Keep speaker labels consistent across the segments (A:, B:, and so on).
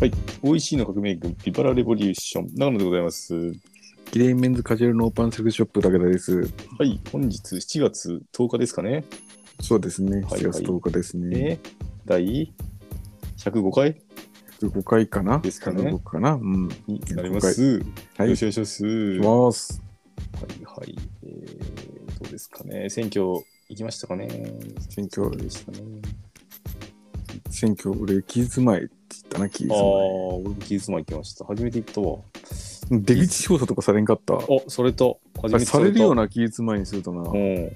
A: はい。OEC の革命軍、ビバラレボリューション、長野でございます。
B: キレインメンズカジュアルノーパンセレクトショップ武田です。
A: はい。本日7月10日ですかね。
B: そうですね。
A: はい
B: 7月10日ですね。
A: ね第105回
B: 5回かな
A: ですかね
B: 105かなうん。
A: になります。
B: はい。
A: よろ
B: 行
A: しくお願いします。
B: き
A: は
B: ます。
A: いはい。えー、どうですかね。選挙行きましたかね。
B: 選挙
A: でしたね。
B: 選挙、俺、期日前って言ったな、期日
A: ああー、
B: 前。
A: 俺も期日前行きました。初めて行ったわ。
B: 出口調査とかされんかった。あ
A: あ、それと、初め
B: れ
A: て
B: されるよう
A: な。
B: な期日前にするとな
A: う。ん。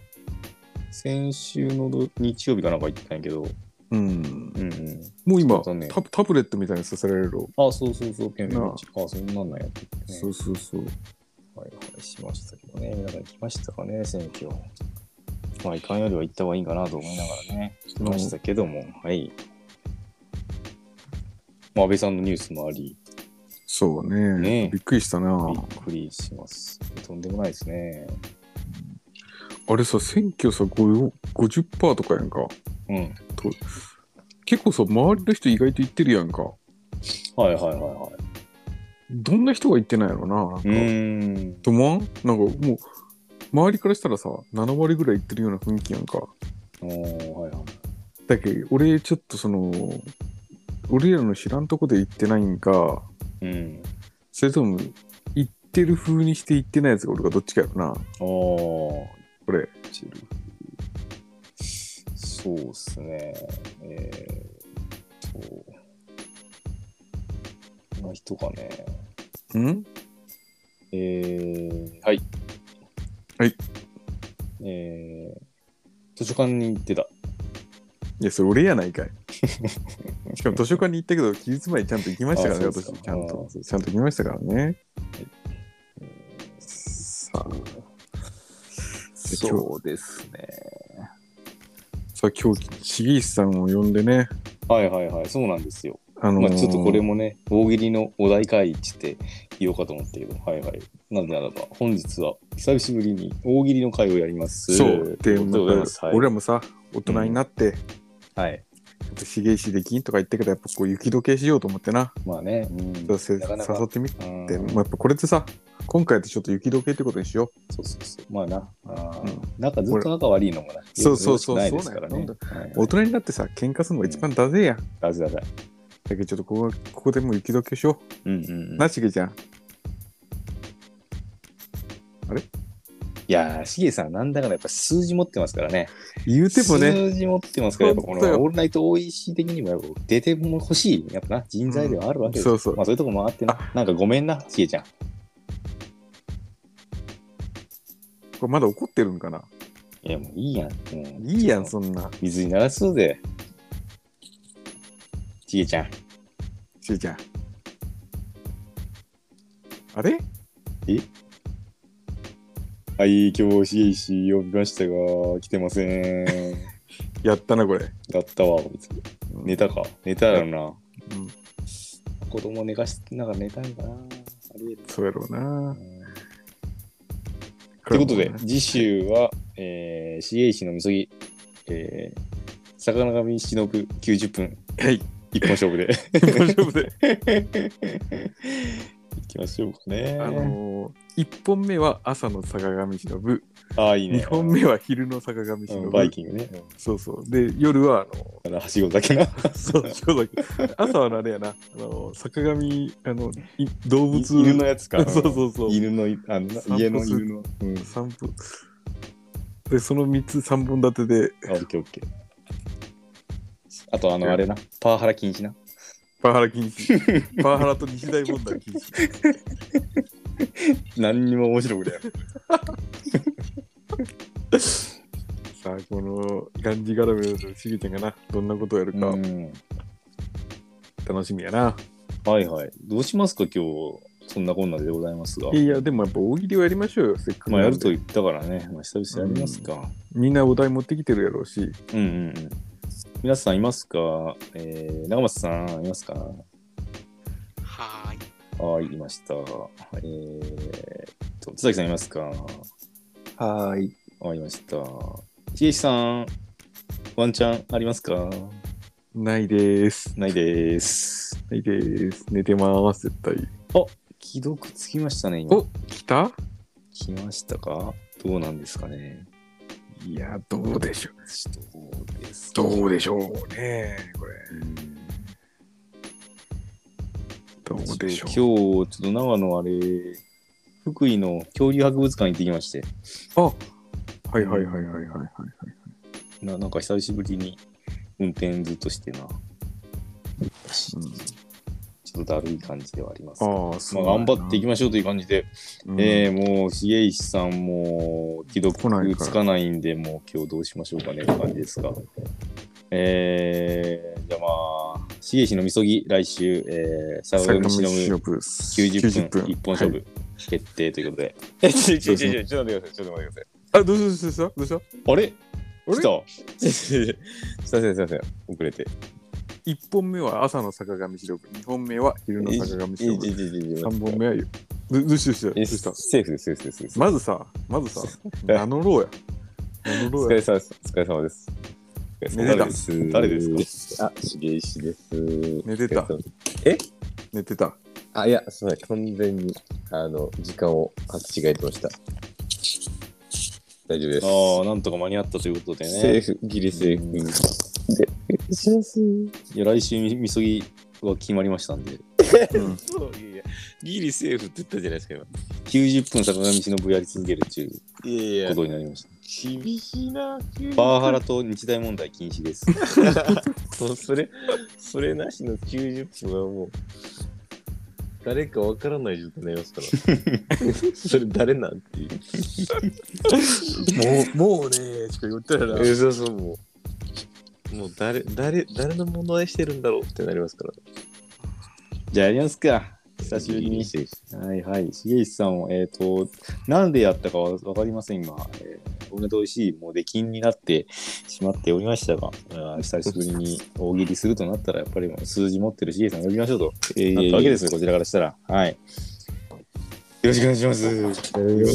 A: 先週の土日曜日かなんか行ったんやけど。
B: うん。
A: うんうん。
B: もう
A: そう
B: 今
A: だね、
B: タタブレットみたいにさせられるろ。
A: あ、そうそうそう、ペンペン
B: なあ
A: あ、そんなんなんやって言ってね
B: そうそうそう。
A: はいはい、しましたけどね。皆さん来ましたかね、選挙。まあ、いかんよりは行った方がいいかなと思いながらね、来ましたけども、はい。まあ、安倍さんのニュースもあり、
B: そう
A: ねえ
B: ね。びっくりしたな
A: び。っくりします。とんでもないですね。
B: あれさ、選挙さ、ご50%とかやんか。
A: うん。
B: 結構さ、周りの人意外と言ってるやんか。
A: はいはいはいはい。
B: どんな人が言ってないやろな。なん
A: う
B: か
A: ーん。
B: と思わんなんかもう周りからしたらさ7割ぐらい言ってるような雰囲気やんか
A: おーはいはい。
B: だけど俺ちょっとその俺らの知らんとこで言ってないんか
A: うん。
B: それとも言ってる風にして言ってないやつが俺がどっちかやろな
A: おー、
B: これ
A: チルそうっすね。えー、っと、こんな人かね。
B: うん
A: えー、はい。
B: はい。
A: えー、図書館に行ってた。
B: いやそれ俺や ないかいしかも図書館に行ったけど期日前にちゃんと行きましたからね
A: あそうです
B: 私
A: か
B: ちゃん
A: あ
B: と
A: ーそうです
B: ちゃんと行きましたからね
A: えー
B: さあ今日
A: そうですね。
B: さあ今日重石さんを呼んでね
A: はいはいはい、そうなんですよ。
B: あのー
A: まあ、ちょっとこれもね、大喜利のお題会議って言おうかと思ったけど、はいはい。なぜならば、本日は久しぶりに大喜利の会をやります。
B: そう
A: とい
B: で
A: うことでございます。はい、
B: 俺らもさ大人になって、
A: はい。
B: しげ石できんとか言ってからやっぱこう雪解けしようと思ってな、
A: まあね、うん、
B: そうせ
A: なかなか
B: 誘ってみて、
A: うん
B: まあ、やっぱこれってさ今回ってちょっと雪解けってことにしよ
A: そうそうそう。まあな、あー
B: うん
A: なんかずっと仲悪いのもな。
B: そうそうそう
A: よろしくないですからね
B: そう。
A: はい、
B: う大人になってさ喧嘩するのが一番だぜや、
A: だぜだぜ。
B: だけどちょっとここはここでもう雪解けしよう、
A: うんうんうん。
B: ないしげちゃん
A: やー、しげさん、なんだからやっぱ数字持ってますからね。
B: 言うてもね
A: 数字持ってますから、やっぱこの
B: 本当よ
A: オールナイト OEC 的にもやっぱ出ても欲しい、やっぱな、人材ではあるわけですよ
B: そうそう
A: まあそういうとこもあってな、なんかごめんな、しげちゃん。
B: これまだ怒ってるんかない
A: や、もういいやん。もう
B: いいやんそんな
A: 水に流そうぜ。しげちゃん。
B: しげちゃんあれ
A: はい、今日、しげいし呼びましたが、来てません。
B: やったなこれ、
A: やったわ、こいつ
B: うん
A: 寝たか。寝たやろ
B: うん
A: な。子供寝かして、なんか寝たんかな。あり
B: そうやろうな
A: える。うんということで
B: れ、もね
A: 次週は、えー、CA 氏のみそぎ、えー、坂上忍90分、
B: はい
A: 一本勝負で。
B: 大丈夫で
A: いきましょうかね。
B: あのー、1本目は朝の坂上忍、
A: あーいいね。
B: 2本目は昼の坂上
A: う
B: 忍、
A: んバイキングね。
B: そうそうで夜はあの
A: あのはしごだけな。
B: そうそうだけど朝はあれやなあの坂上あのい動
A: い
B: 物
A: 犬のやつか。
B: そうそうそう
A: 犬のい、あの
B: 散歩
A: 家の犬の。うん。
B: 散歩でその3つ3本立てで
A: あオッケーオッケー。あと、あの、あれな。パワハラ禁止な。
B: パワハラ禁 止パワハラと日大問題禁止
A: 何にも面白くない。
B: さあこのがんじがらめのしげちゃんがなどんなことをやるか
A: うん。
B: 楽しみやな、
A: はいはい。どうしますか、今日。そんなこんなでございますが。
B: いやでもやっぱ大喜利をやりましょうよせっかく
A: ま
B: なん
A: あ
B: で
A: やると言ったからね、まあ、久々やりますか。
B: みんなお題持ってきてるやろうし
A: うんうんうん。皆さんいますかえー、長松さんいますか
C: はーい。
A: はい、いました。えー、と、津崎さんいますか
B: はーい。
A: あいました。ひえしさん、ワンチャンありますか
B: ないです。
A: ないです。
B: ないです。寝てます、絶対。
A: 既読つきましたね、今
B: お。来た
A: 来ましたかどうなんですかね。
B: いや、どうでしょう。
A: どうですか
B: どうでしょうね、これ。
A: うん
B: どうでしょう。
A: ちょっと今日、ちょっと長野あれ、福井の恐竜博物館行ってきまして、
B: はいはいはいはいはいはいはい。
A: ななんか久しぶりに運転ずっとしてな、ち
B: うん
A: ょっとだるい感じではあります。
B: ああ、
A: まあ、頑張っていき
B: ま
A: ましょうという感じで、
B: す。うん
A: えー、もう、重石さんも、既
B: 来な
A: 読
B: いから
A: つかないんで、もう今日どうしましょうかねって感じですが。えー、じゃあまあ、重石のみそぎ、来週、えー、サウ
B: 最
A: ンド
B: 後の
A: シノ
B: シ
A: ム
B: ョブ
A: 90分、一本勝負、決定ということで。え、ちょ、ちょ、ちょ、ちょっと待ってください、ちょっと待ってください。
B: あ、どうしたどうしたどうした
A: あれ
B: あ
A: 来
B: れ
A: たちょちょちょすいません、すいません、遅れて。
B: 一本目は朝の坂上忍、二本目は昼の坂上
A: いい
B: 忍、
A: いいいいいい
B: 三本目はゆ。どどうしたどう
A: え
B: したどうし
A: セーフです、セーフです、セーフです
B: た。まずさ、まずさ、名乗ろうや。名乗
A: お疲
B: ろう
A: れ
B: や。
A: 様です。お疲れ様です。
B: 寝てた
A: 誰ですかあ、重石です。
B: 寝てた。寝てた。
D: あ、いや、すみません。完全に、あの、時間を履き違えてました。大丈夫です。
A: ああ、なんとか間に合ったということでね。
D: セーフ、ギリセーフ。で、します。
A: いや、来週み、みそぎは決まりましたんで、
B: うん
D: そう、いやいや、ギリセーフって言ったじゃないですか、今。
A: 90分坂上忍ぶやり続けるっていう
D: いやいや
A: ことになりました。
D: 厳しいな。
A: パワハラと日大問題禁止です。
D: そう、それ、それなしの90分はもう、誰かわからない状態になりますから。それ誰なんっていう。
B: もう、もうね、しか言ってないな
D: えそうそう、もう。もう誰、誰、誰のものまねしてるんだろうってなりますから。
A: じゃあやりますか。久しぶりに。はいはい。重石さんは、えっ、と、なんでやったかはわかりませんが、えー、おめでとうしい、もう出禁になってしまっておりましたが、あー久しぶりに大喜利するとなったら、やっぱりもう数字持ってる重石さん呼びましょうと、なったわけですよ、こちらからしたら。はい。よろしくお願いします。というこ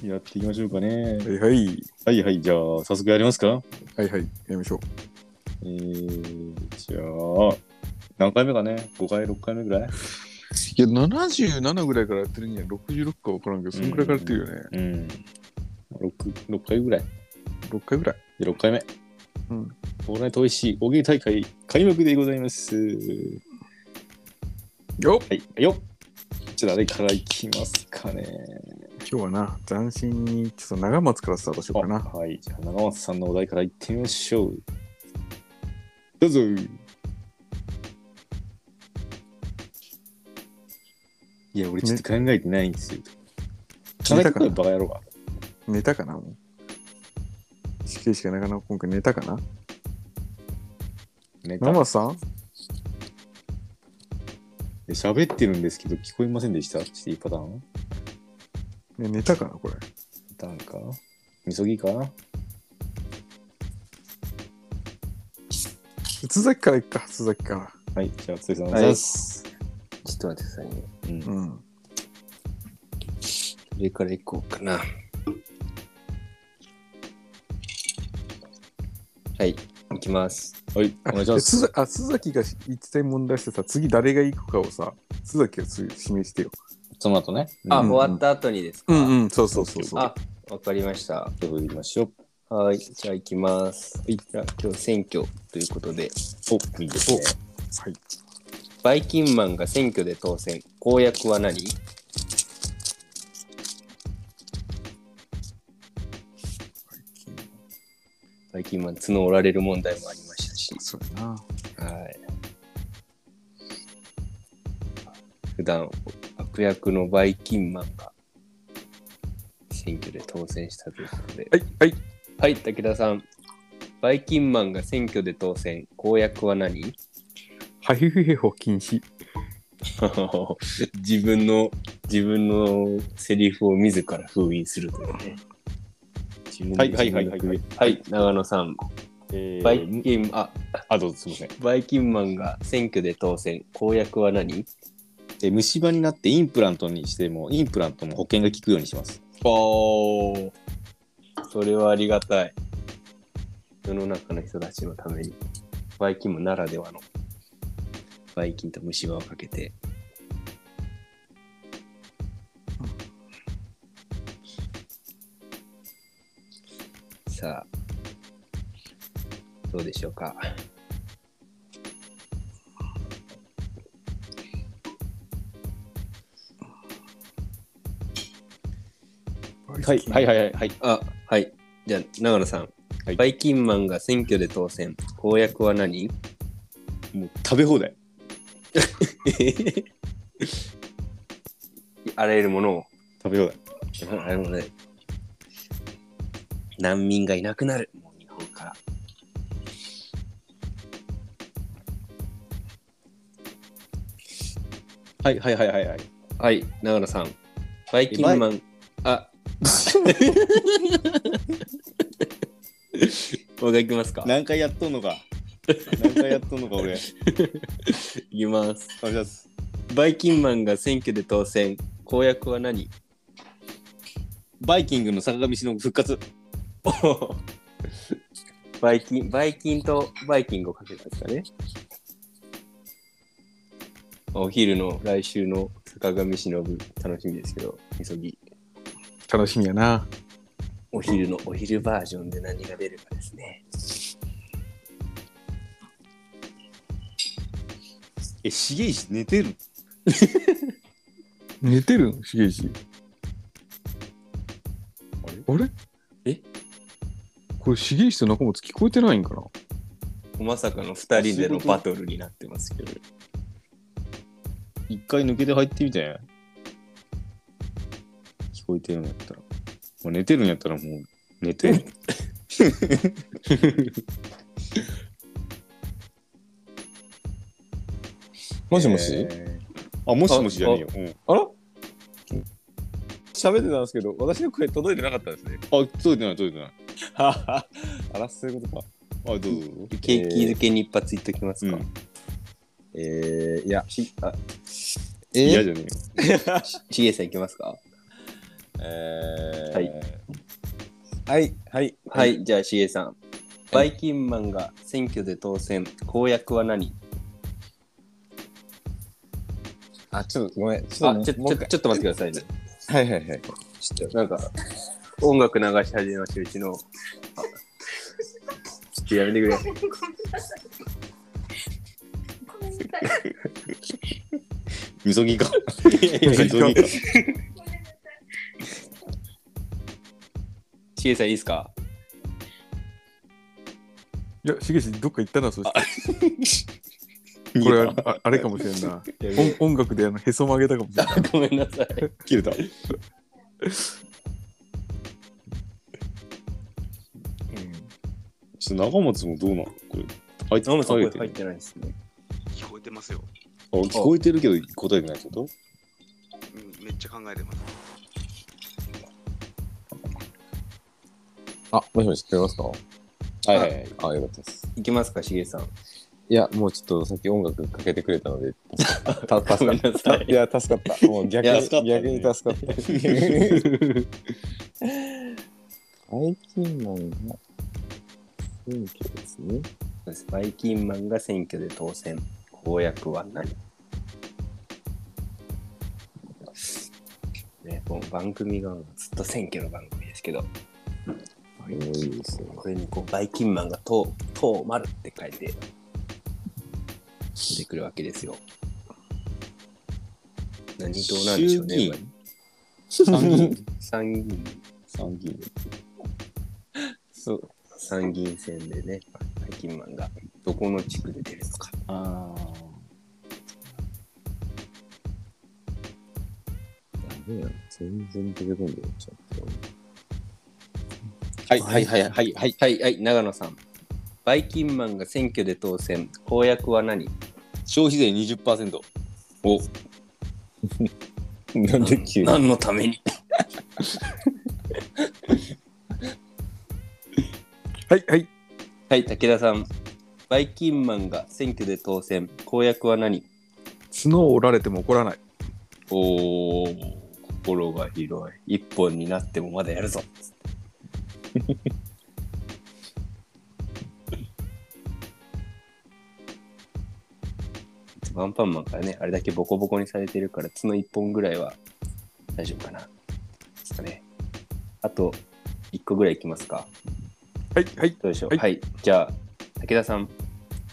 A: とで、やっていきましょうかね。
B: はいはい。
A: はいはい、じゃあ、早速やりますか。
B: はいはい。やりましょう。
A: えー、じゃあ、何回目かね ?5 回、6回目ぐらい
B: いや、77ぐらいからやってるには66か分からんけど、そのぐらいからやってるよね。
A: うん。6, 6回ぐらい。
B: 6回ぐらい。
A: で6回目。
B: うん。
A: オールナイトおいしい大喜利大会開幕でございます。
B: よっ
A: はい、よっじゃあ誰からいきますかね。
B: 今日はな、斬新に、ちょっと長松からスタートしようかな。
A: はい、じゃあ長松さんのお題からいってみましょう。どうぞいや、俺ちょっと考えてないんですよ。考
B: 寝
A: えて
B: た
A: こ
B: か
A: い
B: な
A: よ、バカ野郎が。
B: 寝たかなもう。死刑しかなかな、今回寝たかな
A: ね
B: 長松さん
A: 喋ってるんですけど、聞こえませんでしたっていうパターン
B: ね寝たかなこれ。
A: パターンかみそぎか
B: 津崎からいっか、津崎から。
A: はい、じゃあ、ついさんお願いします。
D: ちょっと待ってくださいね。
A: うん
B: うん。
D: 上から行こうかな。はい、行きます。
A: はい、お願いしま
B: え
A: す。
B: 津崎あ、津崎が言ってた問題してさ、次誰が行くかをさ、津崎が次指名してよ。
A: その後ね。
D: あ、
B: うん
D: 終わった後にですか、
B: うんうん、そうそうそうそう。
D: あ、わかりました。
A: ということでいきましょう。
D: はい、じゃあ行きます。はい、じゃあ今日選挙ということで、
A: お、いいですね。
B: はい。
D: バイキンマンが選挙で当選、公約は何バイキンマン角折られる問題もありましたし、
B: そうやな。
D: はい。普段悪役のバイキンマンが選挙で当選したということで。
B: はい、はい。
D: はい、武田さん。バイキンマンが選挙で当選、公約 は何
B: ハヒフヘホ禁止。
D: 自分の、自分のセリフを自ら封印するというね。自分で
A: はいはいはいはい
D: 自分の首はい、長野さん。
A: えー
D: バイキン、あ、
A: あ、どうぞすみません。
D: バイキンマンが選挙で当選、公約は何
A: えー虫歯になってインプラントにしても、インプラントも保険が効くようにします。
D: おーそれはありがたい世の中の人たちのためにバイキンもならではの。
A: バイキンと虫歯をかけて。さあ、どうでしょうか。はい、はい、はい、はい、はい。
D: あ、はい。じゃあ、長野さん。
A: はい
D: バイキンマンが選挙で当選。公約は何
A: もう食べ放題。
D: あらゆるものを。
A: 食べ放題。
D: あれもね、難民がいなくなる、もう日本から。
A: はい、はい、はい、はい、はい。
D: はい、長野さん。バイキンマン、 あ、僕が行きますか。
A: 何回やっとんのか。 何回やっとんのか、俺。あ
D: 行きます。
A: りがとうございます。
D: バイキンマンが選挙で当選。公約は何
A: バイキングの坂上忍復活。
D: バイキン、バイキンとバイキングをかけたんですかね。お昼の来週の坂上忍、楽しみですけど、急ぎ。
B: 楽しみやな。
D: お昼のお昼バージョンで何が出るかですね。
A: え、重石寝てる
B: 寝てるのしげじ。あれ
D: え
B: これ、しげじと中本聞こえてないんかな
D: まさかの2人でのバトルになってますけど。
A: 一回抜けて入ってみて。聞こえてるんやったら。もう寝てるんやったらもう寝てる。
B: もしもし、
A: えーあ、もしもしじゃねえよ。
B: あら喋ってたんですけど、私の声届いてなかったですね。
A: うん、あ、届いてない、届いてない。
B: あら、そういうことか。
A: あ、どうぞどうぞ。
D: ケーキ漬けに一発いっときますか。
A: うん
D: えー、いや、しあえ
A: 嫌
D: ー、
A: じゃねえよ。
D: ししげさんいきますか
B: えは
D: はい。
B: い、はい。
D: はい、じゃあしげさん。バイキンマンが選挙で当選。公約は何
B: あ、ちょっとごめん。ち
D: あ、ちょ、ちょ、ちょっと待ってくださいね。
B: はいはいはい。
D: ちょっと、なんか、音楽流し始めました、うちの。あちょっとやめてくれ。
E: ごめんなさい。ごめんなさい。
A: みそぎか。み
B: や
A: そぎか。
E: ごめんなさい。
D: しげさんいいです か
B: いや、しげし、どっか行ったな、そして。こ
A: こ
B: れ
A: れ
B: あああれかもしれんな。音音楽であのへそ曲げたかもしれない。
D: ごめんなさい。
A: 切れた。ちょっと長松もどうなのこれ。入って
D: 野村さん、声
A: 入って
D: 入っ
A: る
D: てないですね。
C: 聞こえてますよ。
A: あ、聞こえてるけど答えてないってこと
C: うんめっちゃ考えてます。
F: あ、もしもし、聞こえますか
A: はいはいはい。
F: あ、よかったです。
D: いきますか、しげさん。
F: いや、もうちょっとさっき音楽かけてくれたので、た
D: ご
F: 助
D: めん
F: かっ
D: な
F: た。
D: さい
F: い。や、助かった。もう逆
D: いや
F: に、
A: 助かったね
F: 逆に助か った。最近なんが、選挙ですね。
D: バイキンマンが選挙で当選。公約は何ね、もう番組がずっと選挙の番組ですけど、
F: いいですね。
D: これにこうバイキンマンが党、党丸って書いて出てくるわけですよ。何党なんでしょ
A: 衆
D: うね。
A: 議院
D: これ
A: 参議院。
D: 参議院
A: 参議院。
F: そう。
D: 参議院選でね、バイキンマンがどこの地区で出るのか。
A: あ
F: ダメや。全然出てこんでちょっと。
A: あ。はいはいはいはいはい。
D: はい、はい、長野さん。バイキンマンが選挙で当選。公約は何
A: 消費税20%。お、
F: なんで急に。
D: 何のために
B: はいはい。
D: はい、武田さん。バイキンマンが選挙で当選。公約は何
B: 角を折られても怒らない。
D: おー、心が広い。一本になってもまだやるぞ。 アンパンマンからね、あれだけボコボコにされてるから、角1本ぐらいは大丈夫かな。ですかね。あと、1個ぐらいいきますか。
B: はい、はい。
D: どうでしょう。は、
B: はいい
D: じゃあ、武田さん。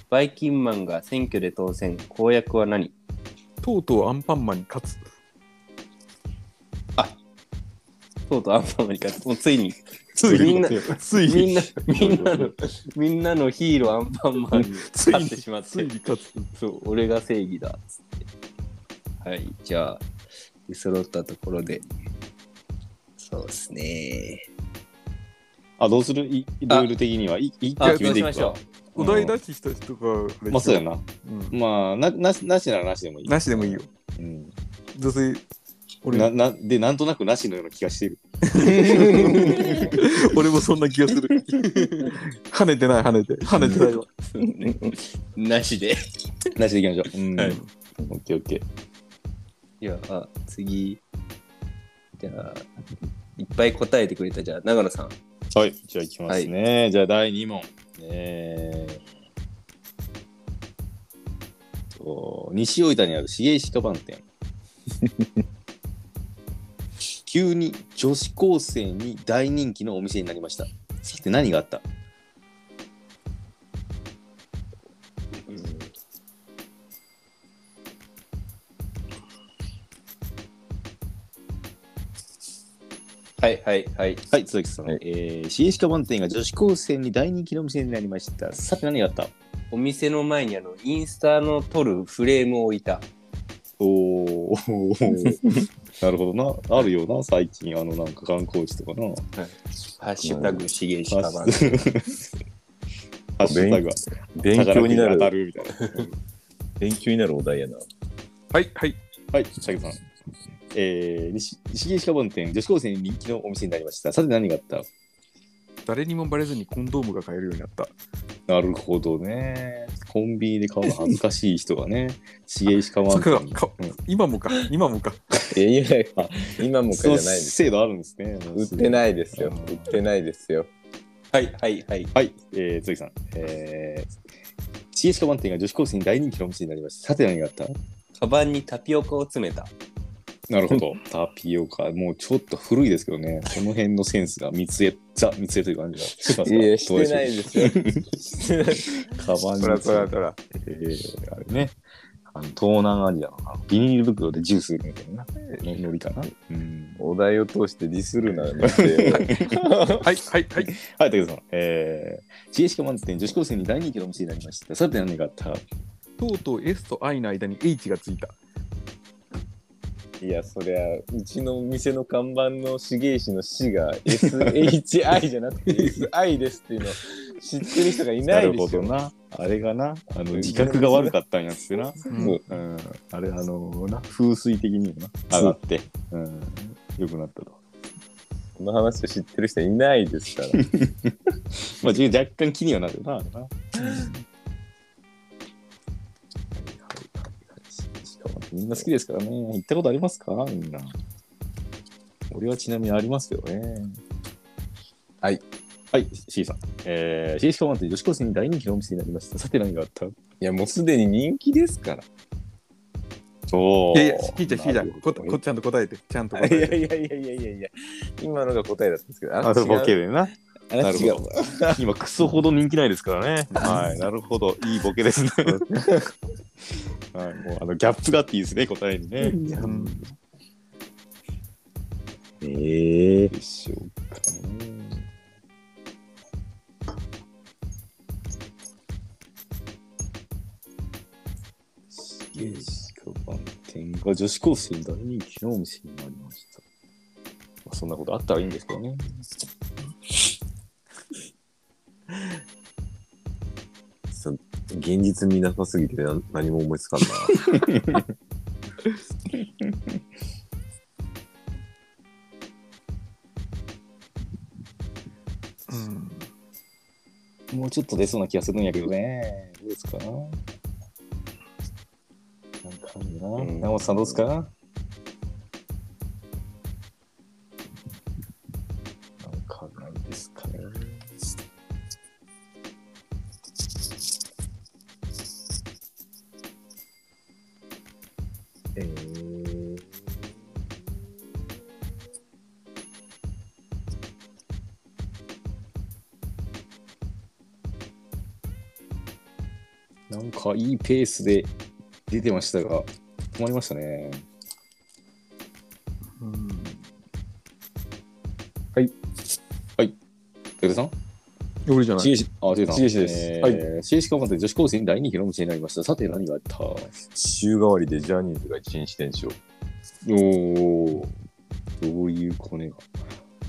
D: バイキンマンが選挙で当選、公約は何
B: とうとうアンパンマンに勝つ。
D: とうとうアンパンマンに勝つ。もうついに、
B: つい
D: みん
B: に
D: な、
B: つ い
D: みん
B: に、
D: な、みんなの、みんなのヒーローアンパンマンに
B: つい
D: 勝っ
B: に
D: て、しまっ
B: つい
D: て
B: に。勝つ。
D: そう、俺が正義だっつって。はい、じゃあ、出揃ったところで。そうですね。
A: あ、どうするいルール的には。い一
D: あ、
A: 回決め
D: どう
A: て
D: し
A: いくか
D: ましょ
B: お題出しした人が、
A: うんまあ、そうやな。
B: うん。
A: まあ、ななしなしならなしでもいい。
B: なしでもいいよ。
A: うん
B: どうせ、俺
A: ななで、なんとなくなしのような気がしてる。
B: 俺もそんな気が する。跳ねてない、跳ねて。跳ねてないわ。
D: う。なしで。
A: なしでいきましょう。うん
B: はい
A: オッケーオッケー。
D: じゃあ、次。じゃあ、いっぱい答えてくれた、じゃあ、長野さん。
A: はい、じゃあいきますね。じゃあ第2問。えーと西大分にある重石カバン店。 急に女子高生に大人気のお店になりました。さて何があった
D: はい、はい、はい。
A: はい、鈴木さん。
D: はい
A: えー、重石カバン店が女子高生に大人気のお店になりました。さて何があった
D: お店の前に、あの、インスタの撮るフレームを置いた。
A: おー なるほどな。あるよな、最近、あの、なんか観光地とかな。
D: ハッシュタグ、しげ し
A: ハ
D: かばん
A: ッ。シュハッシュタグは
G: 勉強にな
A: 宝くじが当た
G: る、
A: るみたいな。
G: 勉強になるお題やな。
B: はい、はい。
A: はい、武さん。えー、西西岸シカボン店、女子高生に人気のお店になりました。さて何があった
B: 誰にもバレずにコンドームが買えるようになった。
A: なるほどね。コンビニで買うの恥ずかしい人がね、 西岸シカボ
B: そ
A: ン
B: っか
A: 店に。
B: か
A: うん
B: 今もか、今もか。
F: いやいやいや今もかじ
A: そ
F: ゃ
A: の
F: ないです。
A: 制度あるんですね。
F: 売ってないですよ
A: あ。ー
F: 売ってないですよ。
D: はい、はい、はい。
A: はい、えー、鈴木さん。えー、西岸シカボン店が女子高生に大人気のお店になりました。さて何があった
D: カバンにタピオカを詰めた。
A: なるほど。 タピオカ、もうちょっと古いですけどね、この辺のセンスが三つ江、ザ三つ江という感じがします
F: い
A: か。
F: や、してない
A: どう
F: ですよ。
A: でしょう。カバンに
B: ほらほらほら。
A: えーあれね、あの東南アジアのあのビニール袋でジュース売るみたいな、ののりかな。 うん
F: お題を通してディスる ななんて。
B: はい、はい、はい。
A: はい、武田さん。えー、知恵しか満点、女子高生に大人気のお店になりました。さて何があった
B: とうとう S と I の間に H がついた。
F: いや、そりゃ、うちの店の看板の重石の死が SHI じゃなくて SI ですっていうの知ってる人がいないで
A: な
F: す
A: るほど
F: よ。
A: な。あれがな、あの自覚が悪かったんやってな。うん、あれ、あのな、風水的にもな、上がって、うん、良くなったと。
F: この話を知ってる人いないです から。
A: まあ、自分若干気にはなるな。なみんな好きですからね。行ったことありますかみんな。俺はちなみにありますけどね。
F: はい。
A: はい、C さん。えー、C シカマンって女子高生に大人気のお店になりました。さて何があった
F: いや、もうすでに人気ですから。
A: お
B: いやいや、ひーちゃん、ひーちゃん、ここっちゃんと答えて、ちゃんと答え
F: いや
B: て。
F: いやいやいやいやいや、今のが答えだったんですけど、
A: あ、そう、ボケでな。
F: あれ
A: なるほ
F: 違う。
A: ど。今、クソほど人気ないですからね。はい、なるほど。いいボケですね。はい、もう、あの、ギャップがあっていいですね、答えにね。
B: うん
A: ええでしょうかね。すげえ、番店が女子高生に大人気のお店になりました。まあ、そんなことあったらいいんですけどね。
G: 現実見なさすぎてな何も思いつかんな。
B: うん
A: もうちょっと出そうな気がするんやけどね。どうですかなんかあるな。
F: うん
A: 山本さんどうですかなんかないですかね。
G: えー、
A: なんかいいペースで出てましたが、止まりましたね。はい。はい。武田さん
B: 俺じゃない。
A: 重石、あ、重石さん。
F: 重石です
A: え
B: は
A: ー重石が分かって女子高生に第二広道になりました。さて何があったお
G: 週替わりでジャニーズが一日転生。
A: ー、どういうコネが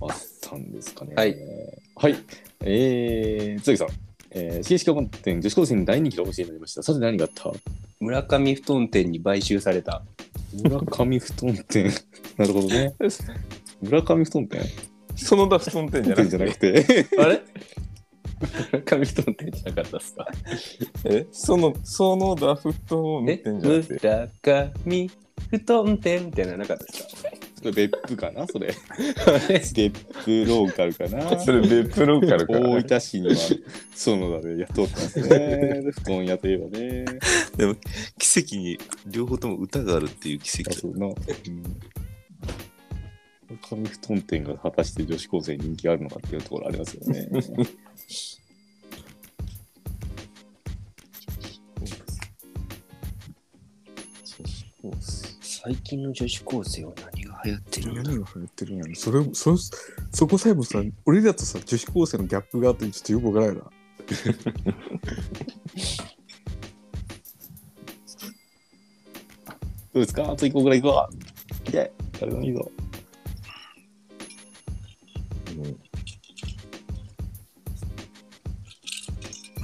A: あったんですかね。
D: はい。
A: はい。えー、鈴木さん。えー、重石が分かって女子高生に第二広道になりました。さて何があった
D: 村上布団店に買収された。
A: 村上布団店。 なるほど ね。村上布団店
B: そのダフトン店じ
A: 布団
B: ゃな
A: 店じゃな
B: い。
A: くて。
D: あれ村上布団店じゃなかったですか
B: えその、そのダフトン
D: え
B: 店じゃなくて。
D: 村上布団店みたいなのなかったですか
A: それ 別府かなそ れ。別府ローカルかな
B: それ別府ローカルから。
A: 大分市には園田で雇ったんです ね。布団屋といえばね。
H: 奇跡に両方とも歌があるっていう奇
A: あ
H: 跡
A: そうな。紙布団店が果たして女子高生に人気があるのかっていうところありますよ ね。
D: 最近の女子高生は何が流行ってる
B: 何
D: の
B: が流行ってるんやろそれそそこさえもさ俺らとさ女子高生のギャップがあってちょっとよくわからないな
A: どうですかあと1個ぐらい行こう。いけ誰でもいいぞ。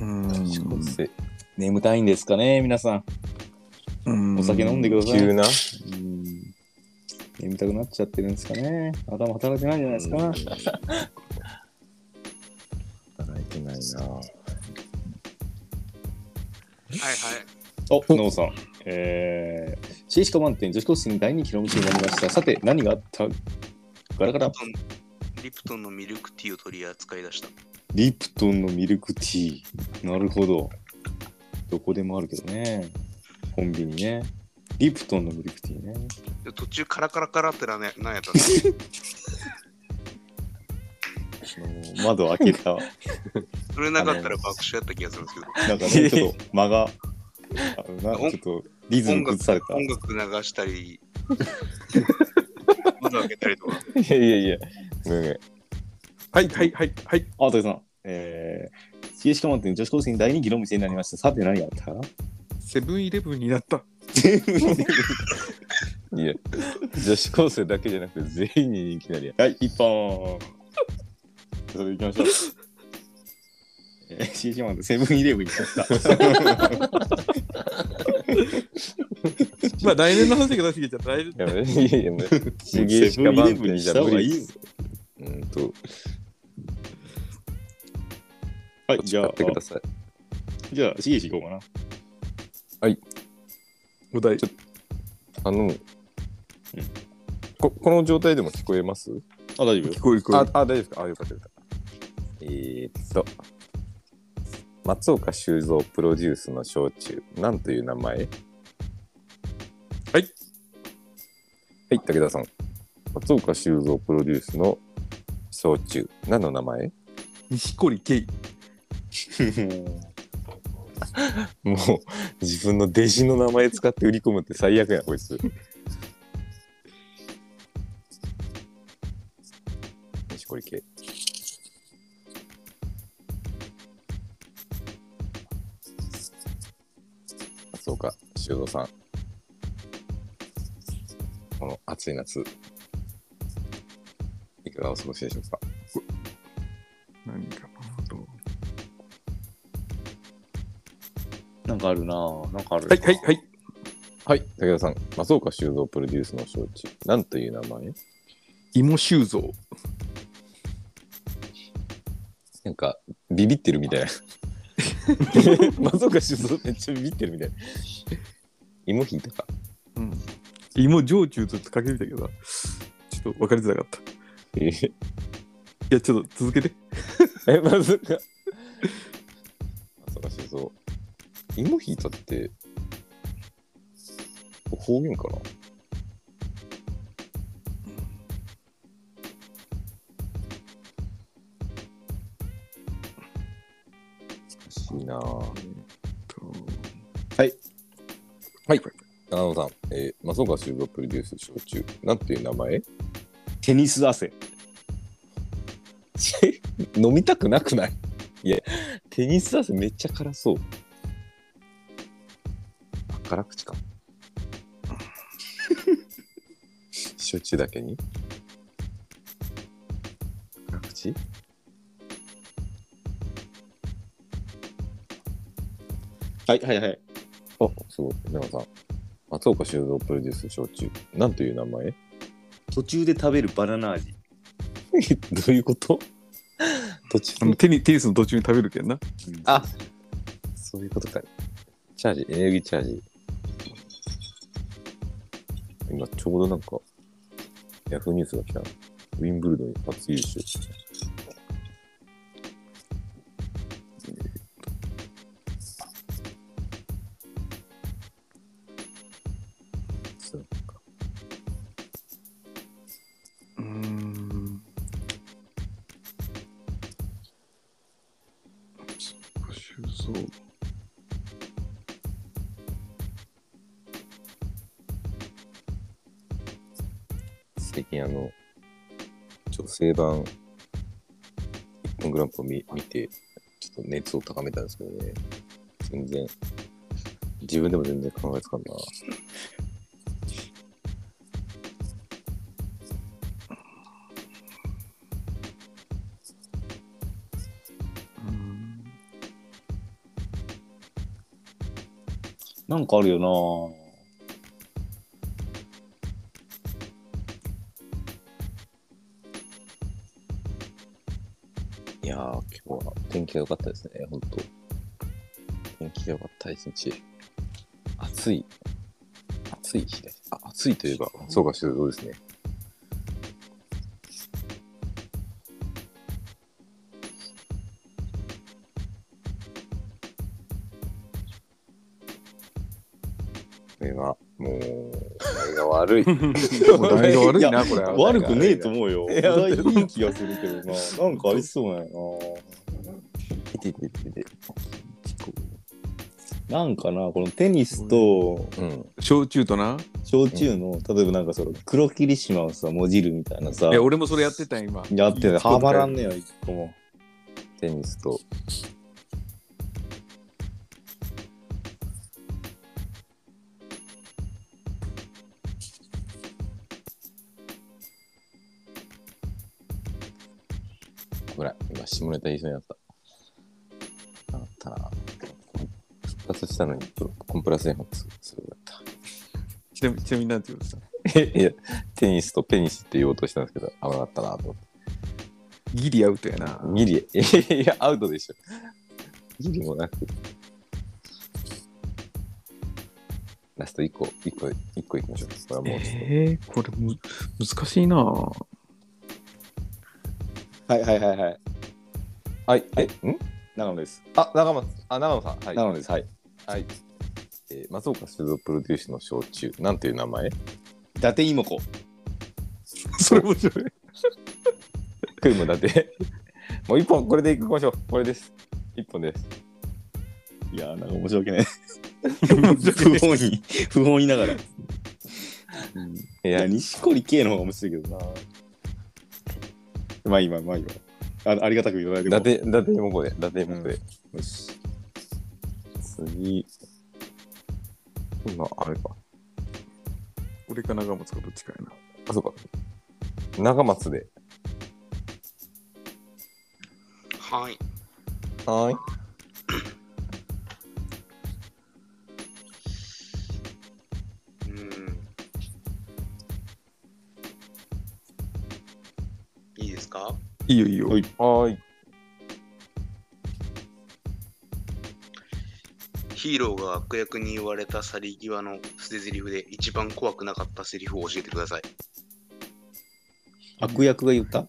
B: うん
A: 眠たいんですかね皆さん。お酒飲んでください。
F: 急 な。
A: うん眠たくなっちゃってるんですかね頭働いてないんじゃないですか、
B: 働いてないな
C: はいはい。
A: お、ノーさん。えー、シーシカ満点、女子高生に第二キロメになりました。さて、何があったガラガラ。
C: リプトンのミルクティーを取り扱い出した。
A: リプトンのミルクティー。なるほど。どこでもあるけどね。コンビニね。リプトンのミルクティーね。
C: で途中カラカラカラってなねなん やったんです
A: あの窓開けた。
C: それなかったら爆笑やった気がするんですけ
A: なんかね、ちょっと 間が。あなちょっとリズム崩された
C: ど、。音楽流したり、窓開けたりとか。
F: いやいやいや。ね
B: はいはいはいはい
A: あ、とさん。えー、シーシカ満点、女子高生に第二キロメになりました。さて、何があった
B: セブンイレブンになった
F: いや。女子高生だけじゃなくて全員に人気なりや。
A: はい、一本。それでいきましょう。えー、シーシマンとセブンイレブンに行きました。
B: まあ来年の話だけどしげちゃん来年
F: いやいやいや、もう、
A: セ
F: しげし
A: ブ
F: か
A: ンイレ
F: 満
A: ブン
F: 点
A: に
F: じ
A: し
F: ゃ
A: た
F: 無
A: 方がい
F: 理。
A: いぞ。
F: うんと、
A: はい、じゃ
F: 買
A: あ
F: って、ください。
A: じゃあ、シゲシ行こうかな。
B: お題
F: あの、ここの状態でも聞こえます
A: あ、大丈夫
B: 聞こえる聞こえ
F: あ
B: る、
F: あ、大丈夫ですかあ、よかったよかった。えー、っと、松岡修造プロデュースの焼酎、なんという名前はい。はい、武田さん。松岡修造プロデュースの焼酎、何の名前
B: 錦織圭
F: もう、自分の弟子の名前使って売り込むって最悪や、こいつ。西堀系。松岡修造さん。この暑い夏。いかがお過ごしでしょうか
B: 何かなと
A: なんかあるなぁ。なんかある。
B: はいはいはい
F: はい、武田さん。松岡修造プロデュースの承知。なんという名前
B: 芋修造
F: なんか、ビビってるみたいな。 松岡修造めっちゃビビってるみたいな。芋引いたか。
B: うん芋焼酎とちょっとかけてみたけどなちょっと分かりづらかったい
F: えー、
B: やちょっと続けて
F: え松岡。松岡修造。芋引いたって、方言かな難しいなぁ
A: はい
F: はい七尾さん、えー、松岡修造プロデュース焼酎なんていう名前
A: テニス汗。
F: 飲みたくなくないいやテニスダンスめっちゃ辛そうあ辛口か 焼酎だけに辛口
A: はいはいはい。
F: あすごい奈良さん松岡修造プロデュース焼酎なんという名前 ど
A: 途中で食べるバナナ味。
F: ういうこと途
B: あ
F: 中
B: のテニテニスの途中に食べるけんな。
F: あそういうことか。チャージ、エネルギーチャージ。今、ちょうどなんか、ヤフーニュースが来たの。ウィンブルドン初優勝。そうか
B: うん。修造。
F: 最近あの、女性版、一本グランプリを見見て、ちょっと熱を高めたんですけどね、全然、自分でも全然考えつかんな。
A: なんかあるよ
F: いやー、今日は天気が良かったですね、本当天気が良かった一日。暑い、暑い日です。あ、暑いといえば、そうか、そうですね。これは、もう、あれが悪い。
B: お題が悪いな、これ。
A: な。
B: は
F: わか
A: 悪
F: んない
A: くねえと思うよ。
F: いや
A: 意外にいい気がするけどな。なんかありそうなんや
F: 見て見て見て。
A: な。なんかな、このテニスと
F: うん。
B: 焼酎とな。
A: 焼酎の、例えばなんかその黒霧島をさ、もじるみたいなさ
B: い、や、俺もそれやってたよ、今。
A: やってる。はまらん
B: ね。
A: ねよ、一個も。
F: テニスと。ほら、今、下ネタ言いそうになった。なったな。コン復活したのに、プロコンプラス違反すすごかっ
B: ちなみにちなみになんて言うのさ。
F: た。いや、テニスとペニスって言おうとしたんですけど、危なかったなと思って。
B: ギリアウトやな。
F: ギリ、い や、アウトでしょ。ギリもなく。ラスト1個、1個、一個いきましょう。これはもうちょっと。
B: えー、これむ難しいな。
A: はいはいはいはい。
F: はい、え、ん
A: 長野です。
F: あ、長松、あ、長野さん。はい。
A: 長野です。はい。
F: はい。えー松岡修造プロデュースの焼酎、なんていう名前
A: 伊達妹子。
B: それ面白い。
F: クイムだって。 もう1本、これでいきましょう。これです。1本です。
A: いやー、なんか申し訳ない。 不本意、不本意ながら。い
F: いや
A: や、、錦織圭の方が面白いけどな。まあいいわ、まあいいわ。あありがたくいただいても
F: 伊達、伊達もこで、伊達もこで。
A: よし。
F: 次。今、あれか。
B: 俺か長松かどっちかやな。
F: あ、そうか。長松で。
C: はい。
F: はい。
C: うん。いいですか
B: いいよいいよ。
F: はい。
C: ヒーローが悪役に言われた去り際の捨て台詞で一番怖くなかったセリフを教えてください。
A: 悪役が言った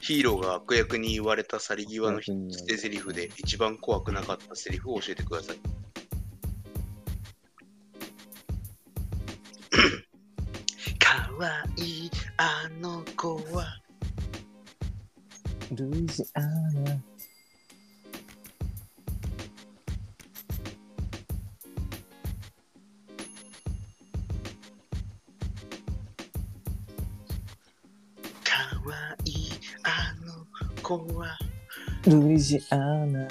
C: ヒーローが悪役に言われた去り際の捨て台詞で一番怖くなかったセリフを教えてください。わいいあの子は
A: ルイジアナ。
C: かわいいあの子は
A: ルイジアナ。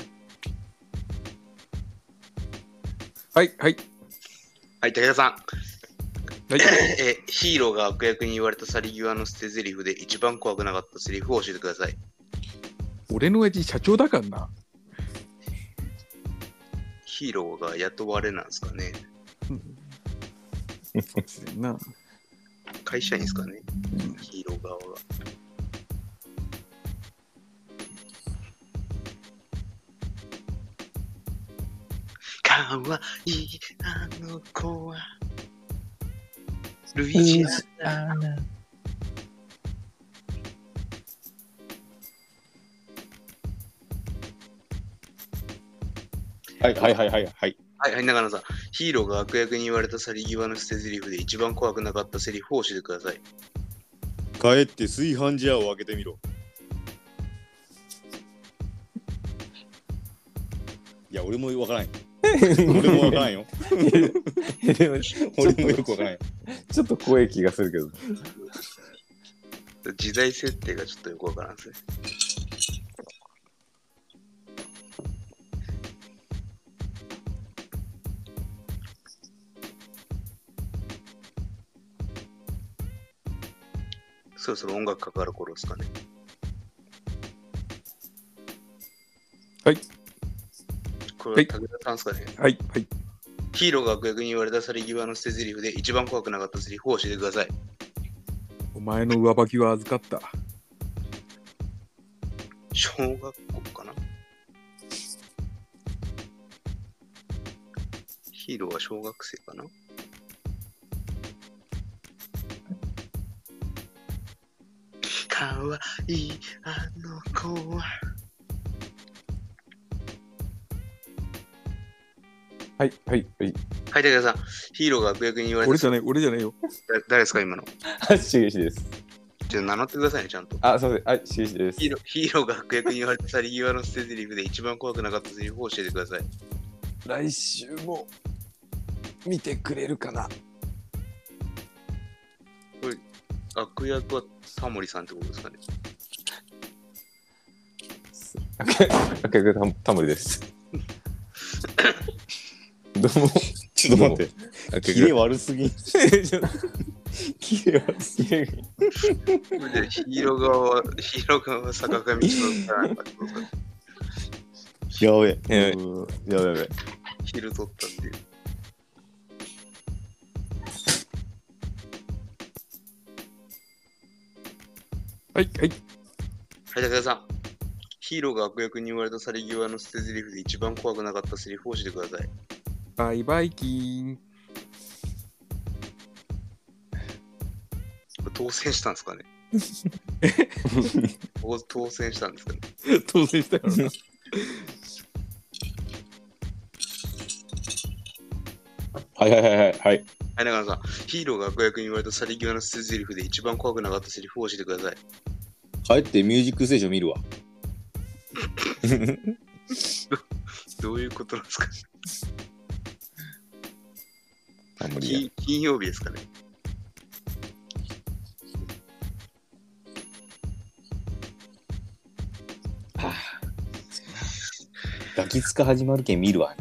B: はい、はい。
C: はい武田さん
B: はい、
C: えヒーローが悪役に言われた去り際の捨て台詞で一番怖くなかったセリフを教えてください
B: 俺の親父社長だから な。
C: ヒーローが雇われなんですかね
B: そうですねな。
C: 会社員ですかねヒーロー側がかわいいあの子はルイジアナ
A: はいはいはいはいはい。
C: はい、はい、長野さん。ヒーローが悪役に言われた去り際の捨て台詞で一番怖くなかったセリフを教えてください。
H: 帰って炊飯ジャーを開けてみろ。いや、俺もわからんよ。俺もわからんよ。
D: でも
H: 俺もよくわからんよ。
F: ちょっと怖い気がするけど。
C: 時代設定がちょっとよくわからんですね。そろそろ音楽かかる頃ですかね。
B: はい。
C: こ
B: は
C: れ
B: い
C: は武田さんですかね。
B: はい、はい。
C: ヒーローが悪役に言われた去り際の捨て台詞で一番怖くなかったセリフを教えてください。
B: お前の上履きは預かった。
C: 小学校かなヒーローは小学生かなかわいいあの子は
F: はい、はい、はい。
C: はい、武田さん。ヒーローが悪役に言われ
B: 俺
C: た
B: じゃない、俺じゃないよ。
C: だ誰ですか今の。
F: あ、しげしです。
C: ちょっと名乗ってくださいね、ちゃんと。
F: あ、すいません。はい、しげしです
C: ヒ。ーローヒーローが悪役に言われた去り際の捨て台詞で一番怖くなかったセリフを教えてください。
F: 来週も見てくれるかな。
C: 悪役はタモリさんってことですかね。
F: 赤毛タタモリ です。どうも。
H: ちょっと待って。
F: 赤
H: キレ悪すぎん。キレ悪すぎん。
C: でヒーロー側は、ヒーロー側は坂上忍さんってことですかね
H: やべ
F: や
H: え。やべやべ。
C: ヒール取ったっていう。
B: はい、はい。
C: はい、武田さん。ヒーローが悪役に言われた去り際の捨て台詞で一番怖くなかったセリフを教えてください。
B: バイバイキーン。
C: これ当選したんですかねここ 当選したんですかね
B: 当選したからな。
A: はいはいはいはいはい。
C: はい、長野さん。ヒーローが悪役に言われた去り際の捨て台詞で一番怖くなかったセリフを教えてください。
H: 帰ってミュージックステーション見るわ。
C: どういうことなんですか
F: タモリ
C: 金金曜日ですかね
A: ガキ使始まるけん見るわ。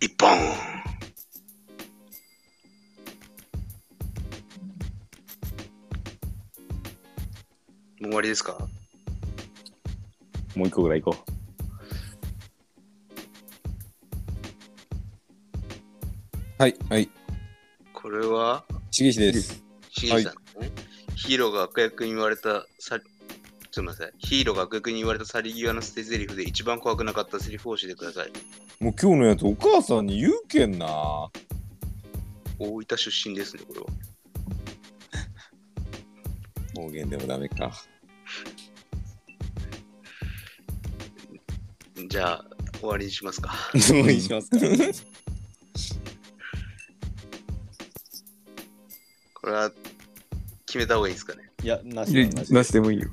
C: 一本もう終わりですか
A: もう一個ぐらい行こ
F: はい、はい。
C: これは
F: しげしです。
C: しげさんね、ヒーローが悪役に言われたさちょっと待ってくださいヒーローが悪役に言われた去り際の捨て台詞で一番怖くなかったセリフを教えてください
F: もう今日のやつお母さんに言うけんな。
C: 大分出身ですねこれは
F: 方言でもダ メか。
C: じゃあ終わりにしますか
H: どうにしますか。
C: これは決めた方がいいですかね。
A: いや、なし
B: いや
A: なし
B: なしでもいいよ。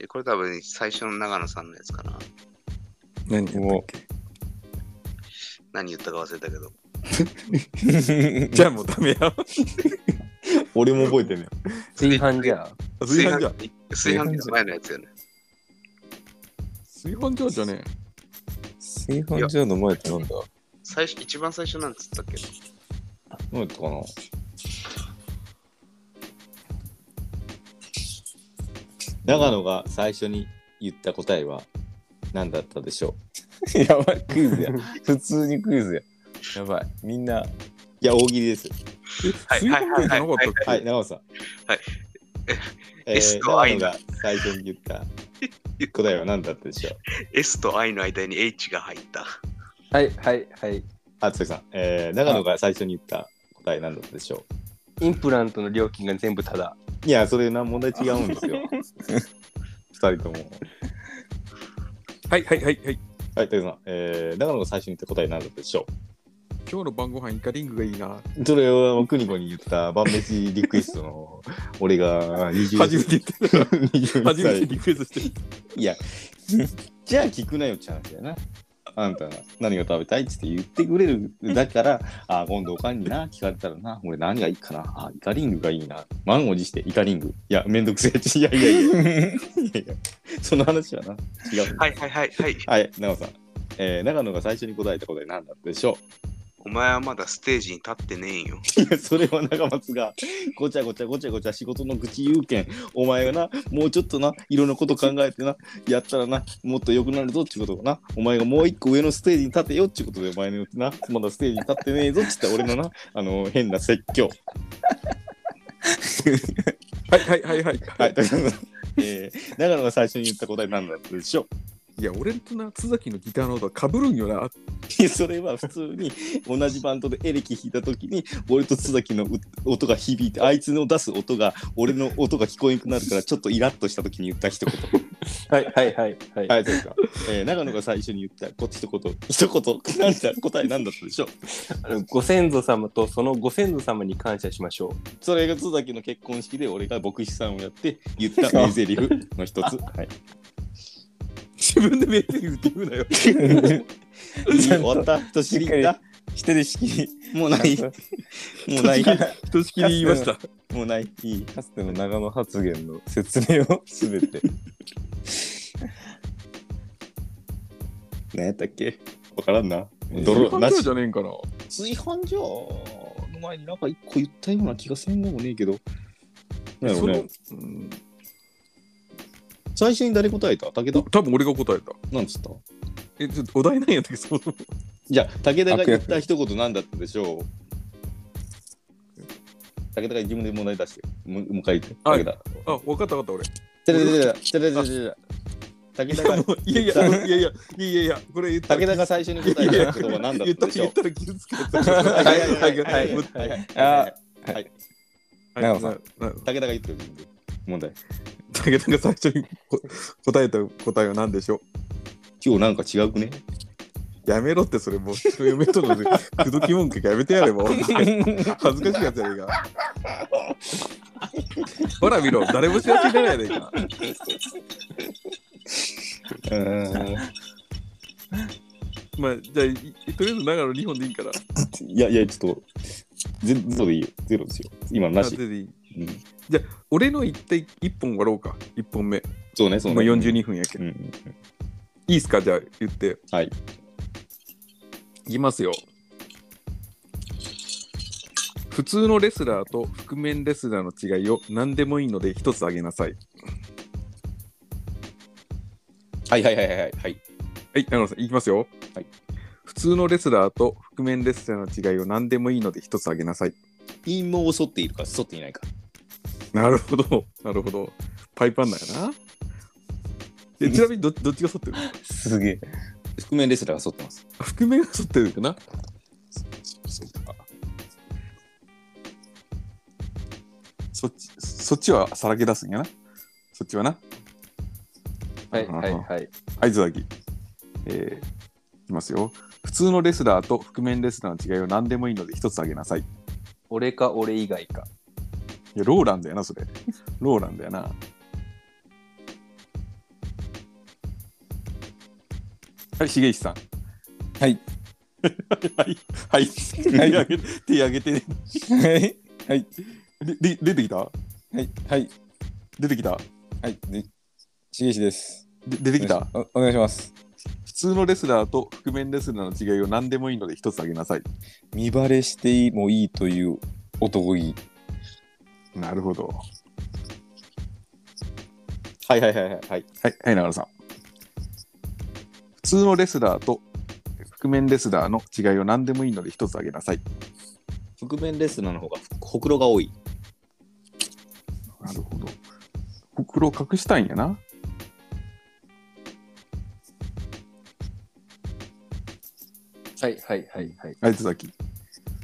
C: えこれ多分最初の長野さんのやつかな。
B: 何やったっけ
C: 何言ったか忘れたけど。
B: じゃあもうダ メや。
A: 俺も覚えてね。
D: 炊飯じゃ
B: 炊飯ジャー。
C: 炊炊飯器の前のやつよね。
B: 炊飯ジャーじゃねえ。
F: 炊飯ジャーの前ってなんだ
C: 最初、一番最初なんつったっけ
A: どうやったかな長野が最初に言った答えは何だったでしょ
F: やばい、クイズや。普通にクイズや。やばい。みんな、
A: ういや、大喜利です。
C: はい
B: 炊飯ジャーじゃなかったっけ、
A: はい、長野さん。
C: はい。
A: え
C: S
A: ー、
C: と
A: 長
C: I
A: 野が最初に言った答えは何だったでしょう
C: ?S と I の間に H が入った。
D: あ。はいはいはい。
A: あ、つさん。えー、長野が最初に言った答え何だったでしょ
D: インプラントの料金が全部タダ。
A: ういや、それな問題違うんです よ。二人とも。
B: はい、はい、はい、はい。
A: はい、つさん。えー、長野が最初に言った答え何だったでしょう
B: 今日の晩ご飯イカリングがいいな。
A: それはクニコに言った晩飯リクエストの 俺が20
B: 初めて言ってた。
A: 20
B: 初めて
A: 歳
B: リクエストしてる。
A: いやじゃあ聞くなよって話だよなあんた何が食べたいっつって言ってくれるだからあ今度おかんにな聞かれたらな俺何がいいかなあイカリングがいいな満を持してイカリングいやめんどくせえしいやいや いやいやいやその話はな違う
C: はいはいはいはい。
A: はい長野さん、えー、長野が最初に答えた答え何だったでしょう
C: お前はまだステージに立ってねえんよ。
A: いや それは長松がごちゃごちゃごちゃごちゃ仕事の愚痴言うけんお前がなもうちょっとないろんなこと考えてなやったらなもっと良くなるぞってことをなお前がもう一個上のステージに立てよってことでお前のよってなまだステージに立ってねえぞっつった俺のなあの変な説教
B: はい、はい、はい、はい。
A: はい ということでえー、長野が最初に言った答えなんだったでしょ う
B: いや、俺とな、津崎のギターの音かぶるんよな。
A: いやそれは普通に同じバンドでエレキ弾いた時に俺と津崎のう音が響いてあいつの出す音が俺の音が聞こえなくなるからちょっとイラッとした時に言った一言
D: はいはいはいはい。
A: はい、そうですか。えー、長野が最初に言った、こっち一言、一言、なんだ、答えなんだったでしょう。
D: あのご先祖様とそのご先祖様に感謝しましょう。
A: それが津崎の結婚式で俺が牧師さんをやって言った名台詞の一つ。はい。
B: 自分で名店言って言うなよ。
A: いい 終わった人知りだ。
F: 一人式、
A: もうない。もうない。
B: ひとしきり言いました。
A: もうない。いい。
F: かつての長野発言の説明をす べて。
A: 何やったっけわからんな。
B: ド
A: 泥
B: ロ
A: なし
B: じ。ゃねえんかな。
A: 炊飯ジャーの前になんか一個言ったような気がせんでもねえけど。なる
B: そ
A: ほど
B: の
A: ね。、
B: うん
A: 最初に誰答えた武田
B: 多分俺が答えた。
A: なんつった
B: え、ちょっとお題なんやったっけ、その。
A: じゃあ、武田が言った一言なんだったでしょう武田が自分で問題出して、む向かいて。
B: はい
A: 武田。
B: あ、分かった分かった
A: てれてれてれてれてれてれ武田が、
B: 俺。いやいや、いやいや、いやいやいや、これ言ったら
A: 武田が最初に答えた言葉は何だっ
B: 言った
A: で
B: たら
A: しょ
B: 言
A: う
B: ったら傷つけた。
A: はいはいはい
B: は
A: はいい
B: は
A: はいい
B: は
A: はいい。
F: あ
B: はい
F: 長野さん
B: なな
A: 武田が言ってる自分で問題。
B: 武田が最初にこ答えた答えは何でしょ
A: 今日なんか違うくね
B: うやめろってそれもう人嫁との口説き文句やめてやれば恥ずかしいやつやねえかほら見ろ誰も幸せじゃないやねえかまあじゃあいとりあえず長野2本でいいから
A: いやいや、ちょっと、ゼゼロでいいよ。ゼロですよ。今のな
B: あ
A: し
B: と。でいい
A: うん
B: じゃあ俺の一体1本終わろうか1本目
A: そうね、そう
B: 今
A: ね。
B: 42分やけど、
A: うん。
B: いいっすかじゃあ言って
A: はい
B: いきますよ普通のレスラーと覆面レスラーの違いを何でもいいので一つあげなさい
A: はいはいはいはいはい。
B: はい長野さんいきますよ、
A: はい、
B: 普通のレスラーと覆面レスラーの違いを何でもいいので一つあげなさい
A: 陰謀を剃っているか、剃っていないか。
B: なるほどなるほどパイパンだよなえちなみにどどっちが剃ってるの
F: すげえ。
A: 覆面レスラーが剃ってます。
B: 覆面が剃ってるかなそっちそっちはさらけ出すんやなそっちはな
D: はいはいはい。
B: はい、ズワギ。えー、いきますよ。普通のレスラーと覆面レスラーの違いを何でもいいので一つあげなさい。
D: 俺か俺以外か。
B: いや、ローランだよな、それ。ローランだよな。はい、しげいしさん。
F: はい。
B: はい。はい。手上げて、手上げて、
F: はい。はい。
B: でで出てきた
F: はい。はい。
B: 出てきた
F: はい。で、しげしです。
B: で出てきた
F: おお願いします。
B: 普通のレスラーと覆面レスラーの違いを何でもいいので一つあげなさい。
F: 見バレしてもいいという男気。
B: なるほど。
A: はいはいはいはいはい。
B: はい、はい、長野さん。普通のレスラーと覆面レスラーの違いを何でもいいので一つあげなさい。
A: 覆面レスラーの方がほくろが多い。
B: なるほど。ほくろ隠したいんやな。
D: はいはいはいはい。
B: あいつだき。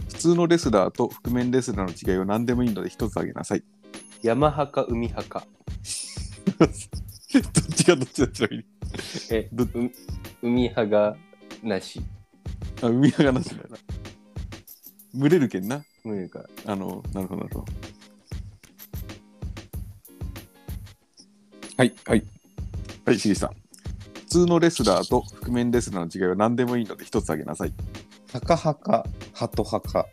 B: 普通のレスラーと覆面レスラーの違いを何でもいいので一つあげなさい。
D: 山派か海派か。
B: どっちがどっちだちなみに。
D: え、う海派がなし。
B: あ、海がなしだよな。群れるけんな。
D: 無理か。
B: あの、なるほど、なるほど。
F: はい。はい。
B: はい、しげさん。普通のレスラーと覆面レスラーの違いは何でもいいので一つあげなさい。
F: 高派か、ハト派か。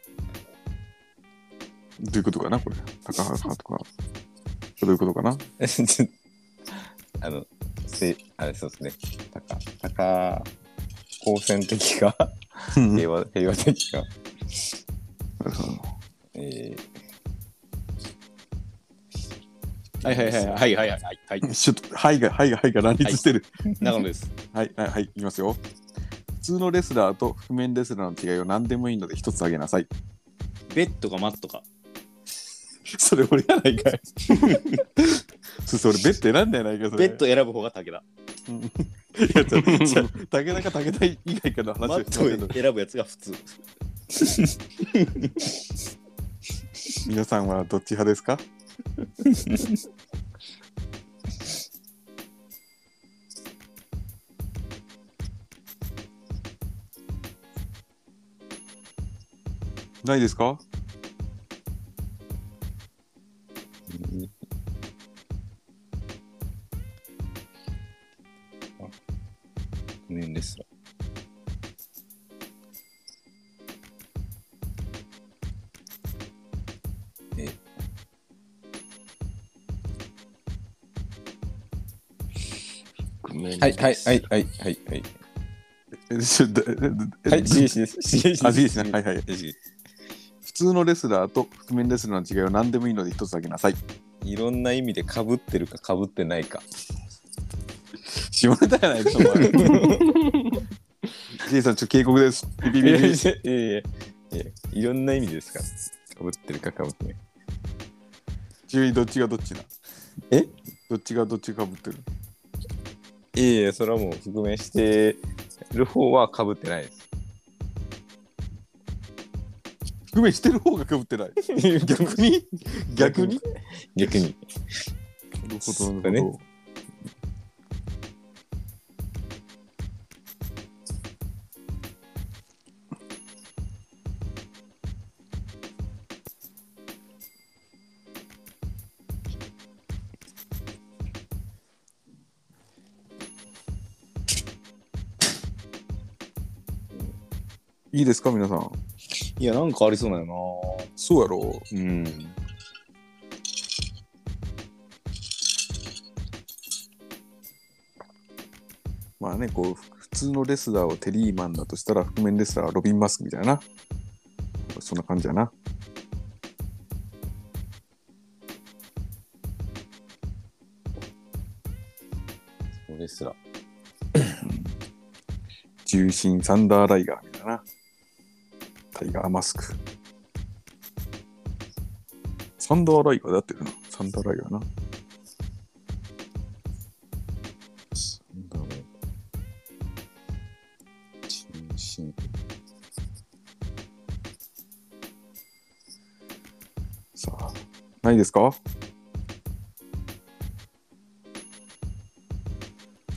B: どういうことかな、これ。高原さんとか。どういうことかな。
F: あの、せ、あれそうですね。たか、たか、好戦的か、平和、平和的か。えー、
A: はいはいはいはいはいはいはい。
B: ちょっと、はいが、はいが、はいが乱立してる。
A: 長野 です。
B: はい、はい、はい、いきますよ。普通のレスラーと覆面レスラーの違いを何でもいいので一つあげなさい。
A: ベッドかマットか。
B: それ俺やないかい。 そそれベッド選んだやないかいそ
A: ベ
B: れ。
A: ッド選ぶ方が武田。
B: いやちょっとじゃあ武田か武田以外かの話
A: マ
B: を
A: ッ
B: してる
A: トを選ぶやつが普通。
B: 皆さんはどっち派ですか ないですか
F: 面です。え。はいはいはいはいはいはい。
B: えちょだえ
F: はい、しげしです。しげし
B: あいいですねはいはい
F: い。
B: 普通のレスラーと覆面レスラーの違いは何でもいいので一つあげなさい。
F: いろんな意味で被ってるか被ってないか。
B: 下ネタやないか、お前。じいさん、ちょっと警告です。ピピ
F: いや
B: ピ
F: いやい
B: ピ
F: やいやいやいろんな意味ですから。被ってるか被ってない。
B: 注意、どっちがどっちだ
F: え
B: どっちがどっちかぶってる
F: いやいや、それはもう覆面してる方は被ってないです。
B: 覆面してる方がかぶってない。
F: 逆に
B: 逆に
F: 逆に。
B: なる
F: そ
B: ほど、な
F: うだね
B: るほど。いいですか皆さん。
A: いや、なんかありそうだよ
B: そうやろ
A: な。うん。
B: まあね、こう、普通のレスラーをテリーマンだとしたら、覆面レスラーはロビン・マスクみたいな。そんな感じやな。
I: そうですら。
B: 重心サンダーライガーみたいな。タイガーマスク。サンダーライガーだってるな。サンダーライガーな。
F: なんだろう。中心。
B: さあ、ないですか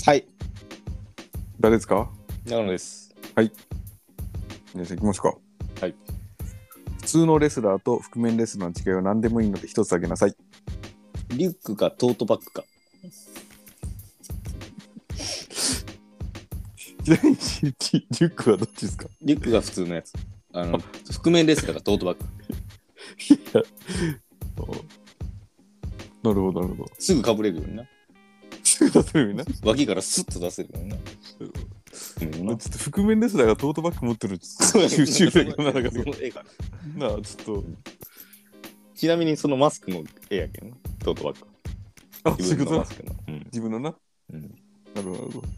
A: はい。
B: 誰ですか
A: 長野です。
B: 皆さん行きますか。
A: はい。
B: 普通のレスラーと覆面レスラーの違いは何でもいいので一つあげなさい。
A: リュックかトートバッグか。
B: ちなみにリュックはどっちですか
A: リュックが普通のやつ。あの、覆面レスラーかトートバッグ。
B: なるほど、なる ほど。
A: すぐかぶれるようにな。
B: すぐ出せるよね。
A: 脇からスッと出せるようにな。
B: ちょっと覆面レスラーがトートバッグ持ってるのち ょっと収集力がなかっ た けどなあ、ちょっと。
A: ちなみにそのマスクの絵やけんな。トートバッグ。
B: あ、そうい
A: 自
B: う
A: 分
B: こ
A: の
B: と
A: マスクの。うん
B: 自分のな。
A: うん
B: なるほどなるほど。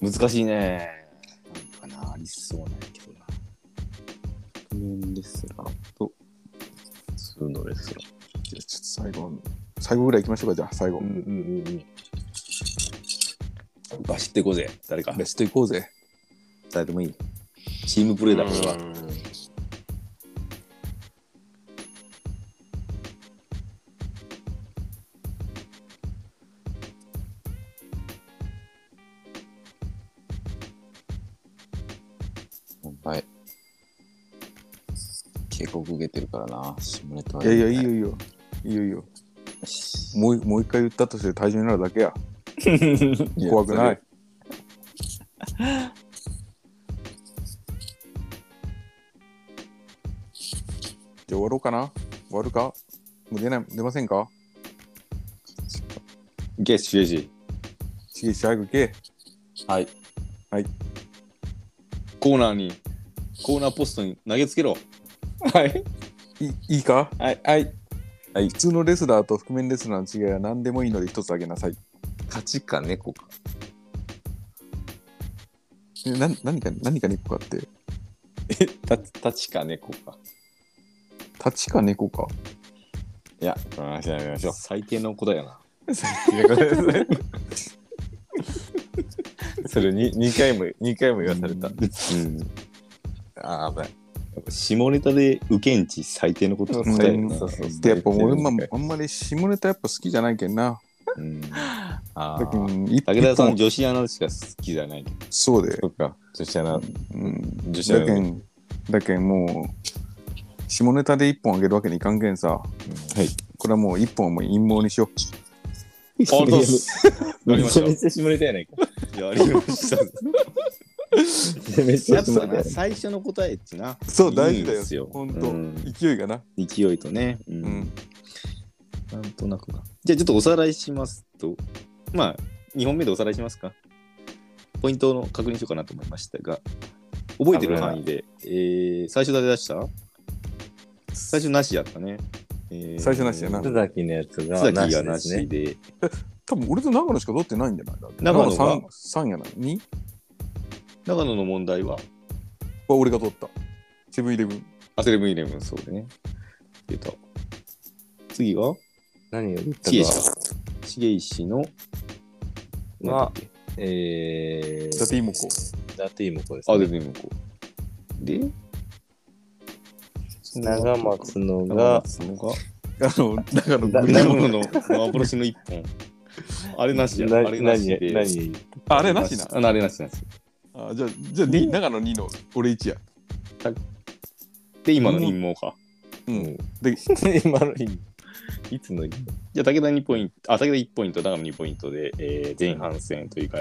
A: 難しいね。なんかな、ありそうなんやけどな。覆面レスラーと、普通のレスラー。
B: じゃあちょっと最後、最後ぐらい行きましょうか、じゃあ最後。
A: んうんうんうん。バシっていこうぜ、誰か。
B: ベスト行こうぜ。
A: 誰でもいい。チームプレーだ、これは。
J: はい。警告受けてるからな、下ネタはい
B: やいや、いいよいいよ。いいよいいよ。もうもう一回言ったとして体重になる だけや。怖くない。じゃあ終わろうかな終わるかもう出ない出ませんか
A: いけ、シュエジ。
B: しげし早く行け。
A: コーナーに、コーナーポストに投げつけろ。はい。
B: いいいか
A: はい。はい。
B: 普通のレスラーと覆面レスラーの違いは何でもいいので一つあげなさい。
J: 勝ちか猫か。
B: えな何か何か猫かって。
J: え、たたちか猫か。
B: 立ちか猫か。
J: いや、この話やめましょう。
A: 最低の答えやな。
J: それに2回も、2回も言わされた。
A: うん。
J: ああ、危ない。
A: 下ネタで受けんち最低のこと答えるな。
J: そうそうそう
B: でやっぱ俺
J: も
B: まああんまり下ネタやっぱ好きじゃないけんな。
A: うん
J: あ
B: だけ
J: あ、
B: ど一
A: 武田さ
B: 一
A: ん、女子アナしか好きじゃないけど。
B: 本そうで。
J: そっか。女子アナ、
B: うん。
J: 女子ア
B: だ
J: ナの。
B: けん、だけんもう、下ネタで一本あげるわけにいかんけんさ。
A: はい。
B: これはもう一本はもう陰謀にしよう。
A: ありがとうございます。わかりま
G: めち
A: し
G: ゃ
A: た
G: めちゃ下ネタやないか。
A: いやありました。
G: めっち
A: や
G: ゃ
A: っ
G: 下ネタ
A: ぱ
G: や
A: な
G: ない
A: 最初の答えってな。
B: そう、大事だ
A: いいんですよ
B: よ。ほんと
A: うん。
B: 勢いがな。
A: 勢いとね。う
B: うんん。
A: なんとなくな。じゃあちょっとおさらいしますと、まあ、2本目でおさらいしますか。ポイントの確認しようかなと思いましたが、覚えてる範囲で、えー、最初誰出した最初なしやったね。えー
B: 最初なしやな
G: 津崎のやつが
A: 須
G: な
A: 崎
G: し
A: が
G: で
A: な
G: すね
A: し。で、
B: 多分俺と長野しか取ってないんじゃない
A: 長野が
B: 3、三やな。2
A: 長野の問題は、
B: は俺が取った。セブンイレブン。
A: アセレブンイレブンそうでね。出た。次は、
G: 何を言った
A: 重石
G: か。
A: か。重石の、なんだっけ
G: え
B: 伊達
G: ー、
B: 妹子。
G: 伊達妹子です、
A: あ、で、
G: ね。
A: で、向こう。で、
G: 長松の
A: が
G: が、、
A: そのが、
B: あの、 長野
A: 長野の幻の一本。あれなしや。
G: な
A: あれ
G: 何、
A: なし
G: 何
A: で。、
B: ああれなしな。
A: ああれなしなんですよ。
B: あじゃあ、じゃあに、長野2の俺1や。
A: で、今の陰謀か。
B: うん。
G: 今のいいつのい
A: じゃあ、武田2ポイント、あ、武田1ポイント、長野2ポイントで、えー前半戦というか、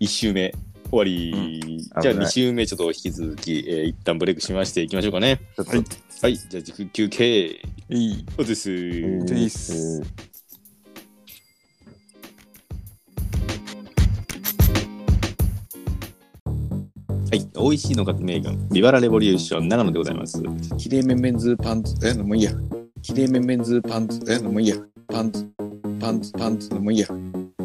A: 1周目終わり。じゃあ、2周目ちょっと引き続き、えー一旦ブレイクしましていきましょうかね。
B: はい。
A: はい、じゃあ、時休憩
B: いい。
A: です。
B: じゃあいいっす。
A: はい、OEC の革命軍、ビバラレボリューション、長野でございます。
B: きれいめんめんずーパンツ、え、のもいいや。きれいめんめんずーパンツ、え、のもいいや。パンツ、パンツ、パンツ、のもいいや。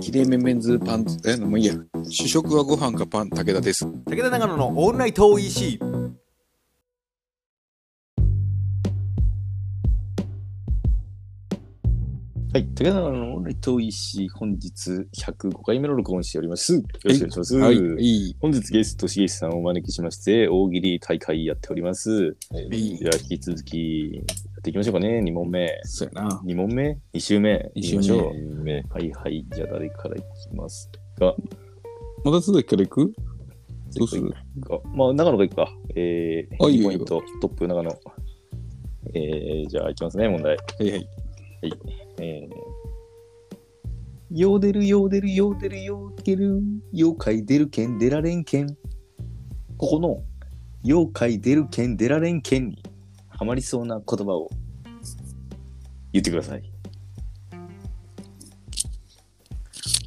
B: きれいめんめんずーパンツ、え、のもいいや。主食はご飯かパン、武田です。
K: 武田長野のオールナイト OEC
A: はい、竹中のオンライトイシ本日105回目の録音しております。よろしくお願いします。
B: はい
A: 本日ゲスト、しげしさんをお招きしまして、大喜利大会やっております。では、引き続きやっていきましょうかね、2問目。
B: そうやな。
A: 2問目 ?2 週目。
B: 二
A: い
B: 週
A: き
B: 目
A: ましょう。はいはい、じゃあ誰からいきますか。
B: また続きからいくどうする
A: かまあ、長野がいくか。えー、
B: あいい
A: 2
B: よ
A: ポイント、トップ長野。えー、じゃあ、いきますね、問題。
B: はいはい。
A: はい。えー、ようでるようでるようでるようでる、妖怪出るけん出られんけん。ここの、妖怪出るけん出られんけんに、はまりそうな言葉を言ってください。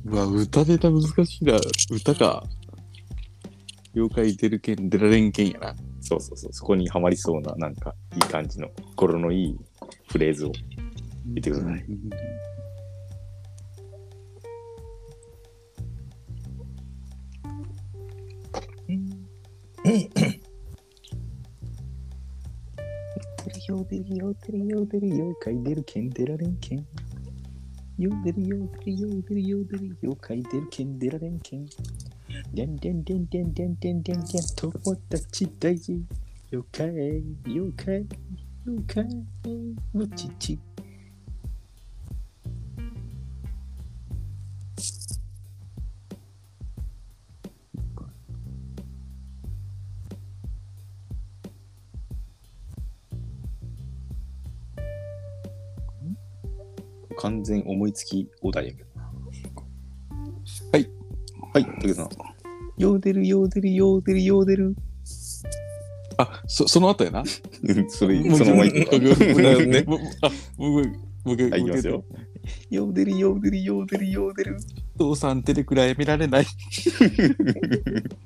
B: うわ、歌ネタ難しいな。歌か。妖怪出るけん、出られんけんやな。
A: そうそうそう、そこにはまりそうな、なんか、いい感じの、心のいいフレーズを言ってください。ようでるようでるようでる妖怪出るけん出られんけん。ようでるようでるようでるようでる妖怪出るけん出られんけん。でんでんでんでんでんでんでんでん友達大事。妖怪妖怪妖怪うちち。完全思いつきお題やけどはいはい武さんヨーデルヨーデルヨーデルヨーデル
B: あ、そその後や な。
A: それ
B: もう
A: そのままいくかなる ほどね
B: もうあ、僕、僕、
A: はいいきますよ ヨーデルヨーデルヨーデルヨーデル
B: 父さん、テレくらい見られない。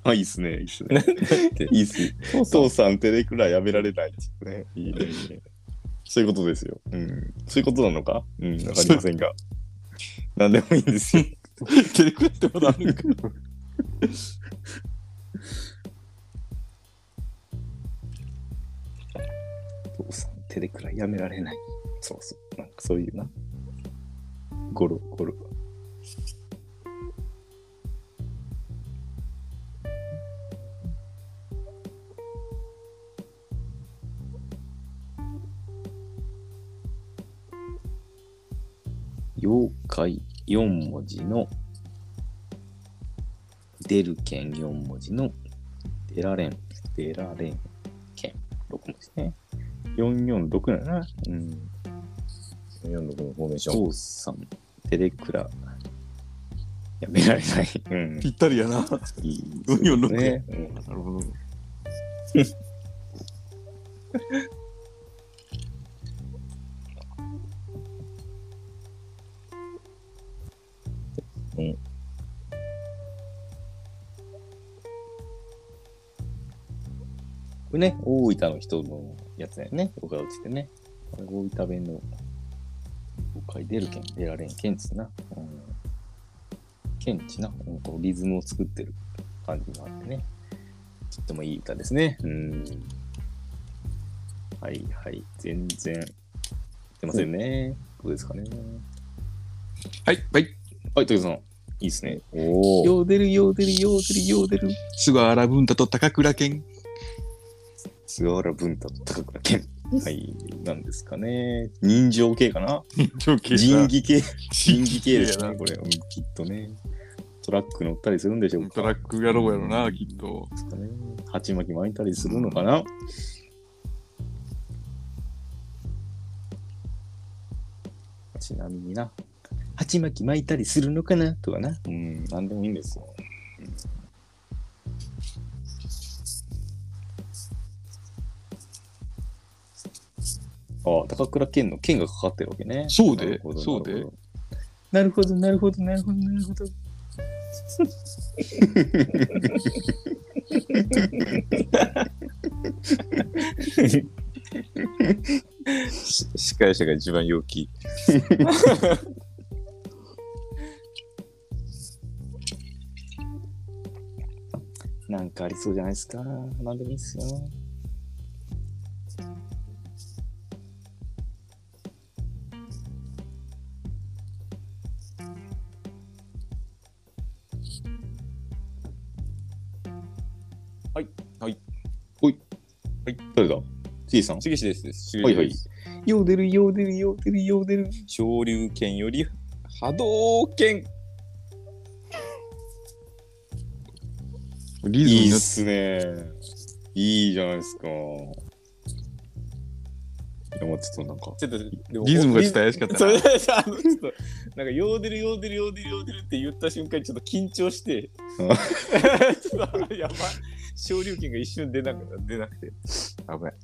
A: あいいっすねいいっす ねいいっす父さん手でくらいやめられないですねいいねいいねそういうことですよ、うん、そういうことなのかうんわかりませんが何でもいいん ですよ
B: テレくらいってまだあるんか。
A: 父さん手でくらいやめられない。そうそう。なんかそういうな。ゴロゴロ。妖怪4文字の出る剣4文字の出られん出られん剣6文字ね446なんだな。うん。
F: 446のフォーメーション。
A: 父さん、テレクラ。やめられない。うん。
B: ぴったりやな。
A: いい
B: 446
A: ね。
B: なるほど。
A: これね、大分の人のやつだよね。僕が落ちてね。これ大分弁の、誤解出るけん、出られん、けんちな。うん。けんちな。うんこうリズムを作ってる感じがあってね。とってもいい歌ですね。うん。はいはい。全然、出ませんね。どうですかね。
B: はい、はい。
A: はい、竹さん。いいですね。
F: おお。
A: ヨーデルヨーデルヨーデルヨーデル。
B: 菅原文太と高倉健。
A: 菅原文太と高倉健。はい、なんですかね。人情系かな
B: 人
A: 人技系。人技系で
B: や
A: す
B: な
A: ね、これ。うん、きっとね。トラック乗ったりするんでしょう
B: ト
A: か。
B: ラックやろうやろな、きっと。
A: ですかね。鉢巻き巻いたりするのかな、ちなみにな。鉢巻き巻いたりするのかなとかな。うん、なんでもいいんですよ。ああ、高倉健の剣がかかってるわけね。
B: そう
A: な
B: で
A: るほど
B: そうで。
A: なるほど、なるほど、なるほど、なるほど。
F: し司会者が一番陽気。
A: なんかありそうじゃないですか。なんでもいいっすよ。
F: はい。はい。
A: はい。
F: はい。
A: 誰だシゲさん。
F: しげしですです。
A: はいはい。
F: ようでるようでるようでるようでる。上流圏より波動圏。
A: いいっすね。いいじゃないですか。いや、もうちょっとなんか。
F: ちょっと、でも
A: リズムがちょっと怪しかったな
F: そうあのちょっと、なんか、ようでるようでるようでるようでるって言った瞬間にちょっと緊張して、 ちょっと、やばい。昇竜拳が一瞬出なく出なくて。危ない。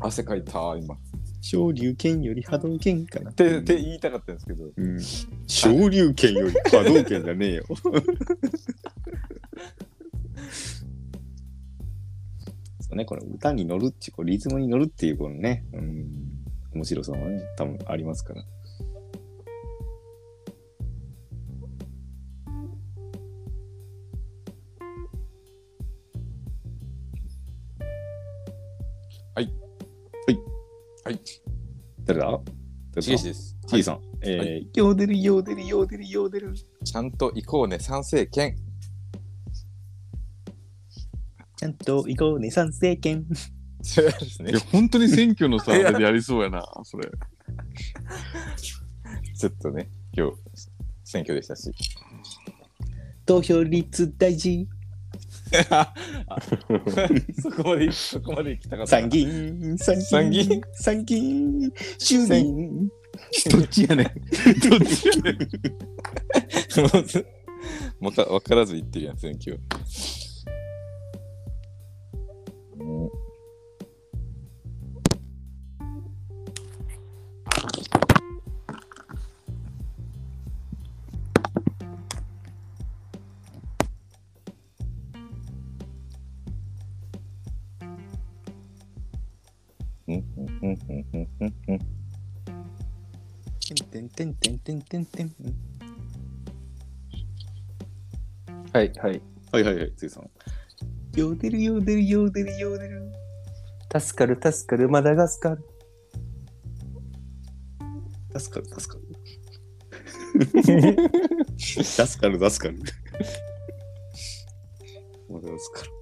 F: 汗かいた、今。っ
A: 昇竜拳より波動拳かな。
F: てって言いたかったんですけど、
A: うん。昇竜拳より波動拳じゃね えよ。そうね、この歌に乗るっていう、こうリズムに乗るっていう、このね、うん、面白さもね、多分ありますから。
F: はい。
A: 誰だ
F: しげしです。
A: T、さん。
F: は
A: えー、
D: ヨーデルヨーデルヨーデルヨーデル。
F: ちゃんと行こうね、賛成権。
A: ちゃんと行こうね、賛成権。
F: そうですね
B: いや、。本当に選挙 のさ、あ
F: いや
B: れでやりそうやな、それ。
F: ちょっとね、今日、選挙でしたし。
D: 投票率大事。
F: あそこまで、そこまで来たかった。
A: 参議院、参議院、
F: 参
A: 参議
F: 議院
A: 院、衆議院。
B: どっちやねん。どっちやねん。
F: もか分からず言ってるやつね、今日。うんうんうんうんうんうんうん
A: てんてんてんてんてんてん。
D: はいはい。
A: はいはいはい、次さん。
D: ヨーデルヨーデルヨーデルヨーデル。助かる助かるマダガスカル。
A: 助かる、助かる。助かる、助かる。まだ助かる。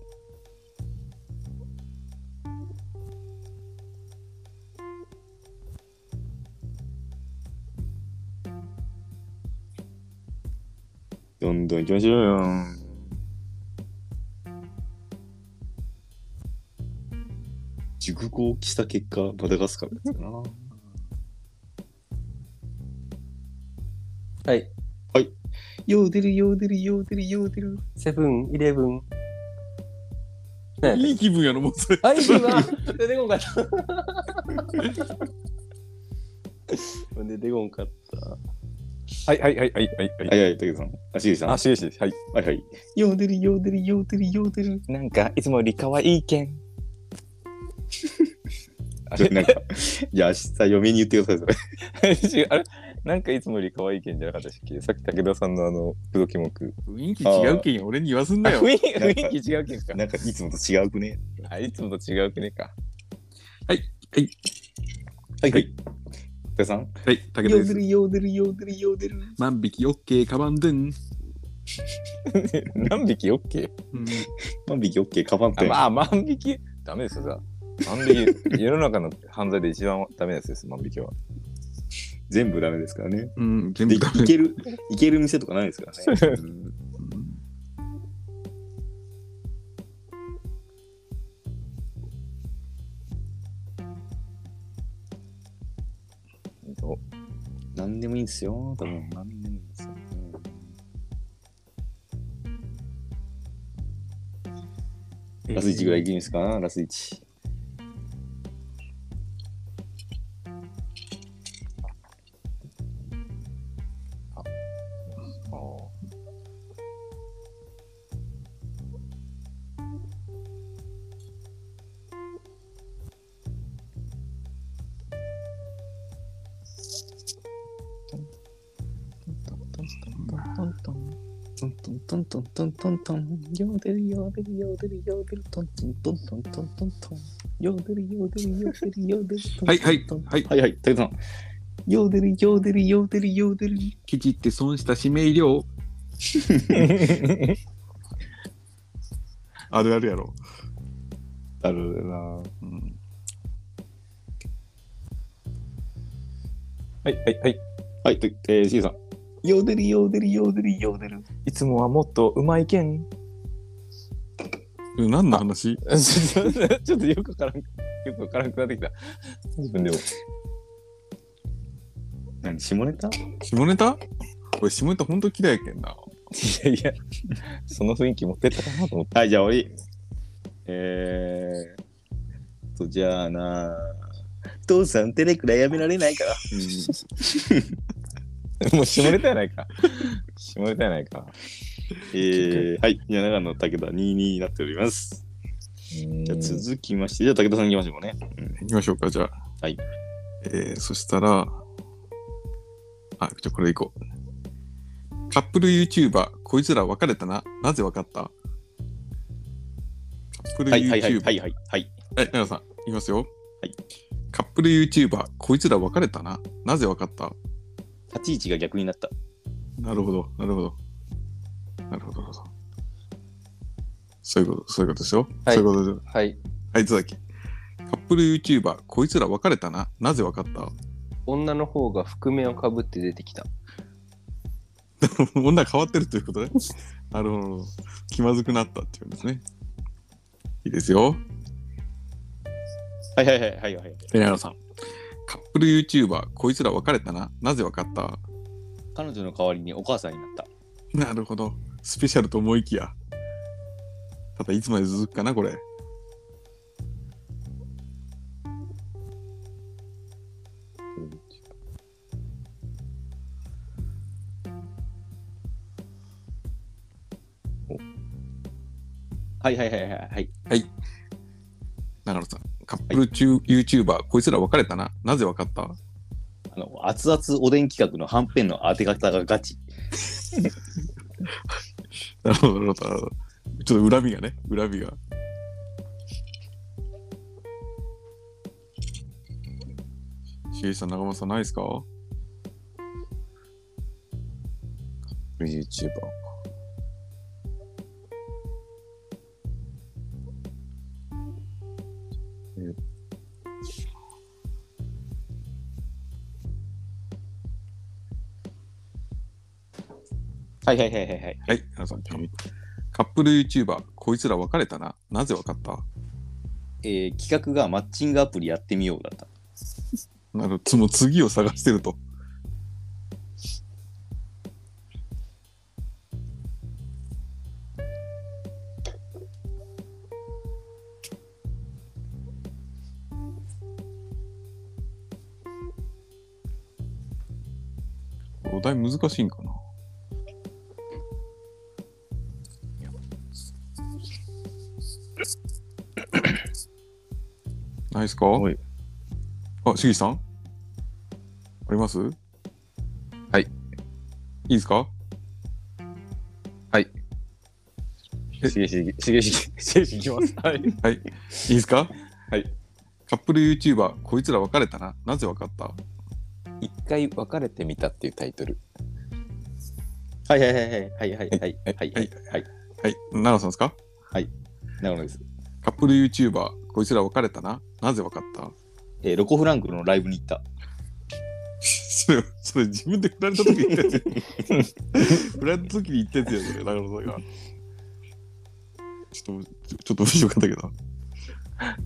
A: どんどん行きましょうよ。熟語した結果、マダガスカルだったな。
D: はい。
A: はい。
D: ヨーデルヨーデルヨーデルヨーデル。セブンイレブン。
B: いい気分やろ、もうそれ。
D: はい、今出てこんかった。出てこんかった。
F: はいはいはいはいは
A: は
F: いはいい。
A: はい、武田さん。あ、しげさん。
F: あ、
A: は
F: しげしです。はい。
A: いはい。
D: ヨーデルヨーデルヨーデルヨーデル。
J: なんか、いつもより可愛いけん。
F: あ
A: なんか、いや、明日嫁に言ってください、それ。
F: 違うあれなんかいつもより可愛いけんじゃなかったっけさっき武田さんのあの、口説き文句。
B: 雰囲気違うけんや、俺に言わすんなよ。
F: 囲気雰囲気違うけんか。
A: なんか、いつもと違うくね。
F: あ、いつもと違うけねか。
A: はいはい。武田さん。
B: はい、武田
D: ヨ
B: で
D: ーデ
B: す。
D: ルヨーデルヨーデルヨーデル。
B: 万引き OK、カバンドゥン。
F: 何匹 OK?
B: うん
A: 万引き OK、カバン
F: あ、
A: ペン。
F: まあ、万引きダメですよ、じゃあ。万引き、世の中の犯罪で一番ダメなやつです、万引 きは。
A: 全部ダメですからね。
B: うん、全
A: で、い
B: 部ダメ。
A: ける、いける店とかないですからね。うん
F: お
A: 何でもいいですよ。多分、何でもいいですよ。うんラス1ぐらいいきますかラス1。
D: トントントントントントントン。ヨーデルヨーデルヨーデルヨーデルトントントントントントントン。ヨーデルヨーデルヨーデルヨーデルトントントン。
B: はいはいはい。
A: はいはい、武田さん。
D: ヨーデルヨーデルヨーデルヨーデル。
B: ケチ って損した指名料。あるあるやろ。
A: あるな。
B: うん、
F: はいはいはい。
A: はい、とえー、しげさん。
D: ヨーデルヨーデルヨーデルヨーデル。
F: いつもはもっとうまいけん。
B: え何の話
F: ちょっ とちょっとよくわからん、よくわからんくなってきた。自分でも。
A: 何、下ネタ
B: 下ネタ俺下ネタほんと嫌いやけんな。
F: いやいや、その雰囲気持ってったかなと思って。
A: はい、じゃあ終わり。えーと、じゃあな。父さん、テレクラやめられないから。
F: もう下ネタやないか。下ネタやないか。
A: えー、はい、じゃあ長野武田22になっております。じ
F: じ
A: ゃあ続きまして、じゃあ武田さん行きましょうかね。
B: 行きましょうか、じゃあ。
A: はい。
B: えー、そしたら、あ、じゃあこれでいこう。カップル YouTuber、こいつら別れたな。なぜ分かったカップル YouTuber。
A: はいはいはいはいはい。はい、
B: はい、奈良さん、いきますよ。
A: はい。
B: カップル YouTuber、こいつら別れたな。なぜ分かった
A: 立ち位置が逆になった。
B: なるほど、なるほど。なるほど、なるほど。そういうこと、そういうことですよ。
D: はい
B: そういうことで
D: はい。
B: はい、続き。カップル YouTuber、こいつら別れたな。なぜ分かった
D: 女の方が覆面をかぶって出てきた。
B: 女変わってるということね。 なるほど。気まずくなったっていうんですね。いいですよ。
A: はいはいはいはいはい。
B: えなさん。カップル YouTuber、こいつら別れたな。なぜ分かった
A: 彼女の代わりにお母さんになった。
B: なるほど。スペシャルと思いきや。ただ、いつまで続くかな、これ。
A: はいはいはいはいはい。
B: 長野さん。カップル中、YouTuber、こいつら別れたな。なぜ分かった
A: あの、熱々おでん企画のはんぺんの当て方がガチ。
B: なるほど、なるほどなるほど。ちょっと恨みがね、恨みが。シエさん、長間さん、ないですか
F: YouTuber。
A: はいはいはいはいはい。
B: はい、皆さん、カップル YouTuber、こいつら別れたな。なぜ分かった
A: えー、企画がマッチングアプリやってみようだった。
B: なるつもう次を探してると。お題難しいんかなないですか
F: はい
B: あ、しぎさんありますはいいいですかえ
F: しげしげ、しげしげ、しげしげいきます。はい。
B: いいですか
F: はい。
B: カップル YouTuber、こいつら別れたな。なぜ別かった
F: 一回別れてみたっていうタイトル。
A: はいはいはいはいはいはいはいはいはいはい。
B: はい、奈良さんですか
A: なるほどです。
B: カップル YouTuber、こいつら別れたな。なぜ分かった
A: えー、ロコフランクのライブに行った。
B: それ、それ自分で振られた時に言ったやつ。振られた時に言ったやつやね、長野さんが。ちょっと、ちょちょっと面白かったけど。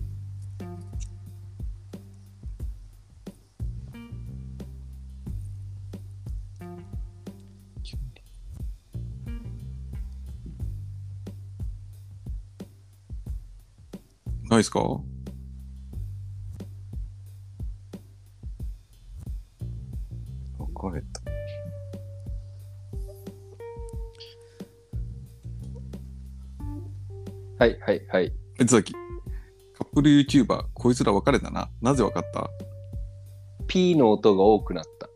B: ないですか
F: 別れた。
D: はいはいはい。
B: え、つざき。カップル YouTuber、こいつら別れたな。なぜ分かった
D: P の音が多くなった。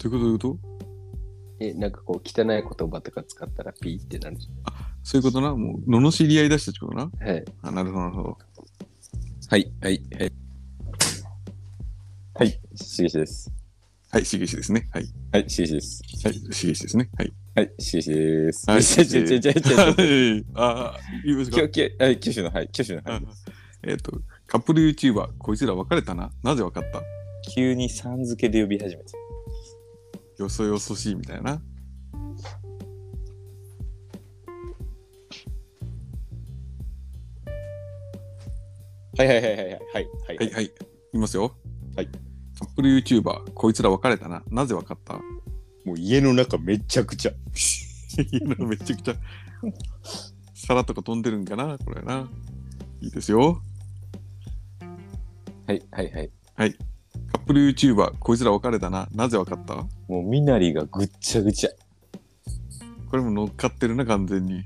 B: ということどういうこと
D: え、なんかこう汚い言葉とか使ったら P ってなる。
B: そういうことな。もう、罵り合い出したってことな。
D: はい。
B: あ、なるほど、なるほど。
J: はい、はい、はい。
F: はい、しげしです。
B: はい、しげしですね。はい。
F: はい、しげしです。
B: はい、しげしですね。はい。
F: はい、シーシーです。
B: はい
F: ちょちょちょちょちょちょちょ
B: あいいですか
F: きょきょはい九州の、はい、九州の、はい。
B: えっ、と、カップル YouTuber、こいつら別れたな。なぜ分かった
F: 急にさん付けで呼び始めて。
B: よそよそしいみたいな。
F: はいはいはいはいはいはい。
B: はいはい。いますよ。
F: はい。
B: カップル YouTuber、こいつら別れたな。なぜ分かった
F: もう家の中めちゃくちゃ。
B: 家のめちゃくちゃ。皿とか飛んでるんかなこれな。いいですよ。
F: はいはいはい。
B: はい。カップル YouTuber、こいつら別れたな。なぜ分かった
F: もう身なりがぐっちゃぐちゃ。
B: これも乗っかってるな、完全に。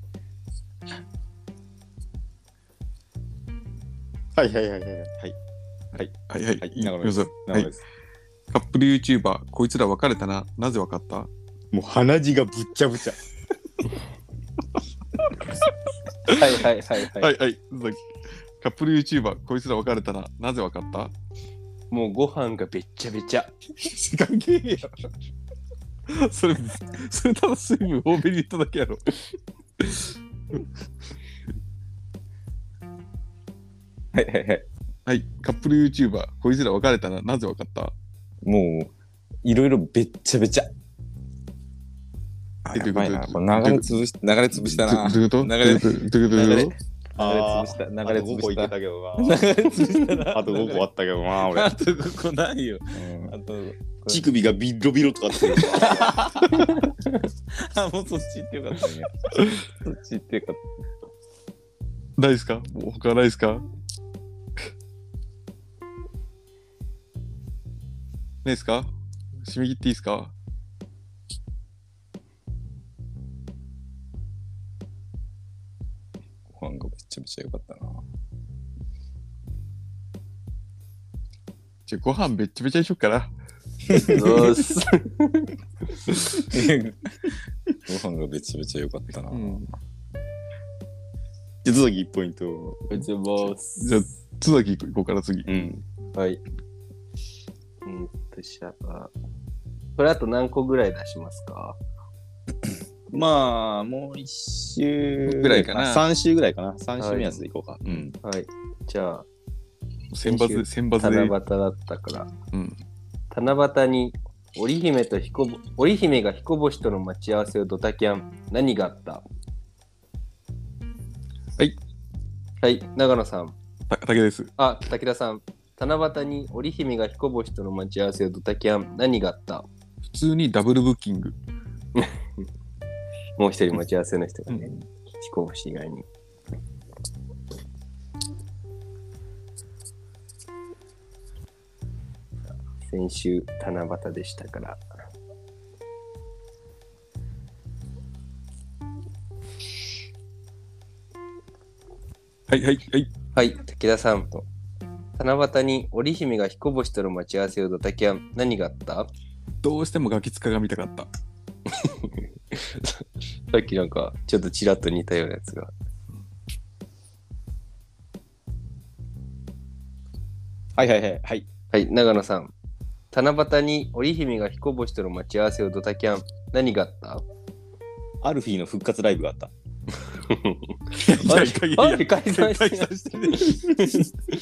F: はいはいはいはいはい。
B: はいはい。
F: はい、
B: い
F: 長野です
B: いきます。
F: 長野です。
B: カップル YouTuber、こいつら別れたな。なぜ分かった
F: もう鼻血がぶっちゃぶちゃ。
D: はいはいはいはい。
B: はいはい。カップル YouTuber、こいつら別れたな。なぜ分かった
D: もうご飯がべっちゃべちゃ。
B: 関係ねえやろ。それ、それただ水分多めに言っただけやろ。
F: はいはいはい。
B: はい。カップル YouTuber、こいつら別れたな。なぜ分かった
F: もう、いろいろべっちゃべちゃ。
B: あ
F: やばいな。これ流れ潰し、流れ潰したな。
B: どういうこと
F: 流れ、
B: どういうことどういうことどういうこ
F: 流れ潰した。流れ
A: 5
F: 潰
A: 個
F: し
A: い
F: た
A: け。たけど
F: 流
A: な。
F: れ潰したな。
A: あと5個あったけどな、俺。
F: あと5個ないよ。あと、
A: 乳首がビロビロとかってる。
F: あ、もうそっち行ってよかったね。そっち行ってよかっ
B: とないですかもう他ないですかないですか締め切っていいですか
F: た。ご飯がめちゃめちゃよかったな。
B: じゃあご飯べっちゃべちゃにしよっかな。
D: よし。
F: ご飯がめちゃめちゃよかったな。
A: 手続き1ポイント。
D: おじゃまス
B: じゃあ、津崎行こうから次。
A: うん。
D: はい。うんと、じゃあ、これあと何個ぐらい出しますか
A: まあ、もう1週
B: ぐらいかな
A: 3週ぐらいかな。3週目やつでいこうか。うん。
D: はい。じゃあ、
B: 選抜で、選抜
D: 七
B: で
D: 夕。だったから。
B: うん
D: 七夕に織姫と彦ぼ織姫が彦星との待ち合わせをドタキャン何があった
B: はい
D: はい長野さん
B: た竹です。
D: あ武田さん七夕に織姫が彦星との待ち合わせをドタキャン何があった
B: 普通にダブルブッキング。
D: もう一人待ち合わせの人がね、彦星以外に先週七夕でしたから
B: はいはいはい。
D: はい、武田さんと。七夕に織姫が彦星との待ち合わせをドタキャン、何があった
B: どうしてもガキ使が見たか った。
D: さっきなんか、ちょっとちらっと似たようなやつが。
A: はいはいはい。はい。
D: はい、長野さん。七夕に織姫が彦星との待ち合わせをドタキャン、何があった
A: アルフィーの復活ライブがあった。
B: いやいやいや
D: あれ解散して
B: 解 散してね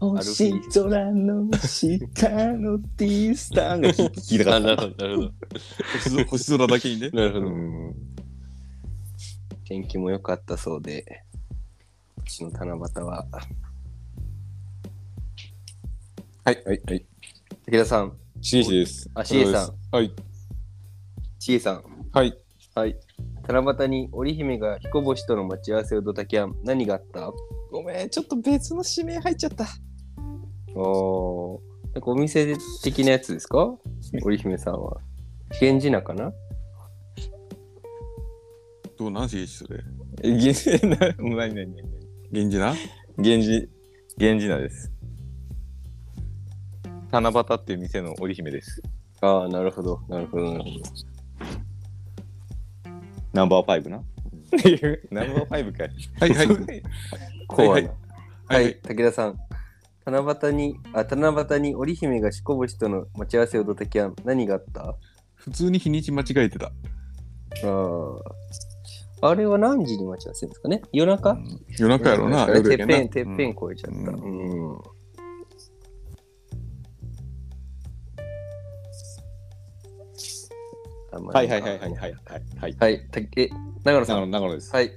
A: 星空の下のディスタンが聞き聞きたかった。
D: ほど、なるほど。
B: 星星空だけにね。
D: なるほど。
A: うん
D: 天気も良かったそうで、今年の七夕は。
F: はいはいはい。
D: 武田さん、
F: シーシーです。
D: あ、しえさん、
F: ん。はい。
D: ちえさん。
F: はい。
D: はい。七夕に織姫が彦星との待ち合わせをドタキャン、何があった
F: ごめん、ちょっと別の指名入っちゃった。
D: おなんかお店的なやつですか織姫さんは。源氏名かな
B: どうなんしそれ。
F: え、源氏、 な、なになになに
B: 源氏な。
F: 源氏、源氏名です。七夕っていう店の織姫です。
D: ああ、なるほど、なるほど、なるほど。
A: ナンバーファイブな。
F: ナンバーファイブかい。
B: はいはい。
D: コアな。
B: はいはい
D: はい、武田さん。七夕に、あ、七夕に織姫がしこぼしとの待ち合わせをドタキャン、何があった
B: 普通に日にち間違えてた。
D: ああ。あれは何時に待ち合わせるんですかね夜中
B: 夜中やろな
D: 夜中ですか
B: 夜
D: ね
B: やな
D: てっぺん、てっぺん
B: うん
D: 越えちゃった。うん
A: はいはいはいはいはいはいはい。
D: はい、たえ、長野さん。
A: 長野長野です。
D: はい。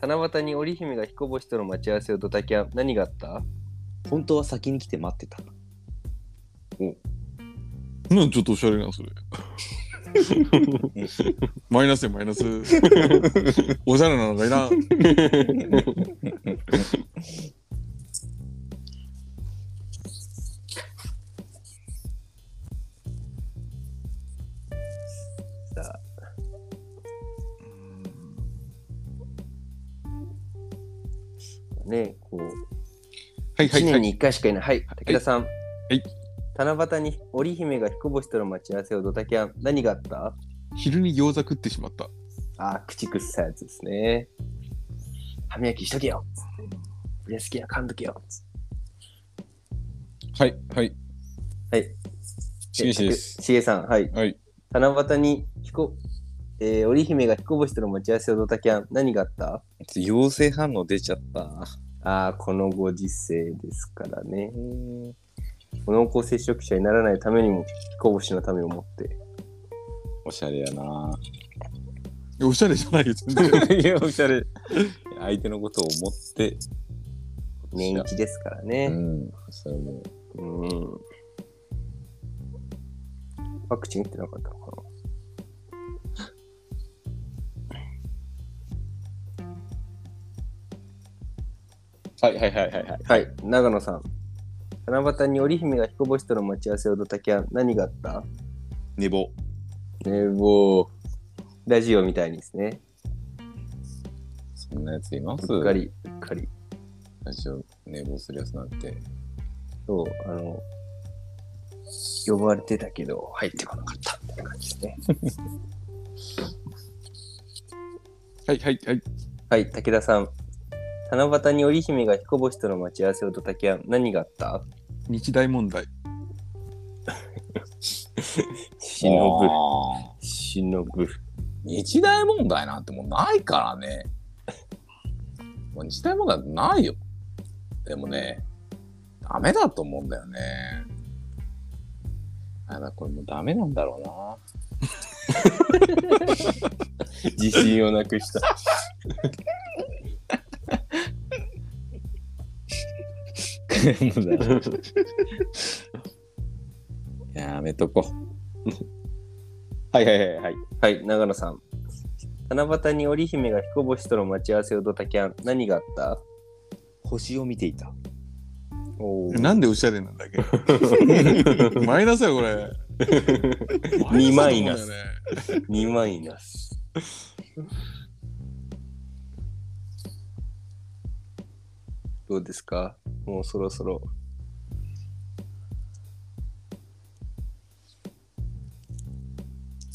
D: 七夕に織姫が彦星との待ち合わせをドタキャン、何があった
L: 本当は先に来て待ってた。
B: なんちょっとおしゃれな、 それ。マイナスやマ イナス。おしゃれなのがいらん。
D: さあ。ねこう。
B: はいはい
D: 1年に1回しかいない。はい、武田さん。
B: い
D: 七夕に織姫が彦星との待ち合わせをドタキャン、何があった
B: 昼に餃子食ってしまった。
D: あー、口くっさいやつですね。歯磨きしとけよ。ブレスキア噛んどけよ。
B: はい、はい。
D: はい。
B: しげしです
D: しげさん、はい。
B: はい。
D: 七夕に彦、えー、織姫が彦星との待ち合わせをドタキャン、何があった
J: 陽性反応出ちゃった。
D: ああ、このご時世ですからね。濃厚接触者にならないためにも、彦星のためを持って。
F: おしゃれやな。
B: おしゃれじゃないよ、全
F: 然。いや、おしゃれ。相手のことを思って。
D: 年一ですからね。
F: うん。それも。
D: うん。ワクチン打ってなかったのか
A: はいはいはいはいはい。
D: なはい、長野さん。七夕に織姫が彦星との待ち合わせをドタキャン、何があった
A: 寝坊。
D: 寝坊。ラジオみたいにですね。
F: そんなやついます
D: うっかり、うっかり。
F: ラジオ寝坊するやつなんて。
D: そう、あの、呼ばれてたけど、入ってこなかったみたいな感じですね。
B: はい、はい、はい。
D: はい、武田さん。七夕に織姫が彦星との待ち合わせをドタキャン、何があった
B: 日大問題。
D: 忍ぶ
F: あー。
D: 忍ぶ。
F: 日大問題なんてもうないからね。もう日大問題ないよ。でもね、ダメだと思うんだよね。あだこれもうダメなんだろうな。
D: 自信をなくした。
F: やめとこ
A: はいはいはいはい。
D: はい、長野さん。七夕に織姫が彦星との待ち合わせをドタキャン、何があった
L: 星を見ていた。
D: おー
B: なんでおしゃれなんだっ けマイナスや、これ。
D: 2マイナ
B: マイナスだと思うん
D: ス
B: だよね。
D: 2マイナス。どうですかもうそろそろ。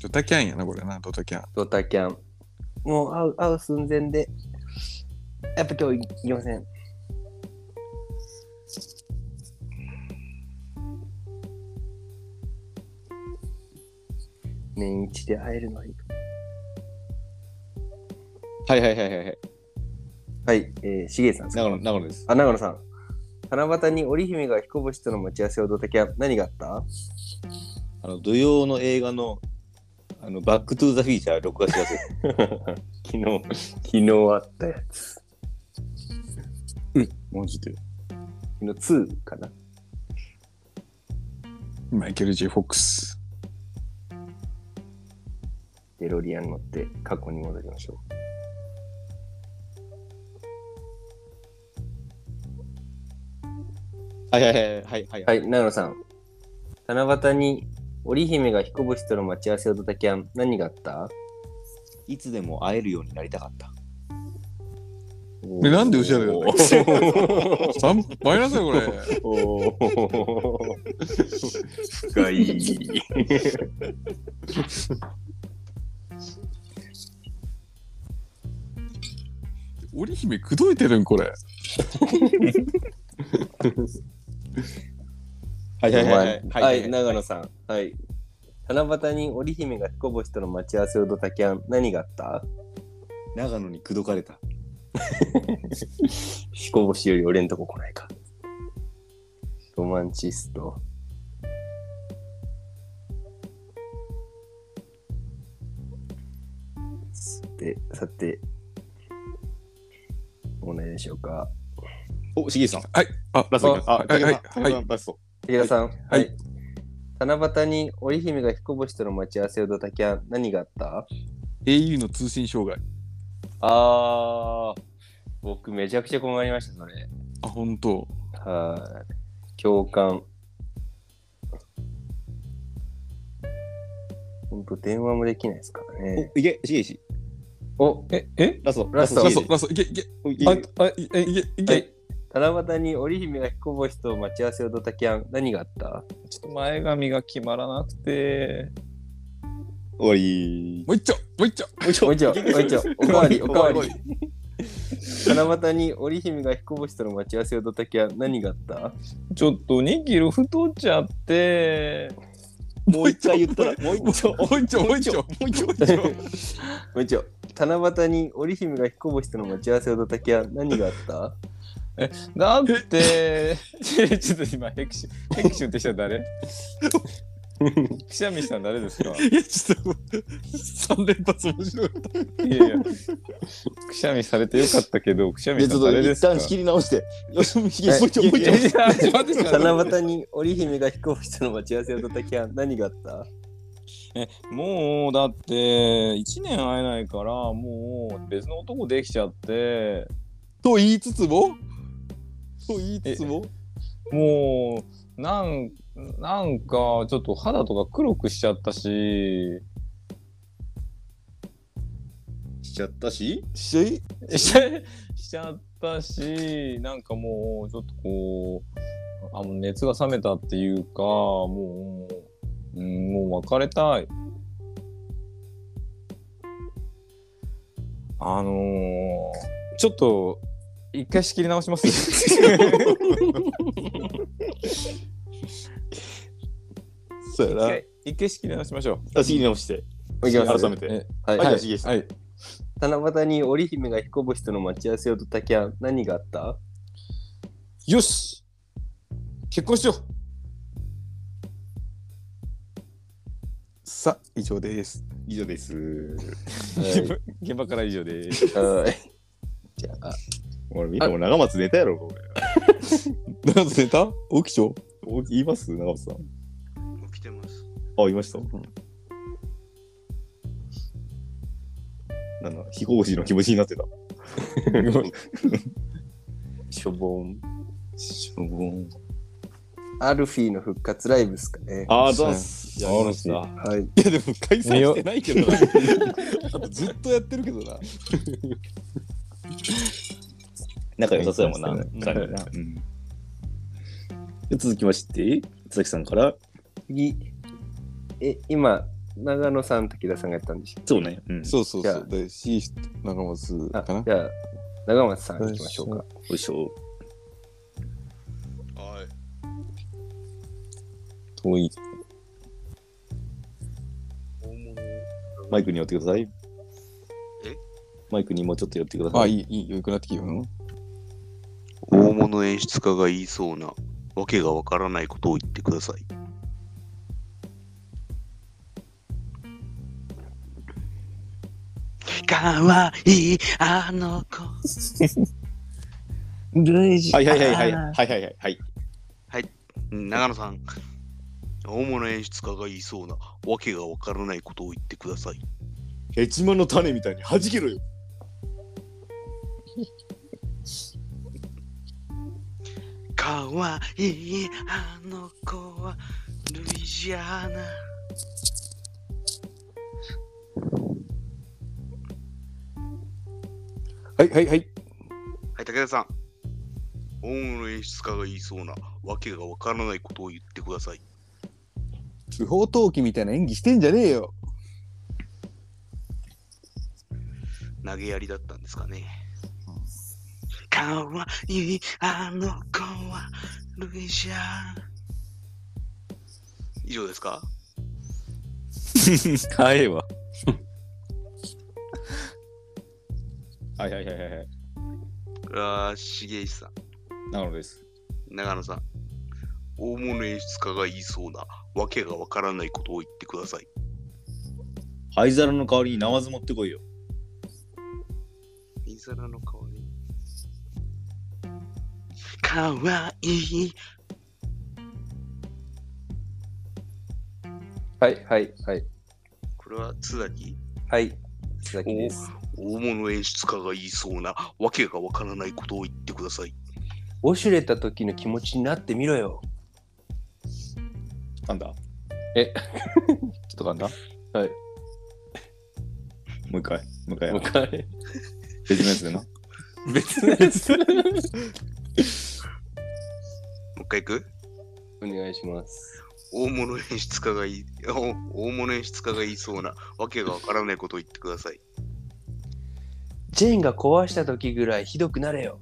B: ドタキャンやな、これな、ドタキャン。
D: ドタキャン。もう会う会う寸前で。やっぱ今日行きません。年一で会えるのに。
A: はいはいはいはいはい。
D: はい、えー、しげさんですか
A: 長野長野です。
D: あ、長野さん。七夕に織姫が彦星との待ち合わせをドタキャン、何が あった
L: あの土曜の映画のあのバックトゥーザフィーチャー録画しやすい。
D: 昨日、昨日あったやつ。
F: う。マジで。
D: 昨日2かな。
B: マイケル・ J ・フォックス。
D: デロリアン乗って過去に戻りましょ。。
A: はいはいはいはいはいう
D: はい、長野さん。七夕に織姫が彦星との待ち合わせをドタキャン、何があった
L: いつでも会えるようになりたかった。
B: えなんでおしゃれなんだっ け三マイナスや、これ。
D: 深い。
B: 織姫、口説いてるん、これ。
M: はいはいはいはい
D: はい、長野さん。はい。七夕に織姫が彦星との待ち合わせをドタキャン、何があった
A: 長野に口説かれた。
D: 彦星より俺んとこ来ないか。ロマンチスト。さて、さて、お願いでしょうか。
A: お、しげさん。
B: はい。あ、
A: ラストいきます
B: あ
A: あ
B: はい、はい
A: 竹田さん
B: はい
A: 竹田さんラスト。
D: 池田さん、はい。七夕に織姫が彦星との待ち合わせをドタキャン、何があった
B: au の通信障害。
D: あー、僕めちゃくちゃ困りました、それ。
B: あ、本当。
D: はい。共感。本当電話もできないですからね。
A: お、いけ、しげし。
D: お、
B: え、え
A: ラスト、
D: ラスト
B: ラスト、ラスト、いけ、いけ。あ、あ、いえいけ、いけ。
D: 七夕に織姫が彦星と待ち合わせをドタキャン、何があった
F: ちょっと前髪が決まらなくて。
A: 終わり。
B: もう一丁、もう一丁、も
D: う一丁、もう一丁、もう一丁、おかわり、おかわり。七夕に織姫が彦星との待ち合わせをドタキャン、何があった
F: ちょっと2キロ太っちゃって。
A: もう一回言ったら、もう
B: 一丁、もう一丁、もう一丁、もう一丁、もう一丁。
D: も う一丁。七夕に織姫が彦星との待ち合わせをドタキャン、何があった
F: え、だって、 ちょちょっと今ヘクシ、ヘクシュンって人誰くしゃみしたの誰です
B: い
F: か
B: や、ちょっと、3連発面白かった。
F: いやいや、くしゃみされてよかったけど、くしゃみしたの誰ですか
D: り直して。よし、もう一
F: もう一丁もう一丁待って
D: 七夕に織姫が彦星との待ち合わせをドタキャン、何があった
F: えもうだって1年会えないからもう別の男できちゃって
B: と言いつつもと言いつつも
F: もうなんなんかちょっと肌とか黒くしちゃったし
A: しちゃったし
B: しち
F: ゃいしちゃったしなんかもうちょっとこうあもう熱が冷めたっていうかもう、うん、もう別れたいあのー、ちょっと一回仕切り直し ます
A: そうやな
F: 一回一回仕切り直しましょう
A: あ仕切り直して
D: いきます
A: 改めて。
D: はい
A: じゃあ、しげさん。
F: はい。
D: 七夕に織姫が彦星との待ち合わせをドタキャン、何があった
B: よし結婚しようさあ、以上です。
A: 以上です。
F: 現場から以上です。
D: じゃあ、
A: 俺、みんなも長松寝たやろ、これ。長松寝た大きちょ言います長松さん。
C: 起きてます。
A: あ、いました。なんだ、彦星の気持ちになってた。
D: しょぼん。しょぼん。アルフィーの復活ライブですかね。
A: あーどうっす
D: はい
A: やりました
D: はい。
B: いや、でも解散してないけどな。あとずっとやってるけどな。
A: 仲良さそうやもんな。
B: うん
A: 感じなで続きまして、佐々木さんから。
D: 次。え、今、長野さん、武田さんがやったんでしょ
A: そうね。
B: そうそう
D: じ
B: そ
D: ゃ
B: う。で、C 長松かな。
D: じゃあ、長松さん行きましょうか。
A: おいしょ。
C: はい。
A: 遠い。マイクに寄ってください。
C: え
A: マイクにもうちょっと寄ってください。
B: あ、いい、いい、よくなってきよ。うん
C: 大物演出家が言いそうな、わけがわからないことを言ってください。かわいい、あの子。
A: はいはいはいはい。はいはいはい。はい。
C: はい、長野さん。大物演出家が言いそうな、わけがわからないことを言ってください。
A: ヘチマの種みたいに弾けろよ。
C: かわいい、あの子は、ルイジアナ。
B: はいはいはい。
C: はい、武田さん。大物演出家が言いそうな、わけがわからないことを言ってください。
B: 不法投棄みたいな演技してんじゃねえよ。
C: 投げやりだったんですかね。かかわいいあの子はルイジャー以上ですか
A: 早いわ。はいはいはいはいはい。
C: これは重石さん
A: なのです。
C: 長野さん大物演出家が言いそうなわけがわからないことを言ってください
A: 灰皿の代わりにナマズ持ってこいよ。
C: イザラの代わりかわいい
D: はい、はい、はい。
C: これは津崎
D: はい。須崎です。
C: 大物演出家が言いそうなわけがわからないことを言ってください
D: ウォシュレた時の気持ちになってみろよ。
A: なんだ ち
D: え、
A: ょっと簡単
D: はい。
A: もう一回。もう一回や
D: も
A: ろう。
D: う一回。
A: 別のやつでな。
D: 別のやつ。
C: もう一回いく
D: お願いします。
C: 大物演出家がいいお大物演出家が言いそうなわけがわからないことを言ってください
D: ジェーンが壊した時ぐらいひどくなれよ。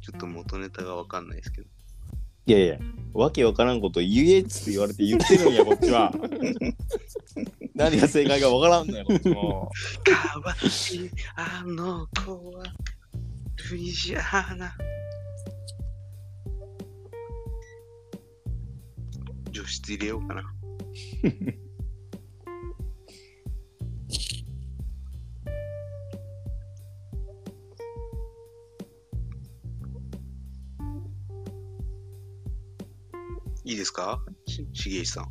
C: ちょっと元ネタがわかんないですけど
A: いやいや、わけわからんこと言えっつって言われて言ってるんや、こっち は。何が正解かわからんのや、こっちも。
C: かわいいあの子はルイジアーナ除室入れようかなはいいですかし重石さん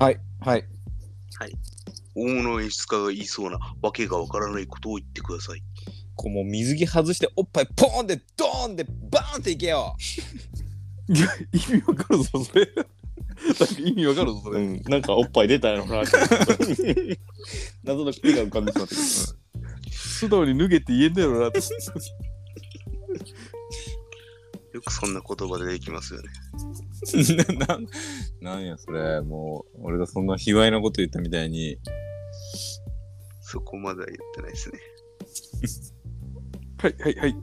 B: はい、はい。
C: 大物演出家が言いそうなわけがわからないことを言ってください
B: こうもう水着外しておっぱいポーンでドーンでバーンっていけよ
F: 意味わかるぞ、それ。意味わかるぞ、それ。
A: うん、なんかおっぱい出た よな。謎の手が浮かんでしまったけど。
F: 素直に脱げって言えんだよなって。
C: よくそんな言葉でできますよね
B: ななんやそれもう俺がそんな卑猥なこと言ったみたいに
C: そこまでは言ってないですね
B: はいはいはい
C: こ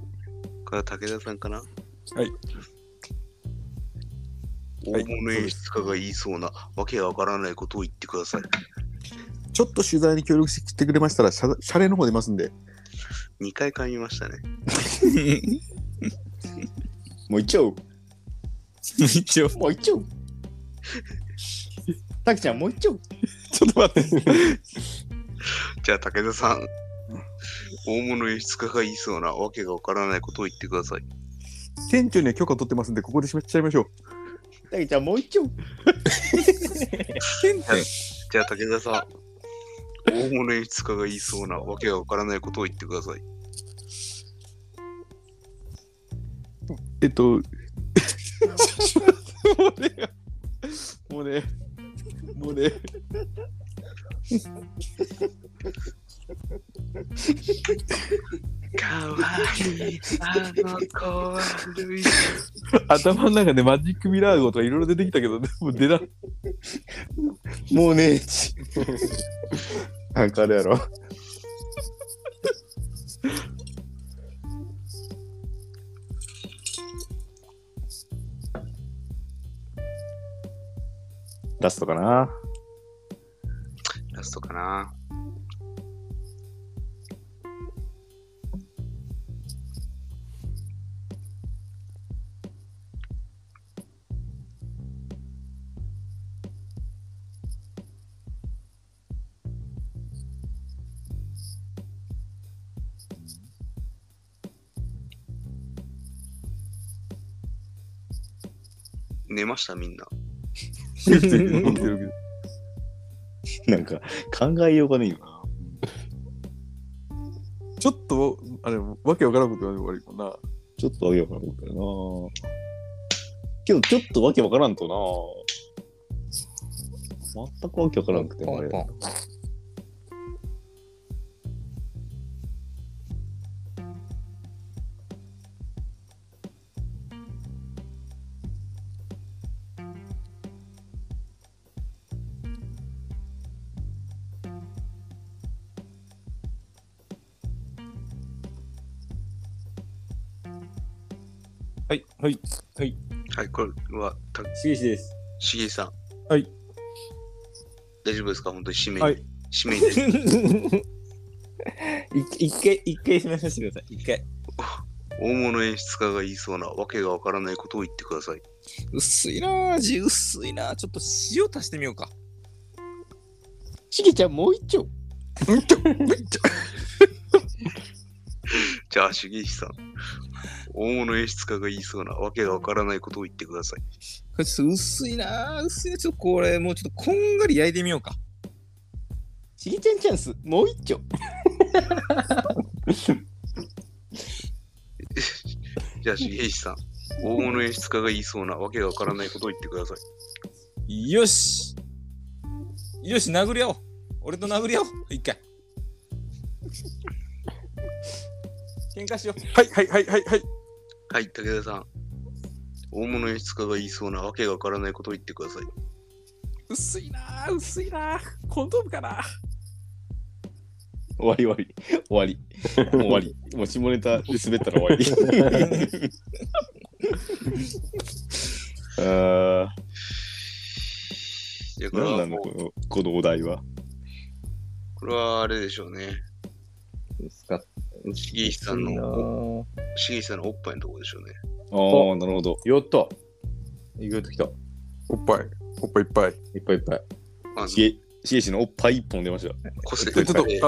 C: れは武田さんかな
B: はい
C: 大物演出家が言いそうなわけがわからないことを言ってください
B: ちょっと取材に協力してきてくれましたらシャシャレの方出ますんで
C: 2回噛みましたね
A: もう一応。
B: 一応。
A: もう 一応。たきちゃん、もう一応。
B: ちょっと待って
C: じゃあ武田さん大物演出家が言いそうなわけがわからないことを言ってください
B: 店長には許可取ってますんでここで締めちゃいましょう
A: たきちゃん、もう一応。
C: じゃあ武田さん大物演出家が言いそうなわけがわからないことを言ってください
B: えっ と
A: もうね。もうね。
C: かわいいあの子はルイ
B: 頭の中でマジックミラー号とかいろいろ出てきたけどでも出な
A: もうね。なんかあれやろ。ラストかな。
C: ラストかな寝ましたみんな
A: なんか考えようがねえよな。
B: ちょっとあれわけわからんこと言われる悪いもんな
A: ちょっとわけわからんことやな。けどちょっとわけわからんとな。全くわけわからんくてもあれ。
N: はい、 はい、はい。
C: はい、これは、た
N: しげしです。
C: しげさん。
N: はい。
C: 大丈夫ですか本当に締めに。
N: はい
C: 締めに。
O: 一一回、一回しましてください。一回。
C: 大物演出家が言いそうなわけがわからないことを言ってください。
O: 薄いなぁ、味薄いなぁ。ちょっと塩足してみようか。
P: しげちゃん、もう一丁。
C: じゃあ、しげしさん。大物演出家が言いそうなわけがわからないことを言ってください。
O: これちょっと薄いなぁ、薄いなぁ。ちょっとこれ、もうちょっとこんがり焼いてみようか。
P: しげちゃんチャンス、もう一丁。
C: じゃあ、しげしさん。大物演出家が言いそうなわけがわからないことを言ってください。
O: よしよし、殴り合おう。俺と殴り合おう。一 回。喧嘩しよう。はい、はい、はい、はい、はい。
C: はい、武田さん。大物演出家が言いそうなわけがわからないことを言ってください。
O: 薄いなぁ、薄いなぁ。コンドームかな
A: 終わり終わり。終わり。もう終わり。もう下ネタで滑ったら終わり。あ
C: いや
A: あ。なんなのこのこのお題は。
C: これはあれでしょうね。しげしさんの、しげしさんのおっぱいのところでしょうね。
A: ああ、なるほど。
F: よっと。意外ときた。
B: おっぱい、おっぱいいっぱい。
F: いっぱいいっぱい。
C: あ
A: しげしげしのおっぱい一本出ました。
C: こ
B: ち
C: せ
B: ょっと、あ
C: え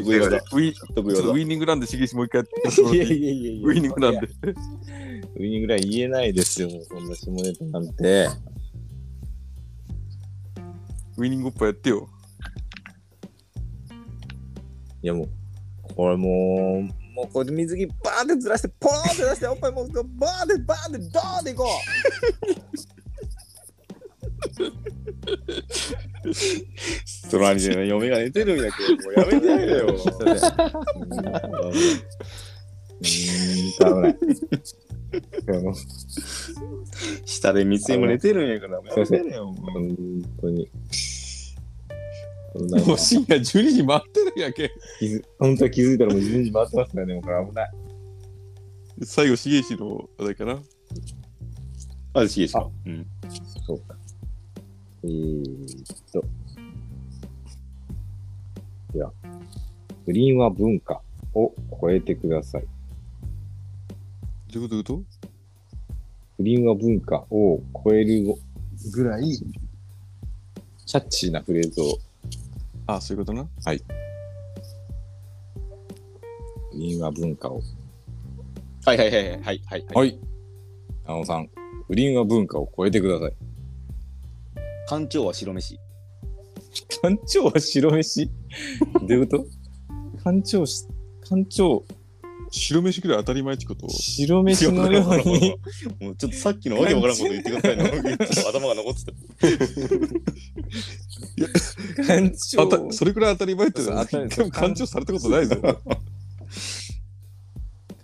B: ウィ
A: 得意技
B: ウィち
A: 得
B: ょ
A: 意
B: っとウ
A: 技。
B: ィニングランでしげしもう一回やってもらっていい
F: いやいやいや
B: ウィニングランで。
F: ウィニングライン言えないですよ、もうそんな下ネタなんて。
B: ウィニングおっぱいやってよ。
F: いやもう、これもう、
O: もうこれ水着バーンってずらして、ポーンって出して、おっぱいもうバーンってバーンってドーンっていこ
A: 隣で嫁が寝てるんやけど、もうやめてやれ よ。
F: ダメだ。
A: 下で三井も寝てるんやから、もうやめてやれよ。もう
F: 本当 に。
B: もう深夜12時回ってるやけん。
F: 気づ本当は気づいたらもう12時回ってますからね、もうこれ危ない。
B: 最後、しげしの、あれかな。
A: あ、しげしか。うん。
F: そうか。えーっと。では、不倫は文化を超えてください。
B: どういうことどういうこ
F: 不倫は文化を超えるぐらい、キャッチーなフレーズを、
B: とあ、そういうことな。はい。
F: 不倫は文化を。
A: はいはいはいはいはいはい。
F: はい。あのさん、不倫は文化を超えてください。
A: 館長は白飯。
F: 館長は白飯どういうこと館長し、館長、
B: 白飯くらい当たり前ってこと
F: 白飯のように、
A: もうちょっとさっきのわけわからんこと言ってくださいね。頭が残ってた。
B: あ
F: 館長
B: たそれくらい当たり前って
F: そう
B: 一
F: 当た り
B: 回も勘定されたことないぞ。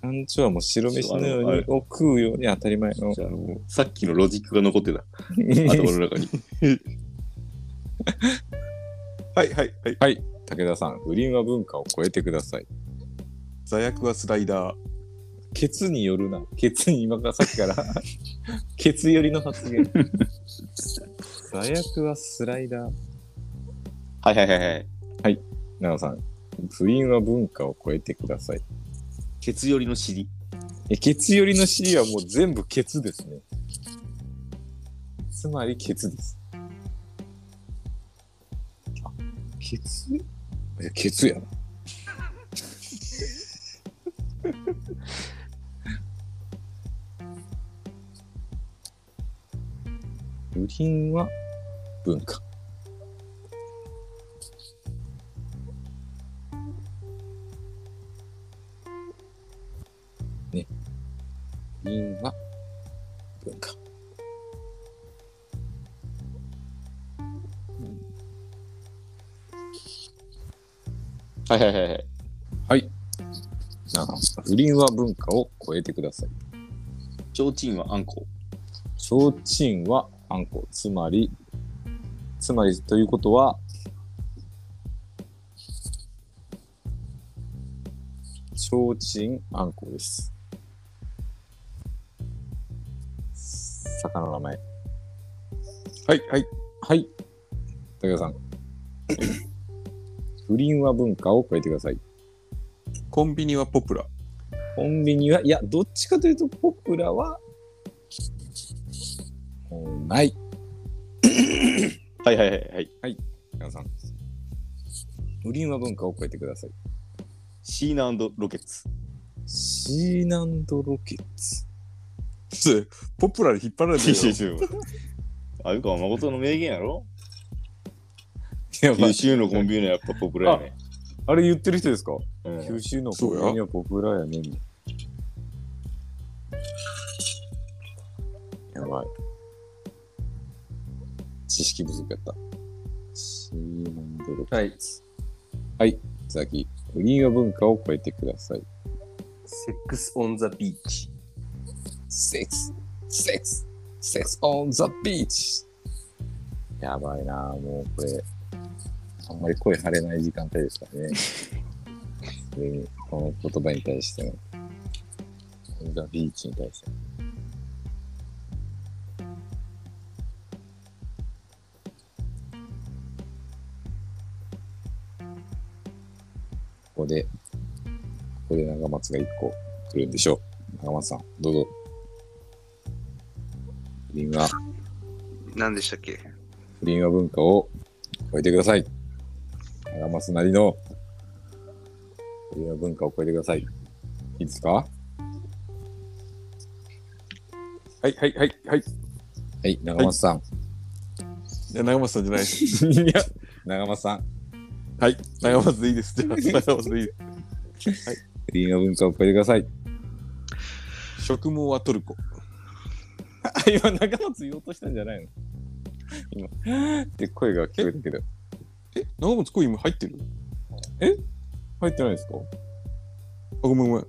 F: 館長はもう白飯のように、を食うように当たり前の。
A: じゃあもうさっきのロジックが残ってた。頭の中に。
B: はいはいはい。
F: はい、武田さん、不倫は文化を超えてください。
B: 座薬はスライダー。
F: ケツによるな。ケツに今からさっ きから、ケツ寄りの発言。座薬はスライダー。
A: はいはいはいはい。
F: なおさん、不倫は文化を超えてください。
A: ケツ寄りの尻。
F: えケツ寄りの尻はもう全部ケツですね。つまりケツです。あ、ケツえケツやな。不倫は文化。不倫は文化。
A: はいはいはいはい。
F: なあ不倫は文化を超えてください。
A: 提灯はあんこ。
F: 提灯はあんこ。つまり、つまりということは、提灯あんこです。魚の名前。
B: はい、はい、はい。武田 さん。
F: 不倫は文化を超えてください。
B: コンビニはポプラ。
O: コンビニは、いや、どっちかというと、ポプラは、
B: もうない。
A: はいはいはいはい。
B: はい、皆さん。不倫は文化を超えてください。
A: シーナロケッツ。
B: シーナンドロケッツ。それ、ポプラで引っ張られてるよ。
A: いやいやいやあゆか誠の名言やろ
B: やば
A: 九
B: い
A: 州のコンビニはやっぱポプラやね。
F: あれ言ってる人ですか、
A: うん
F: 九州のコンビニはポプラやねん。やばい。
B: 知識不足やった。
F: シーナンドロケッツ。
L: はい。
B: はい、佐々木。不倫は文化を超えてください。
L: セックスオンザビーチ。
B: セックス、セックス、セックスオンザビーチ。
F: やばいなぁもうこれ、あんまり声張れない時間帯ですからね。それにこの言葉に対しての、ザ・ビーチに対しての。ここで、ここで長松が一個来るんでしょう。長松さん、どうぞ。不倫は、
C: 何でしたっけ
F: 不倫は文化を超えてください。長松なりの不倫は文化を超えてください。いいですか
B: はい、はい、はい、はい。
F: はい、長松さん。
B: いや、長松さんじゃない です。
F: い、 や、長松さん。
B: はい、長松でいいです。じゃあ、 長松でいいです。はい、
F: 不倫は文化を超えてください。
B: 植毛はトルコ。
O: 今、中松言おうとしたんじゃないの
F: って声が聞こえたけど、
B: え、長松コインも入ってる
F: 入ってないですか
B: あ、ごめんごめん。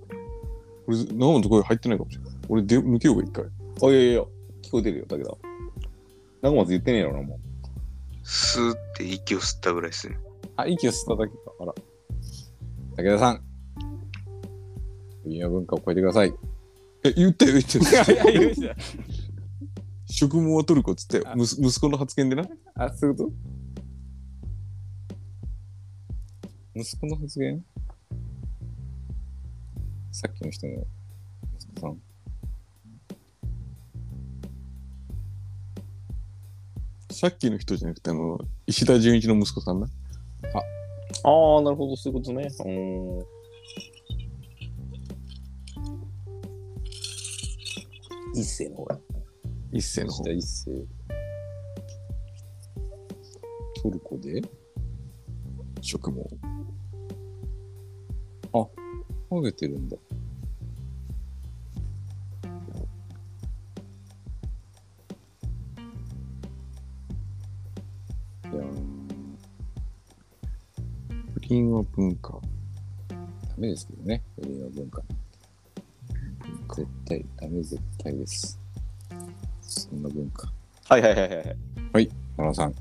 B: 俺、長松コイン入ってないかもしれない。俺、で抜けようが一回。
A: あ、いやいやいや、聞こえてるよ、武田。長松言ってねえよな、も
C: スーって息を吸ったぐらいですね。
F: あ、息を吸っただけか。あら。武田さん。不倫は文化を超えてください。
B: え、言ったよ、言ったよ。
O: いや、言うじゃん。
B: 植毛はトルコっつって、むす息子の発言でな。
F: あ、そういうこと息子の発言さっきの人の息子さん。
B: さっきの人じゃなくて、あの、石田純一の息子さんな。
A: ああ、なるほど、そういうことね。うーん。
D: 一世の方が。
B: 一世の
F: 石
B: 方。
F: 田一世。トルコで
B: 植毛。
F: ハげてるんだ。いやー
B: 不倫は文化。
F: ダメですけどね、不倫は文化。絶対、ダメ絶対です。そんな文化。
A: はいはいはいはいはい。
F: 野呂さん、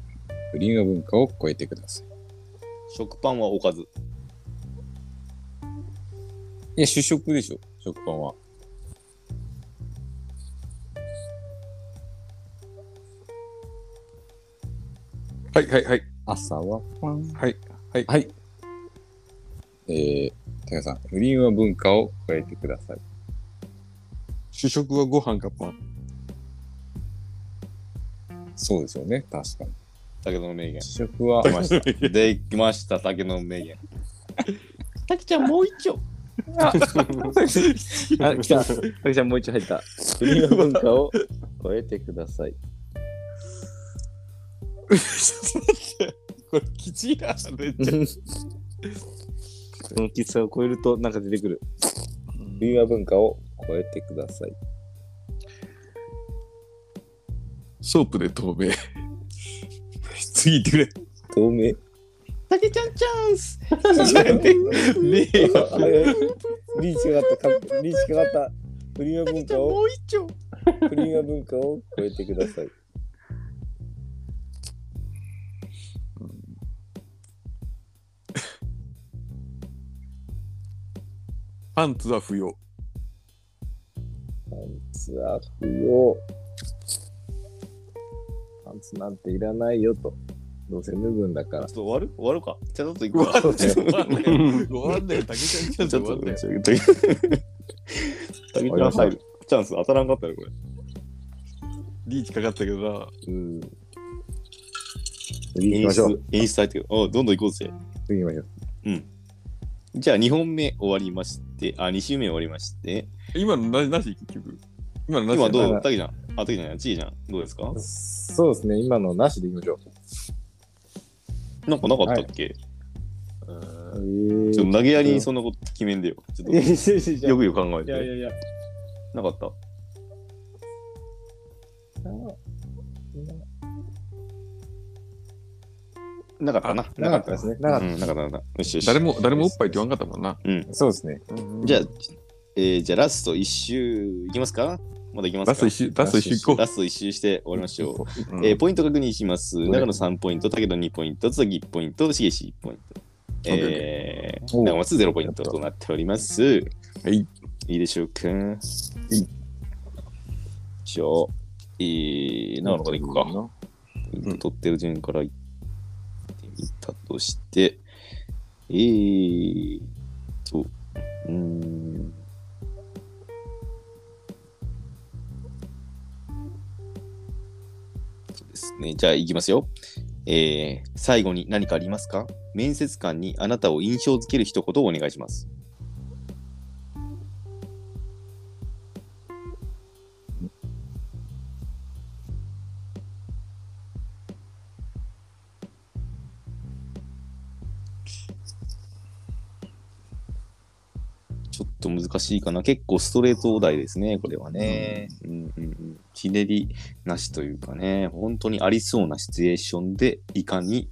F: 不倫は文化を超えてください。
A: 食パンはおかず。
F: いや、主食でしょ、食パンは。
B: はい、はい、はい。
F: 朝はパン。
B: はい、はい。
F: はい。えー、高橋さん、不倫は文化を超えてください。
B: 主食はご飯かパン。
F: そうですよね、確かに。
A: 竹の名言。
F: 主食は、
A: ました。できました、竹の名言。
D: 滝ちゃんもう一丁。
O: あ、来た。たけちゃんもう一丁 入った。
D: 不倫の文化を超えてください。
B: これ、きちいな、めっちゃ。
O: この喫茶を超えると、なんか出てくる。
F: 不倫は文化を超えてください。
B: ソープで透明。次行ってくれ。
F: 透明
D: たけちゃんチャンス
F: リーリーチかかったか、リーチかかった。不倫は文化を、
D: う一丁
F: 不倫は文化を超えてください。
B: パンツは不要。
F: パンツは不要。
G: パンツなんていらないよと。どうせ脱ぐんだから。
A: ちょっと終わる終わるか。ちょっと行
G: 終わ
A: こ
G: ん
A: う。
G: だよ終わんだよ
A: 終
G: 終
A: わ
G: わ
A: ん
G: んだ
A: だよ
G: よ。
A: タ
G: タ
A: ケ
G: ケ
A: ち
G: ちゃ
A: ゃ
G: ん
A: んちょっと終わ
G: 終わんだよ
A: タケちゃん入る。チャンス当たらんかったよ、これ。
G: リーチかかったけどな。うん。
A: 演
G: 行きましょ
A: 出
G: う、
A: 演出入ってくる。おうどんどん行こうぜ。
G: 次行きましょう。
A: うん。じゃあ、2本目終わりまして、あ、2周目終わりまして、
B: 今のななし結局今のなし
A: 今どう
B: な
A: タケちゃん。あ、タケちゃんや、チーじゃん。どうですか
G: そうですね、今のなしでいきましょ
A: なんかなかったっけ、
G: う。え
A: ちょっと投げやりにそ
G: の。
A: んなこと決めんでよ。ちょ
G: いやいやい
A: っ
G: やい
A: と
G: や
A: よくよく考え
G: いやい
A: て。
G: やいや。
A: なかったなかったな。
G: なかったですねなかった
A: うんなかったなかった。よしよし。
B: 誰も誰もおっぱいって言わんかったもんな
A: うん。
J: そうですね。
A: じゃあ、えーじゃあラスト1周いきますかまだいきますか
B: ラスト一周ラスト一周
A: ラスト一ラスト1周して終わりましょう。えーポイント確認します。長野3ポイント、武田2ポイント、椿1ポイント、しげし1ポイント。えー、長松0ポイントとなっております。はい。いいでしょうか。はい。じゃあ、えー、長野からいくか。ポイント取ってる順からいってみたとして、えーと、うーん。そうですね。じゃあ、いきますよ。えー、最後に何かありますか面接官にあなたを印象づける一言をお願いします。ちょっと難しいかな。結構ストレートお題ですね、これはね。うんうんうん。ひねりなしというかね、本当にありそうなシチュエーションでいかに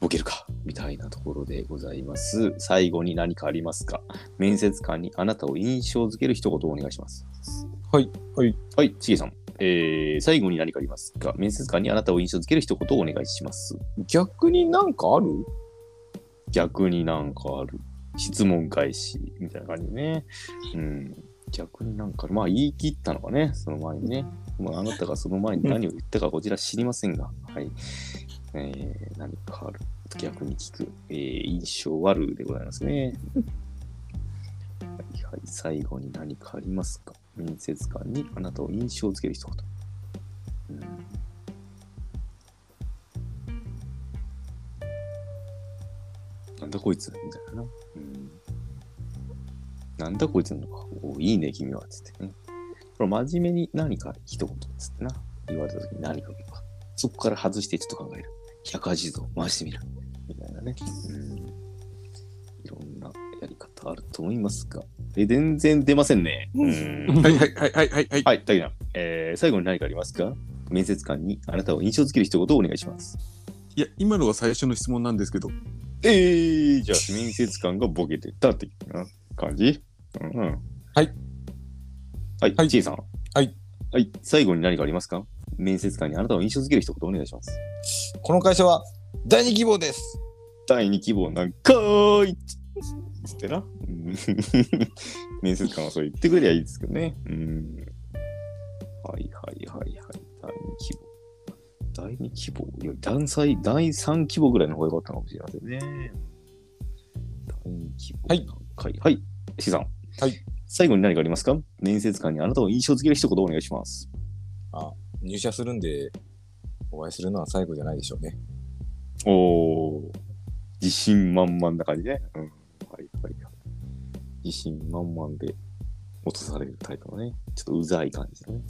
A: ボケるか、みたいなところでございます。最後に何かありますか面接官にあなたを印象づける一言をお願いします。
O: はい、はい。
A: はい、ちげさん。えー、最後に何かありますか面接官にあなたを印象づける一言をお願いします。
O: 逆になんかある
A: 逆になんかある。質問返しみたいな感じね。うん。逆になんか、まあ言い切ったのかね、その前にね。まあ、あなたがその前に何を言ったかこちら知りませんが、はい。えー、何かある。逆に聞く。えー、印象悪でございますね。 はいはい。最後に何かありますか面接官にあなたを印象づける一言。なんだこいつみたいなな。うん。なんだこいつなのか。おいいね、君は。つってね。これ真面目に何か一言つってな。言われた時に何かとか。そこから外してちょっと考える。180度回してみる。みたいなね。うん。いろんなやり方あると思いますが。え、全然出ませんね。 うん。
B: はいはいはいはいはいはい。
A: はい、大丈夫。えー、最後に何かありますか面接官にあなたを印象づける一言をお願いします。
B: いや今のが最初の質問なんですけど
A: えー、じゃあ面接官がボケてたってな感じうん、うん。
B: はい。
A: はい、はい、ちいさん。
O: はい。
A: はい、最後に何かありますか面接官にあなたを印象づける一言お願いします。
O: この会社は第二希望です。
A: 第二希望なんかーいつってな。うん面接官はそう言ってくれりゃいいですけどね。うん。はいはいはいはい。第二希望。第二希望より、断裁、第三希望ぐらいの方が良かったのかもしれませんね。第二希望なんかい。はい。C さん。
O: はい。
A: 最後に何かありますか面接官にあなたを印象付ける一言お願いします。
O: あ、入社するんで、お会いするのは最後じゃないでしょうね。
A: おー。自信満々な感じね。うん。はいはいはい。自信満々で落とされるタイプのね。ちょっとうざい感じだね。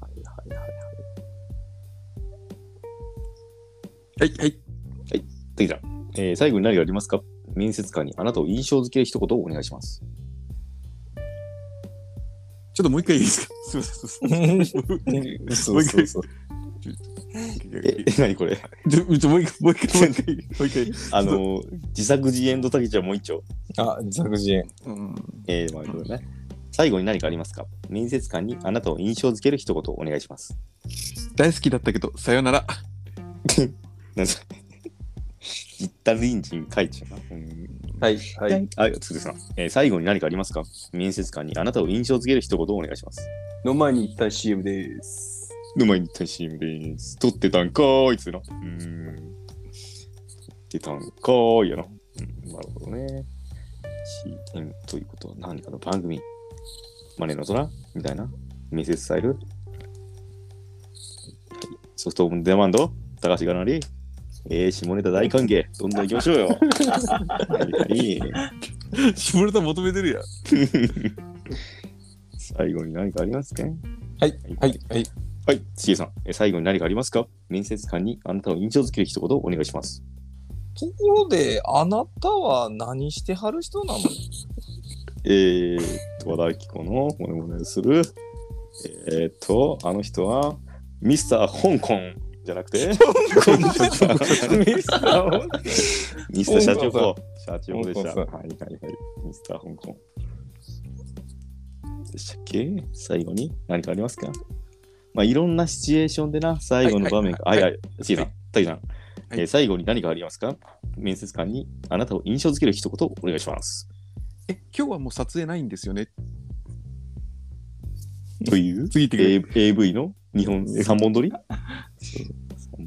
A: はいはいはいはい。
B: はいはい
A: はい。次だ。えー、最後に何がありますか面接官にあなたを印象付ける一言をお願いします。
B: ちょっともう一回いいですか すい ませんすいませんもう一回
A: え、え何これ
B: ちょちょもう一回もう一回もう一回もう一回
A: あのー、自作自演とたけちゃんもう一丁。
O: あ、作人。
B: うん
A: えー、まあこれね。最後に何かありますか面接官にあなたを印象付ける一言お願いします。
B: 大好きだったけどさよなら
A: なん だ一旦隣人書いちゃうな。うん
O: はい、はい。
A: あ、つくさん、えー最後に何かありますか面接官にあなたを印象付ける一言をお願いします。
L: の前に一旦 CM です。
A: 沼井に対しです。撮ってたんかーいっつうの。うーん。撮ってたんかーいやな。うん、なるほどね。c m ということは何かの番組。マネーの空みたいな。面接スタイル。ソフトオンデマンド高橋がなり。えー、下ネタ大歓迎。どんどん行きましょうよ。はいはい。
B: 下ネタ求めてるやん。
A: 最後に何かありますか
O: はい、はい、はい。
A: はい、しげさん、え最後に何かありますか面接官にあなたを印象付ける一言お願いします。
O: ところで、あなたは何してはる人なの
A: えー、和田アキ子のモネモネする、えー、っと、あの人は、ミスター香港じゃなくて、 ミスターミスター社長子、社長子でした。
F: 香
A: はい
F: 港
A: はいはい。ミスター香港。でしたっけ最後に何かありますかまあ、いろんなシチュエーションでな、最後の場面が、あ、いや、シーさん、タイさん、えー最後に何かありますか面接官にあなたを印象付ける一言お願いします。
B: え、今日はもう撮影ないんですよね。
A: という、
B: 次行って
A: A- AV の日本3本撮り ?3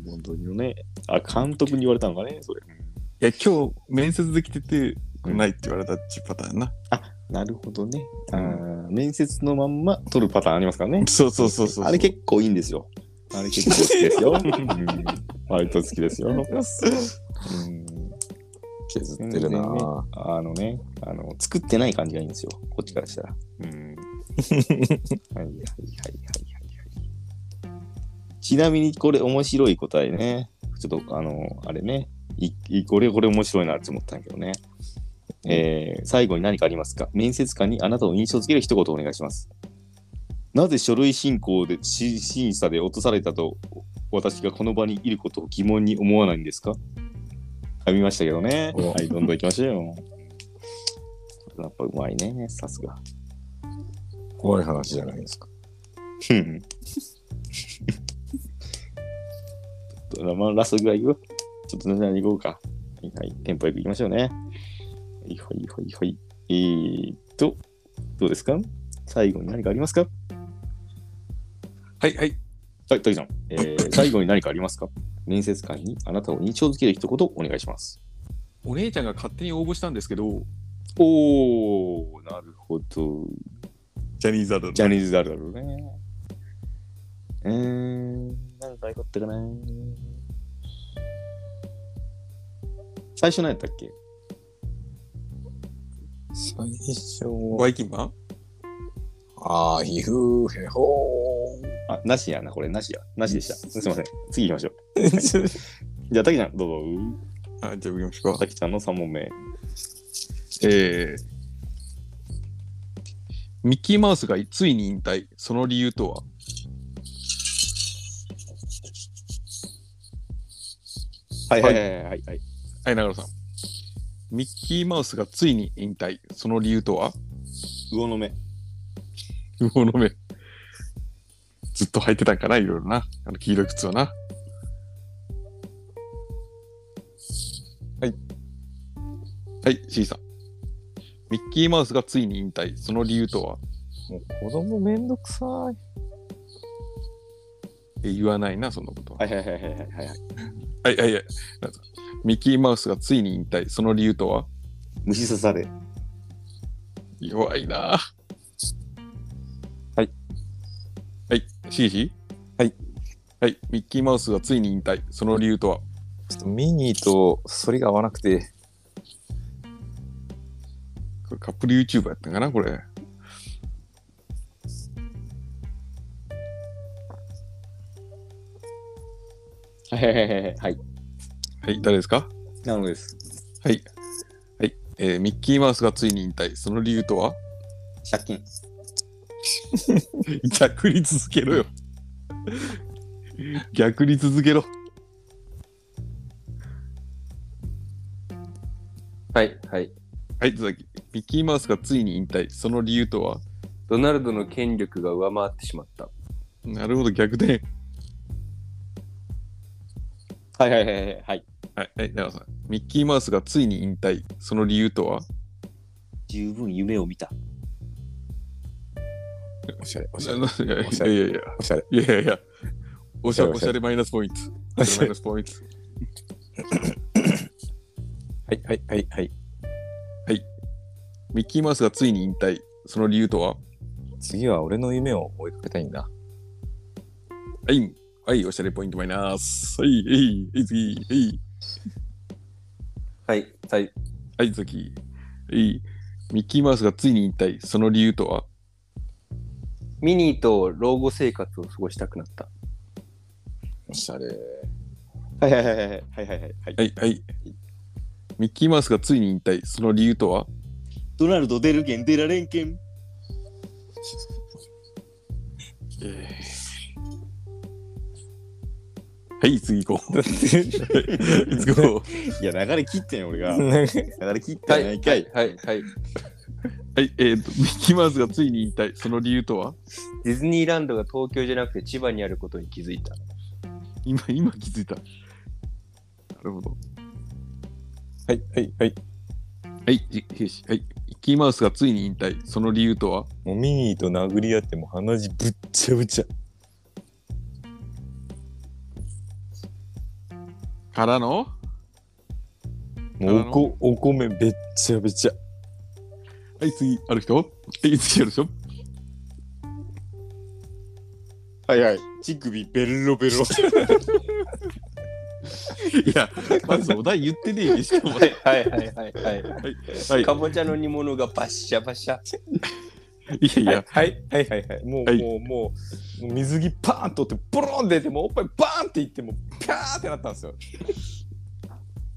A: 本撮りのね、あ、監督に言われたのかね、それ。
B: いや、今日面接できてて、ないって言われたっちゅうパターンやな。
A: なるほどね。あー面接のまんま撮るパターンありますからね。
B: そうそうそうそう。
A: あれ結構いいんですよ。あれ結構好きです よ。うん割と好き ですよ。うん削
F: ってる
A: 全然ね
F: な
A: あのねあの、作ってない感じがいいんですよ、こっちからしたら。うん。はいはいはいはいはいはい。ちなみにこれ面白い答えね。ちょっとあの、あれね。いいこれこれ面白いなって思ったんだけどね。えー最後に何かありますか面接官にあなたを印象付ける一言お願いします。なぜ書類進行でし審査で落とされたと私がこの場にいることを疑問に思わないんですか噛みましたけどね。はい、どんどん行きましょうよ。やっぱうまいね、さすが。
F: 怖い話じゃないですか。
A: うんちょっとまあラストぐらいよ。ちょっと何々行こうか。はいはい。テンポよく行きましょうね。はいはいはいはい。えー、っと、どうですか最後に何かありますか
B: はいはい。
A: はい、トキさん。えー、最後に何かありますか面接官にあなたを印象付ける一言お願いします。
B: お姉ちゃんが勝手に応募したんですけど、
A: おー、なるほど。
B: ジャニーズアド
A: ジャニーズあるあるね。えー、何か良かったかな最初何やったっけ
O: 最初
B: バイキンマン
A: ああ、ひふへほー。あ、なしやな、これ、なしや。なしでした。すみません。次行きましょ う。はいじゃあ、たきちゃん、どう
B: ぞ。あ、じゃあ、行きましょうか。
A: たきちゃんの3問目。
B: えー、ミッキーマウスがついに引退、その理由とは
A: はいはいはいはい。はい、
B: はい、長野さん。ミッキーマウスがついに引退、その理由とは
A: 魚の目。
B: 魚の目。ずっと履いてたんかな、いろいろな。あの黄色い靴はな。はい。はい、C さん。ミッキーマウスがついに引退、その理由とはもう子供めんどくさい。え、言わないな、そんなことは。
A: はいはいはいはいはい。
B: はいはいはい。なんかミッキーマウスがついに引退、その理由とは
A: 虫刺され。
B: 弱いなはい。はい、シーシーはい。はい、ミッキーマウスがついに引退、その理由とは
F: ちょっとミニーとそれが合わなくて、
B: これカップル YouTuber やったんかな、これ。
A: はいはいはいはいはい。
B: はい、誰ですか
A: なのです。
B: はい。はい、えーミッキーマウスがついに引退、その理由とは
A: 借金。
B: 逆に続けろよ。 逆に続けろ。
L: はい、はい。
B: はい、続き。ミッキーマウスがついに引退、その理由とは
L: ドナルドの権力が上回ってしまった。
B: なるほど、逆転。
A: はいはいはいはいはい。
B: はい、はい、長野さん。ミッキーマウスがついに引退、その理由とは
A: 十分夢を見た。
F: おしゃれ、お
B: お
F: しゃれ。
B: れ。いやい
F: おしゃ
B: や
F: れ
B: いやいや。
F: おしゃれ。
B: いやいやいや。おしゃおしゃれマイナスポイント。おしゃれマイナスポイント。
F: はいはいはいはい。
B: はい。ミッキーマウスがついに引退。その理由とは
F: 次は俺の夢を追いかけたいんだ。
B: はい。はい、おしゃれポイントマイナス。はい、はい、はい、次、はい。
L: はい、はい。
B: はい、次。はい。ミッキーマウスがついに引退。その理由とは
L: ミニーと老後生活を過ごしたくなった。
B: おしゃれ。
A: はいはいはいはいはいはいはいはい。
B: はい、はい。ミッキーマウスがついに引退。その理由とは
J: ドナルド出るけん出られんけん。
B: はい、次行こう。次行こう。
A: いや、流れ切ってんよ、俺が。 流れ切って
L: は
A: ん
L: い、
A: よ、
L: は
A: 一
L: い、は
A: 回。
L: い。はい
B: はい、えーと、ミッキーマウスがついに引退。その理由とは
L: ディズニーランドが東京じゃなくて千葉にあることに気づいた。
B: 今、今気づいた。 なるほど。
F: はいはいはい。
B: はい、じ兵士。はい。ミッキーマウスがついに引退。その理由とは
F: もうミニーと殴り合ってもう鼻血ぶっちゃぶちゃ。
B: からの
F: もうおこお米べっちゃべちゃ。
B: はい、次、ある人はい、次ある人
A: はいはい。乳首ベロベ ロ。
B: いや、まずお題言って ねえでしかも。
L: はい、はい、はい、はい。はい
B: はい
L: かぼちゃの煮物がバッシャバシャ。
B: いやいや、
O: はいはいはいはい。もう、
B: はい
O: もうもうもう水着パーンとってボロン出てもうおっぱいバーンっていってもうピャーってなったんですよ。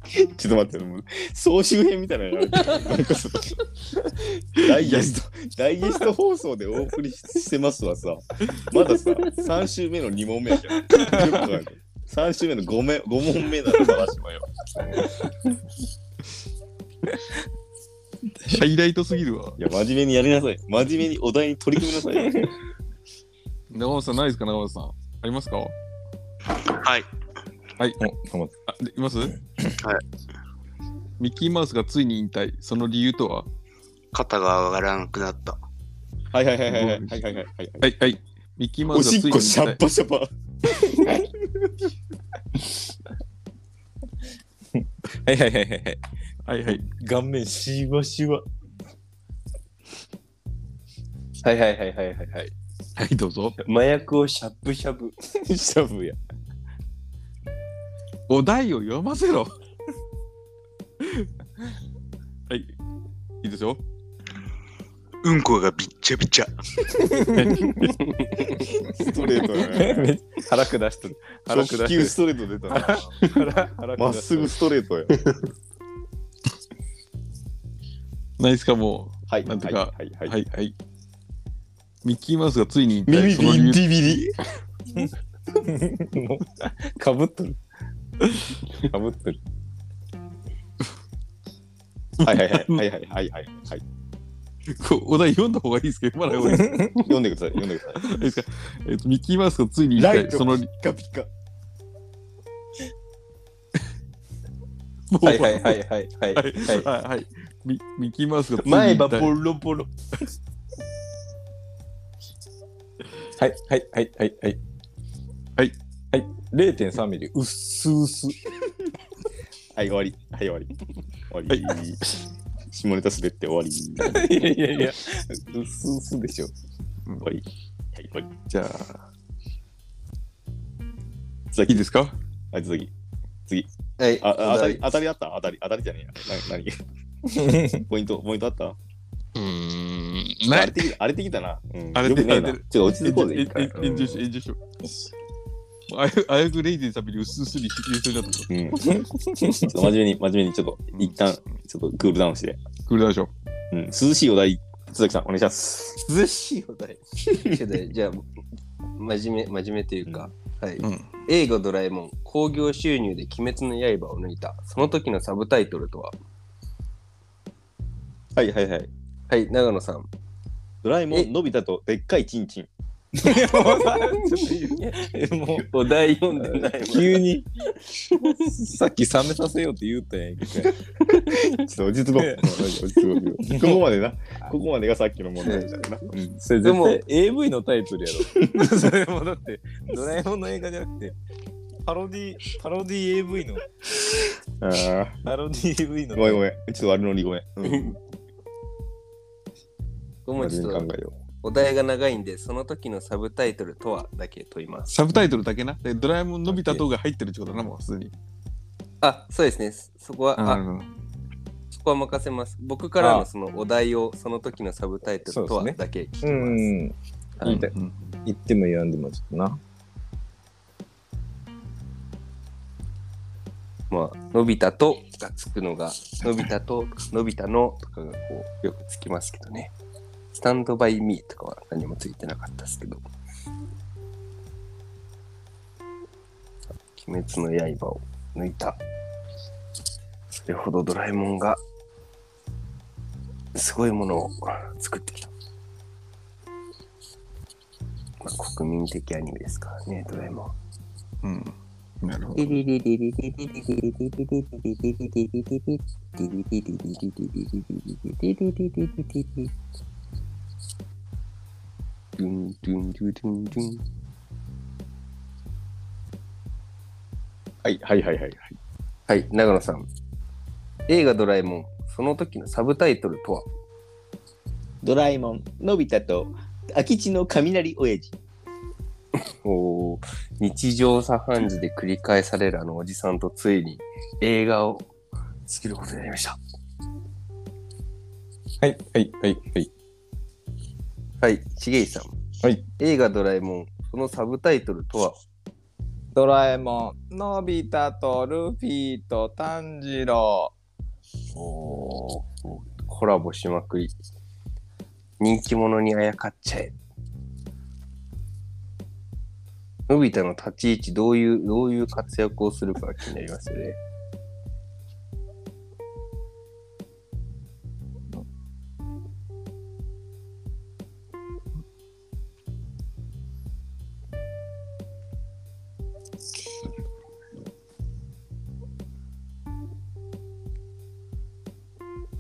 A: ちょっと待って、もう総集編みたいなのや めて。なんかそのダイエスト、ダイエスト放送でお送りしてますわさ。まださ、3週目の2問目やじゃん。3週目の 5, め五問目なの探しまよ。
B: ハイライトすぎるわ。
A: いや、真面目にやりなさい。真面目にお題に取り組みなさいよ。
B: 中本さん、ないですか中本さん。ありますか
C: はい。
B: はい。
F: お待
B: あでいますはい。ミッキーマウスがついに引退。その理由とは
C: 肩が上がらなくなった。
A: はいはいはいはいはいはいはいはいはい。
B: はいはい。ミッキーマウ
A: お
B: スがつ
A: し
B: い
A: っ
B: に
A: こ
B: 引
A: シャッ
B: 退。
A: パシャ パ。
F: はいはいはいはいはい。
B: はいはい。
F: 顔面しわしわ。
L: はい、はい、はい、はい、はい。はい
B: はい、どうぞ。
L: 麻薬をしゃぶしゃぶ。
F: しゃぶや。
B: お題を読ませろ。はい。いいですよ。
C: うんこがびっちゃびちゃ。
A: ストレートだ ね。
F: めっちゃ腹下してる。腹下
A: 直
F: して
A: 球
F: る
A: ストレート出たな。
F: 腹
A: ま
F: 腹下
A: っ
F: して
A: す
F: る
A: ぐストレートよ。
B: ないですか、も
A: はい。
B: なんとか
A: はいは
B: う。
A: い
B: は
A: はい。
B: いはい。ミッキーマウスがついに引
A: ミ
B: 退。
A: リ
B: その
A: ビ
B: 理
A: ン
B: 由
A: ディビリ。
F: もうかぶっとる。かぶっとる。
A: はいはいはいはいはいはいはいはい。
B: こうお題読んだ方がいいですけど、読まない方がい いです
A: 読んでください。読んでくださ
B: いいですか。えっと、ミッキーマウスがついに
A: い。
B: 引
A: ライ
B: 退。
A: ト
B: その
A: ピッカピカ。
B: もう
L: はい、はい、はい、はい、はい。
B: はい、はい、はい。ミミッキーマウスがついに
L: 前
B: 引
L: 歯
B: 退。
L: ボロボロ。
F: はいはいはいはいはい。
B: はい。
F: はい。0.3ミリ、うっすうす。
A: はい、終わり。はい、終わり。終わり。下ネタ滑って終わり。
F: いやいやいや、うっすうすでしょ。
A: 終わり。はい、終わ
B: じゃあ、
A: り。続
B: いい
A: き。
B: ですか
A: はい、続き。
L: はい、
A: あ、あ当たり、
L: は
A: 当たりあった当たり、当たりじゃねえや。な、何ポイント、ポイントあった
B: うーん、
A: あ
B: な
A: れ
B: い。
A: てき、あれてきたな。うん
B: あれてきた
A: よくねえな
B: あれて
A: ちょっと落ち
B: え
A: 着こうぜ。一回
B: 炎上しよう、炎上しよう。あやあやくレイディーさんに薄々に引き寄せだと思
A: うん。ちょっと真面目に、真面目に、ちょっと、一旦、ちょっとクールダウンして。
B: う。クールダウンしよ
A: うん、涼しいお題、鈴木さん、お願いします。
L: い涼しいお題。ちょっとじゃあ、真面目、真面目というか。はい。
B: う。うん。
L: 映画ドラえもん興行収入で鬼滅の刃を抜いたその時のサブタイトルとは
A: はいはいはい。
L: はい長野さん
A: ドラえもん、のび太とでっかいチンチン。
Q: も
D: うお題読んで ない もん
Q: 急にさっき冷めさせようって言ったんやけど
R: ちょっと落ち着こう。落ち着こうここまでな。ここまでがさっきの問題だからな。うん
S: それ絶 対 AV のタイトルやろそれもだってドラえもんの映画じゃなくてパロディパロディ AV の
R: あー
S: パロディ AV の
R: ごめんごめん。ちょっと悪のにごめん。うん
D: これもちょ
R: 真面
D: っ
R: 目に考え
D: と
R: よ
D: お題が長いんで、その時のサブタイトルとはだけ問います。
B: サブタイトルだけな。でドラえもんのび太とが入ってるってことだな、もうすでに。
D: あ、そうですね。そこは、
B: なるほ
D: あ、そこは任せます。僕からのそのお題を、その時のサブタイトルとはだけ聞きます。
S: うん言いたい言っても言わんでもちょっとな
D: まあ、のび太とがつくのが、のび太と、のび太のとかがこう、よくつきますけどね。スタンドバイミーとかは何もついてなかったですけど。鬼滅の刃を抜いた。それほどドラえもんが、すごいものを作ってきた。まあ、国民的アニメですからね、ドラえもん。
B: うん。なるほど。
D: ドゥンドゥンドゥドゥンドゥン。
R: はいはいはいはい。
D: はい、長野さん。映画ドラえもん、その時のサブタイトルとは
A: ドラえもん、のび太と空き地の雷親父。
D: おー日常茶飯事で繰り返されるあのおじさんとついに映画を作ることになりました。
Q: はいはいはいはい。
D: はい、しげいさん。
Q: はい。
D: 映画ドラえもん、そのサブタイトルとは
F: ドラえもん、のび太とルフィと炭治郎。
D: おーコラボしまくり。人気者にあやかっちゃえ。のび太の立ち位置、どういう、どういう活躍をするかが気になりますよね。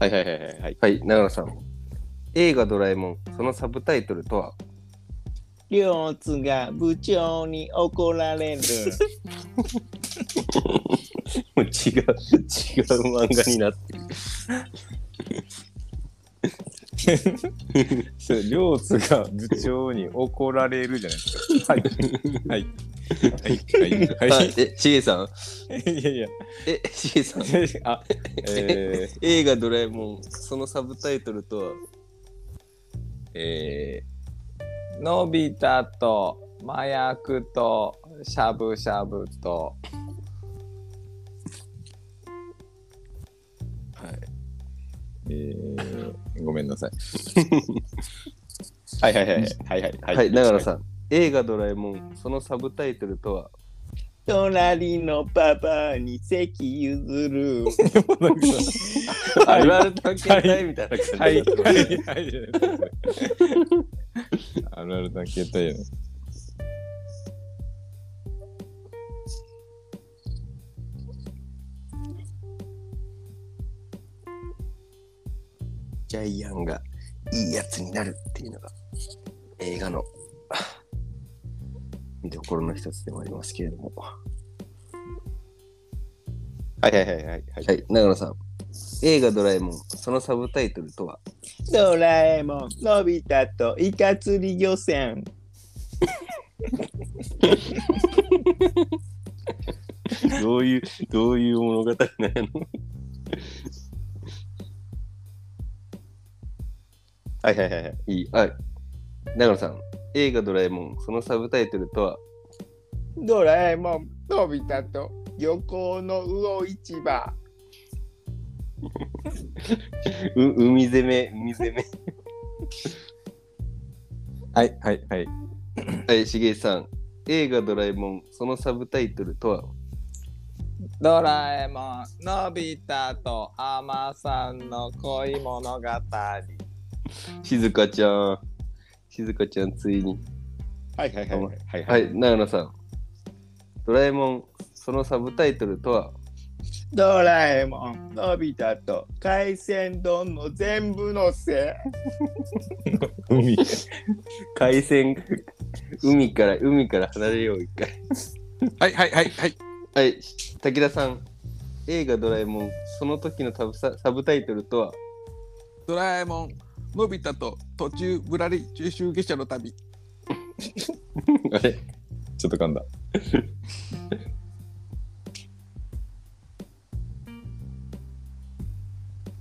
R: はいはいはいはいはい。
D: はい、長野さん。映画ドラえもん、そのサブタイトルとは
A: 両津が部長に怒られる。
D: も う違う、違う漫画になって
F: る。 それ、両津が部長に怒られるじゃないですか。はい。はい。はい。はい。
D: え、しげさん。
F: いやいや。
D: え、しげさん。
F: あ、えー
D: 映画ドラえもん、そのサブタイトルとは
F: えー、のび太と麻薬としゃぶしゃぶと。
Q: はい。えー、ごめんな さい。
R: はいはいはいはいはい
D: はい、長野さん。映画ドラえもん、そのサブタイトルとは
A: 隣のパパに席譲る。
D: あるある探検隊みたいな感じ。
A: はい
Q: はいはいじゃない あるあるだけやったよね。
D: ジャイアンがいいやつになるっていうのが映画のあ見どころの一つでもありますけれども。
R: はいはいはいはい。
D: はい、長野さん。映画ドラえもん、そのサブタイトルとは
A: ドラえもん、のび太とイカ釣り漁船。
D: どういう、どういう物語なの
R: はいはいはいはい。
D: いい。はい。長野さん。映画ドラえもん、そのサブタイトルとは
A: ドラえもん、のび太と漁港の魚市場。
D: う海攻め、海攻め。
Q: はいはいはい。
D: はい、しげいさん。映画ドラえもん、そのサブタイトルとは
F: ドラえもん、のび太とあまさんの恋物語。
D: 静かちゃん。静かちゃん、ついに
A: はいはいはいはいはい
D: はい、長野さん。ドラえもん、そのサブタイトルとは、
T: ドラえもん、のび太と海鮮丼の全部のせ。
D: 海。海鮮、海から、海から離れよう、一回。
B: はいはいはいはい。
D: はい、滝田さん。映画ドラえもん、その時のサブササブタイトルとは、
B: ドラえもん、のび太と途中ぶらり中秋下車の旅。
F: あれちょっと噛んだ。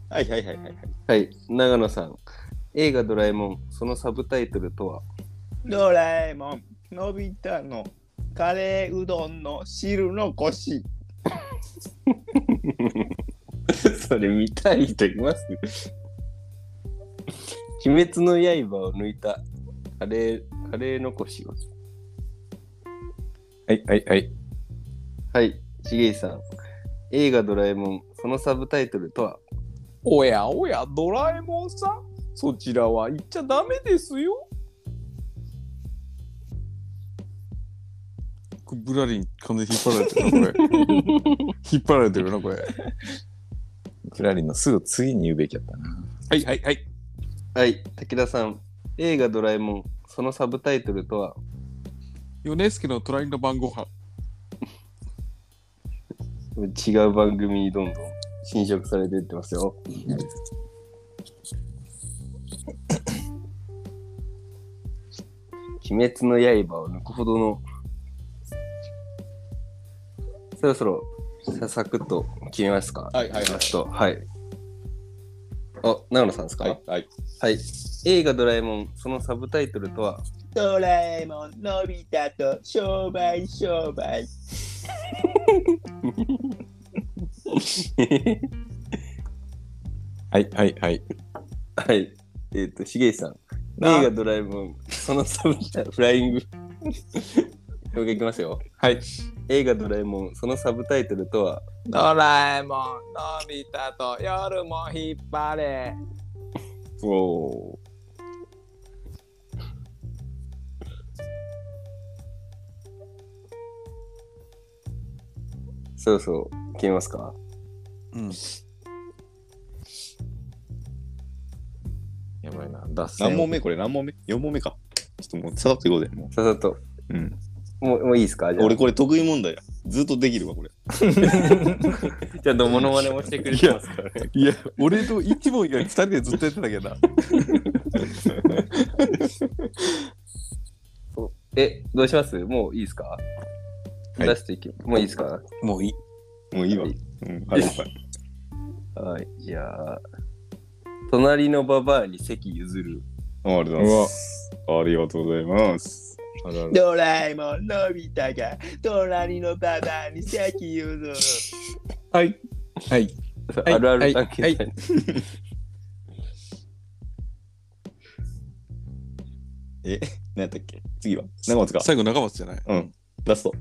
A: はいはいはいはいはい。
D: はい、長野さん。映画ドラえもん、そのサブタイトルとは、
T: ドラえもん、のび太のカレーうどんの汁のこし。
D: それ見たい人います鬼滅の刃を抜いたカレー、カレー残しを。
F: はいはいはい。
D: はい、しげいさん。映画ドラえもん、そのサブタイトルとは、
O: おやおや、ドラえもんさん、そちらは行っちゃダメですよ。
B: ぶらりに完全に引っ張られてるな、こ れ。引っ張られてるな、これ。
F: フラリンのすぐ次に言うべきやったな。
B: はいはいはい。
D: はい、滝田さん。映画ドラえもん、そのサブタイトルとは、
B: 米助の隣の晩ご飯。
D: 違う番組にどんどん侵食されていってますよ。鬼滅の刃を抜くほどの。そろそろ、さサクッと決めますか。
A: はいはいはい
D: ちょっと、はい。あ、長野さんですかはい、
A: はい。
D: 映画ドラえもん、そのサブタイトルとは、
T: ドラえもん、のび太と商売商売。
F: はいはいはい。
D: はい。えっ、と、しげいさん。映画ドラえもん、そのサブタイトル、フライング。もう一回いきますよ。
F: はい。
D: 映画ドラえもん、そのサブタイトルとは、
O: ドラえもん、のび太と夜も引っ張れ。
F: お
D: そろそろ決めますか
B: うん。
F: やばいな。脱線。
A: 何問目これ何問目 ?4 問目か。ちょっともうさらっといこうぜ。も
D: さっさと。
A: ううん、
D: もうもういいですかじゃあ
A: 俺これ得意問題や。ずっとできるわ、これ。
D: じゃあ、どものまねもしてくれてますからね。
B: いや、俺と一問以外二人でずっとやってたけどな。
D: え、どうしますもういいですか、
A: はい
D: 出していきもういいですか
B: もういい。
A: もういいわ。
D: はい
A: うん、はいはい。
D: はい。じゃあ、隣のババアに席譲る。
A: ありがとうございます。ありがとうございます。
F: あるある
T: ドラえもん、のび太が隣のババアに席譲る。
B: はい。はい。
D: あるあ
B: は
D: る
B: い
D: 探検隊。
A: え、何やったっけ次は中松か。
B: 最後、中松じゃない。
A: うん。ラスト。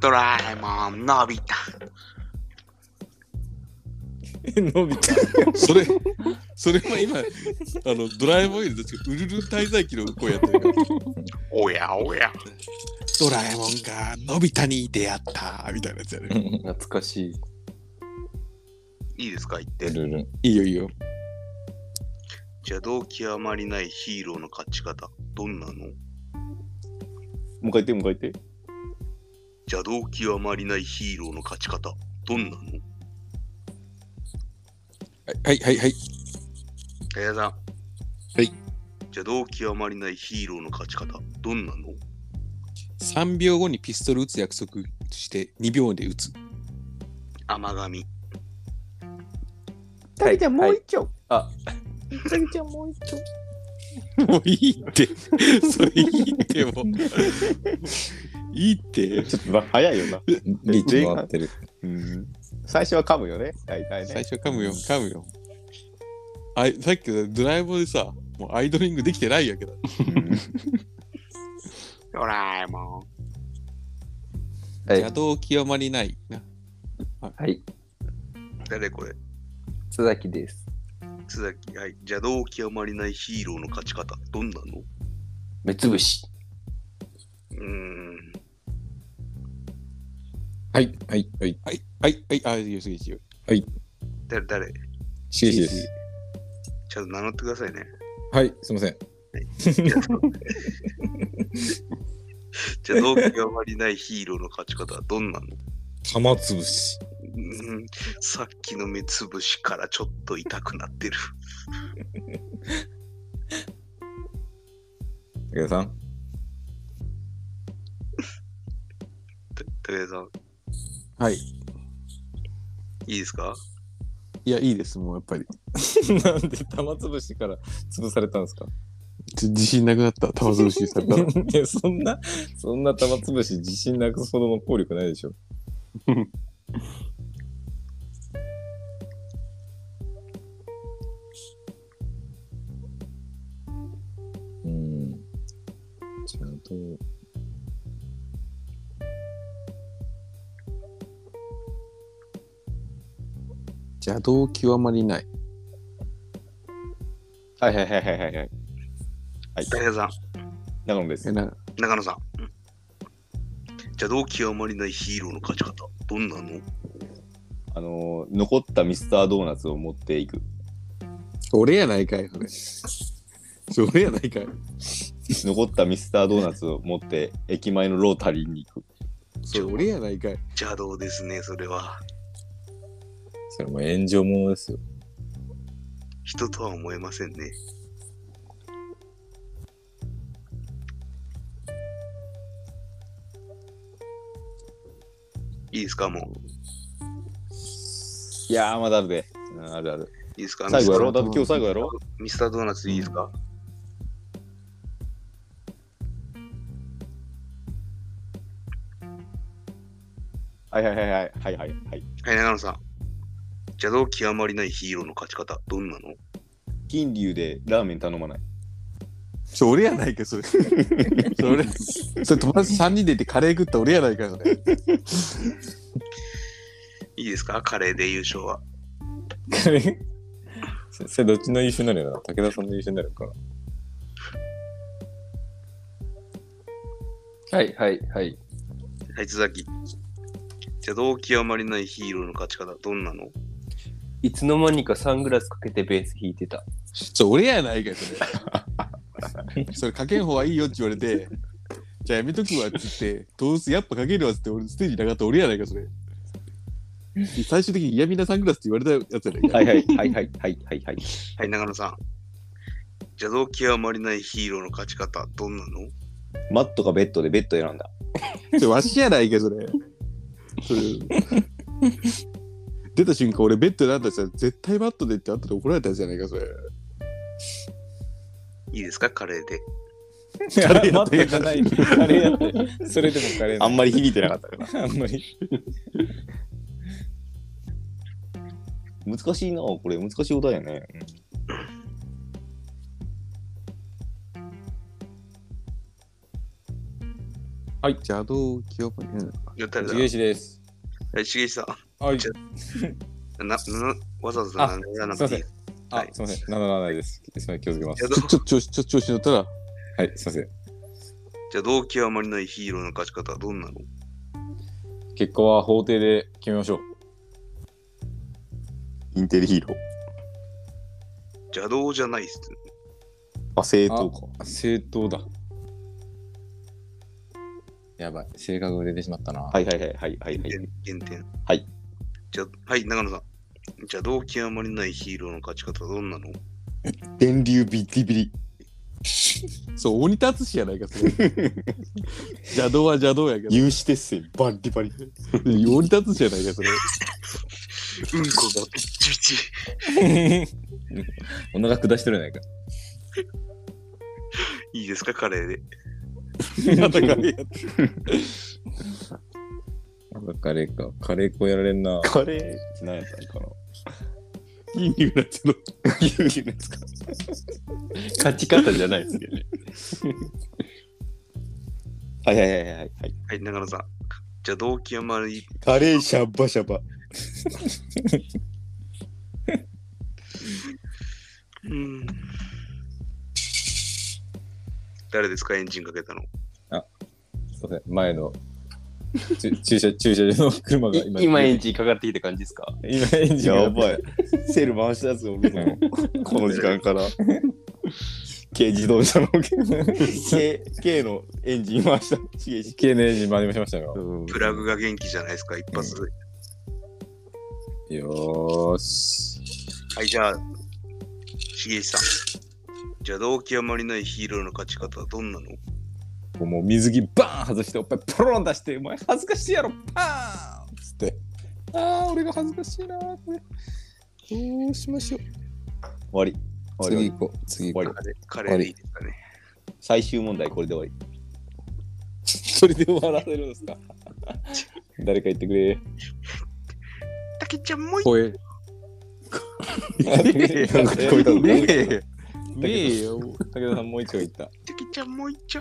C: ドラえもん、のび太。
U: 伸びた。
B: それ、それは今、あの、ドラえもんよりどっちか、ウルルン滞在記の声やってるから。
C: おやおや。
B: ドラえもんがのび太に出会った、みたいなやつやね。
D: 懐かしい。
C: いいですか言って。
F: ルルン。
B: いいよいいよ。
C: 邪道極まりないヒーローの勝ち方。どんなの
A: もう一回言って、もう一回言って。
C: 邪道極まりないヒーローの勝ち方。どんなの
B: はいはいはい。。
C: 武田さん。はい邪道極まりないヒーローの勝ち方。どんなの
B: 3秒後にピストル撃つ約束して、2秒で撃つ。
C: 甘神。
T: たけちゃん、もう一丁。
D: あ、
T: たけちゃん、もう一丁。
B: もういいって。 それいいって もう。いいって。
A: ちょっとな早いよな。
F: リーチ回ってる。
A: うん。最初は噛むよね。大体
B: 最
A: ね。
B: 初噛むよ、噛むよ。あいさっきのドラえもんでさ、もうアイドリングできてないやけど。
C: ドラえもん。
D: はい
B: 邪。道極まりないな。
D: はい。
C: 誰これ
D: 須崎です。
C: 須崎。はい。邪道極まりないヒーローの勝ち方。どんなの
D: 目つぶし。
C: うん。
B: はい、はい、はい。はい、はい、はい、あ、いいよ、いいよ。はい、
C: 誰、誰
B: しげしです。
C: ちゃんと名乗ってくださいね。
B: はい、すいません。
C: じゃあ、動機があまりないヒーローの勝ち方はどんなの
B: 玉つぶし。
C: うんさっきの目つぶしからちょっと痛くなってる。
F: 武田さん、
C: 武田さん、
B: はい。
C: いいですか
B: いや、いいです、もうやっぱり。
O: なんで玉つぶしから潰されたんですか
B: ちょ自信なくなった、玉つぶしさ れたら。
O: いや、そんな、そんな玉つぶし自信なくすほどの効力ないで しょ。うん。ちゃんと。
B: 邪道極まりない。
A: はいはいはいはいはいはい。はい、
C: 武田さん、
A: 長野です。
B: な
C: 中野さん。じゃあ、動機があまりないヒーローの勝ち方、どんなの
A: あのー、残ったミスタードーナツを持っていく。
B: 俺やないかい、それ。それ俺やないかい。
A: 残ったミスタードーナツを持って駅前のロータリーに行く。
B: それ俺やないかい。
C: 邪道ですね、それは。
O: それもう炎上ものですよ。
C: 人とは思えませんね。いいですか、もう。
A: いやー、まだあるで。うんあるある。
C: いいですか
A: 最後やろう
C: ミ
A: だ
C: スター
A: って今日最後やろ
C: ミスタードーナツいいですか
A: はいはいはいはいはいはいはい。
C: はい、長野さん。邪道極まりないヒーローの勝ち方、どんなの
A: 金龍でラーメン頼まない。
B: それ俺やないかい、 それ。それ俺 それ友達3人でいてカレー食った俺やないかい、それ。
C: いいですかカレーで優勝は。
O: そそれどっちの優秀になるよな武田さんの優秀になるから。
D: はいはいはい。
C: はい、津崎。邪道極まりないヒーローの勝ち方、どんなの
D: いつの間にかサングラスかけてベース弾いてた。
B: それ俺やないかい、それ。 それかけん方がいいよって言われて、じゃあやめとくわって言って、どうせやっぱかけるわって言って、俺ステージなかった俺やないかい、それ。最終的に嫌味なサングラスって言われたやつやないか
A: はいはいはいはいはいはいはい。
C: はい、長野さん。邪道極まりないヒーローの勝ち方、どんなの
A: マットかベッドでベッド選んだ。
B: それわしやないかいそれ。それ出た瞬間俺ベッドであんたしたら絶対バットでってあんたで怒られたやつじゃないかそれ。
C: いいですかカレーで。
B: カレーやったやつ
O: じゃない。カレーやって。それでもカレー
A: あんまり響いてなかったか
O: り。あんまり。
A: ら。難しいな、これ。難しいことだよね。
B: はい。邪道極まりない。
C: じゃあ、誰だ
O: 重視です。
C: はい、しげしさん。
O: はい。
C: じ
O: す
C: ゃな、な、わざわざ名乗らなくていい。
O: あ、すみません。777です。すみません。気をつけます。
C: 邪道
B: ちょ、ちょ、ちょ、調子乗ったら、
O: はい。すみません。
C: 邪道極まりないヒーローの勝ち方、どんなの
O: 結果は法廷で決めましょう。
A: インテリヒーロー。
C: 邪道じゃないっす。
A: あ、正当か。
O: あ正当だ。やばい。性格が出てしまったな。
A: はいはいはいはいはいはい。
C: 原原点。
A: はい。
C: じゃ、はい、長野さん。邪道極まりないヒーローの勝ち方、どんなの
A: 電流ビリビリ。
B: そう、鬼達しやないかそれ。邪道は邪道 やけど。
A: 有刺鉄線バリバリ。
B: 鬼達しやないかそれ。
C: うん こがピッチピチ。
O: お腹下してるやないか。
C: いいですか、カレーで。
B: またカレーやっ
O: カレーか。カレー粉やられんな。
A: カレー何やったんかな
B: 金流なっちゃう
A: 牛乳ですか
F: 勝ち方じゃないですけどね。
A: はいはいはいはいはい。
C: はい、長野さん。邪道極まり、
A: カレーシャバシャバ。
C: うん。誰ですかエンジンかけたの。
F: あ、すいません、前のちゅ駐車駐車場の車が
D: い今エンジンかかってきた感じですか
F: 今エンジンが
A: やばい。 セール回したやつ俺も、この時間から。軽自動車の 軽軽のエンジン回した。
F: 軽のエンジン回りましたよ。
C: プラグが元気じゃないですか、一発。
F: よーし。
C: はい、じゃあ、しげさん。じゃあ、動機あまりないヒーローの勝ち方はどんなの
F: もう水着バーン外して、おっぱいポロン出して、お前恥ずかしいやろ、パーンつって。ああ、俺が恥ずかしいなーこれ。どうしましょう。
A: 終わり。終わり
F: 次行こう。次行こう。
C: カレーでいいですかね。
A: 最終問題、これで終わ
F: それで終わらせるんです か誰か言ってくれ。
C: たけちゃんもう
F: 声。なんか聞こえたのねえ。ねえよ。武田さんもう一個言った。
C: たけちゃんもう一丁。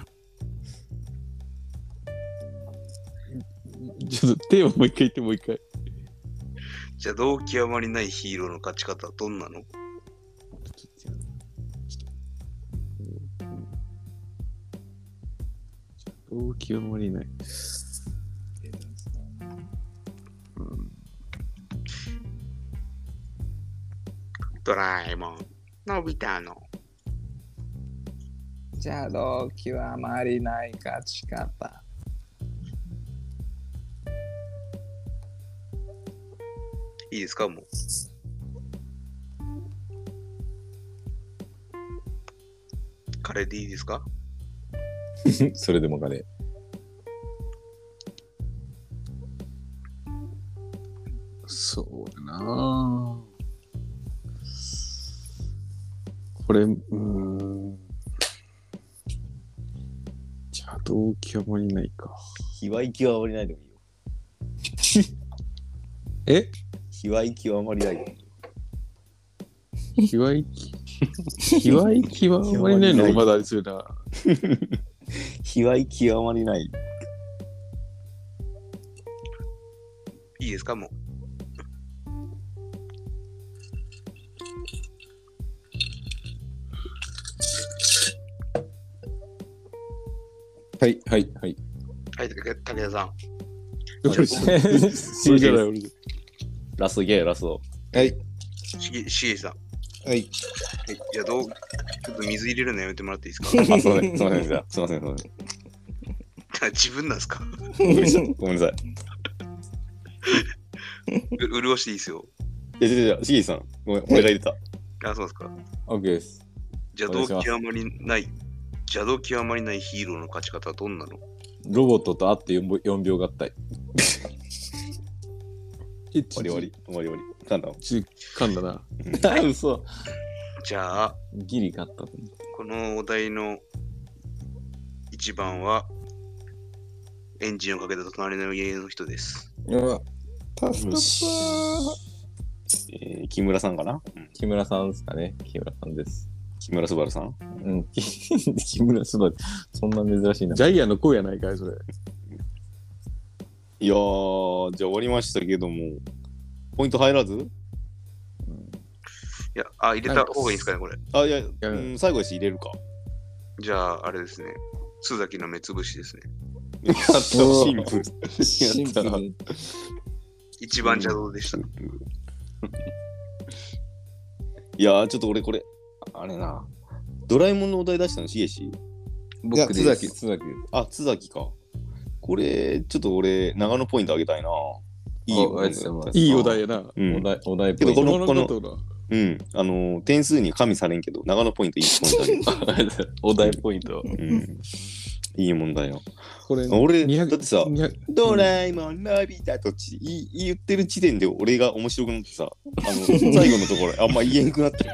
B: ちょっとテーマもう一回言ってもう一回。
C: じゃあ、動機あまりないヒーローの勝ち方はどんなの
B: 動機はあまりない。
C: ドラえもん。のび太の。
O: じゃあ動機はあまりない勝ち方。
C: いいですかもう。カレーでいいですか
F: それでもがね。
B: そうだなぁこれ、うーん。じゃあ、動機はあまりないか。
A: り。卑猥行きはあまりないでもいい よ。
B: え
A: 卑猥行きはあまりないでもいいよ。
B: 卑猥気卑猥気はあまりないのがまだありそうだ。
A: 卑猥行きはあまりない。
C: いいですかもう。
F: はい、はい、はい。
C: はい、武武田さん。
F: 俺じゃない
B: それじゃない、俺じ
A: ラストいけ、ラス ト。
F: はい。
C: しげしげさん。
F: はい。
C: えいや、どう、ちょっと水入れるのやめてもらっていいですか
A: あ、すいません、すいません、じゃあすいません、すいません。
C: 自分なんですか
A: ごめんなさい。ごめんなさい。
C: う潤していいですよ。
A: いや、じゃじゃしげさん、ごめん、俺が入れた。
C: あ、そうですか。
F: オッケーです。
C: 邪道極まりない、邪道極まりないヒーローの勝ち方はどんなの
F: ロボットと会って4秒合体。
B: え、ち
A: 終わ
B: ょ
A: り終わり、終わり終わり。なんだろ
B: ちょ噛んだな。
F: あ、嘘。
C: じゃあ、
F: ギリ勝ったと思う。
C: このお題の一番は、エンジンをかけた隣の家の人です。
A: う。よし。えー、木村さんかな
F: 木村さんですかね。木村さんです。
A: 木村昴さん
F: うん。 木村すばそんな珍しいな。
B: ジャイアンの声やないかい、それ。
A: いやー、じゃあ終わりましたけども、ポイント入らず
C: いや、あ、入れた方がいいですかね、これ。
A: あ、いや、うん、最後やし入れる か。
C: じゃあ、あれですね。須崎の目つぶしですね。
A: やった、シンプル。
F: シンプル
A: やっ
F: に
C: 一番邪道でした。
A: たいやー、ちょっと俺これ、あれな。ドラえもんのお題出したの、しげし。
F: 僕です。
D: いや
F: 津
D: 津
F: 崎、津崎。
A: あ、津崎か。これ、ちょっと俺、長野ポイントあげたいな。いいよ、
F: あありがとうございます
B: いいお題やな。
A: うん
F: お題、お題
A: けどこの
B: このことだ
A: うん、あのー点数に加味されんけど、長野ポイントいいポイントあげる。
F: お題ポイント。
A: うん、いい問題よ。
B: これ、
A: 俺、だ
B: 200
A: ってさ、
B: 200
A: ドラえもん、のび太とちい言ってる時点で俺が面白くなってさ、あの最後のところ、あんま言えんくなったよ。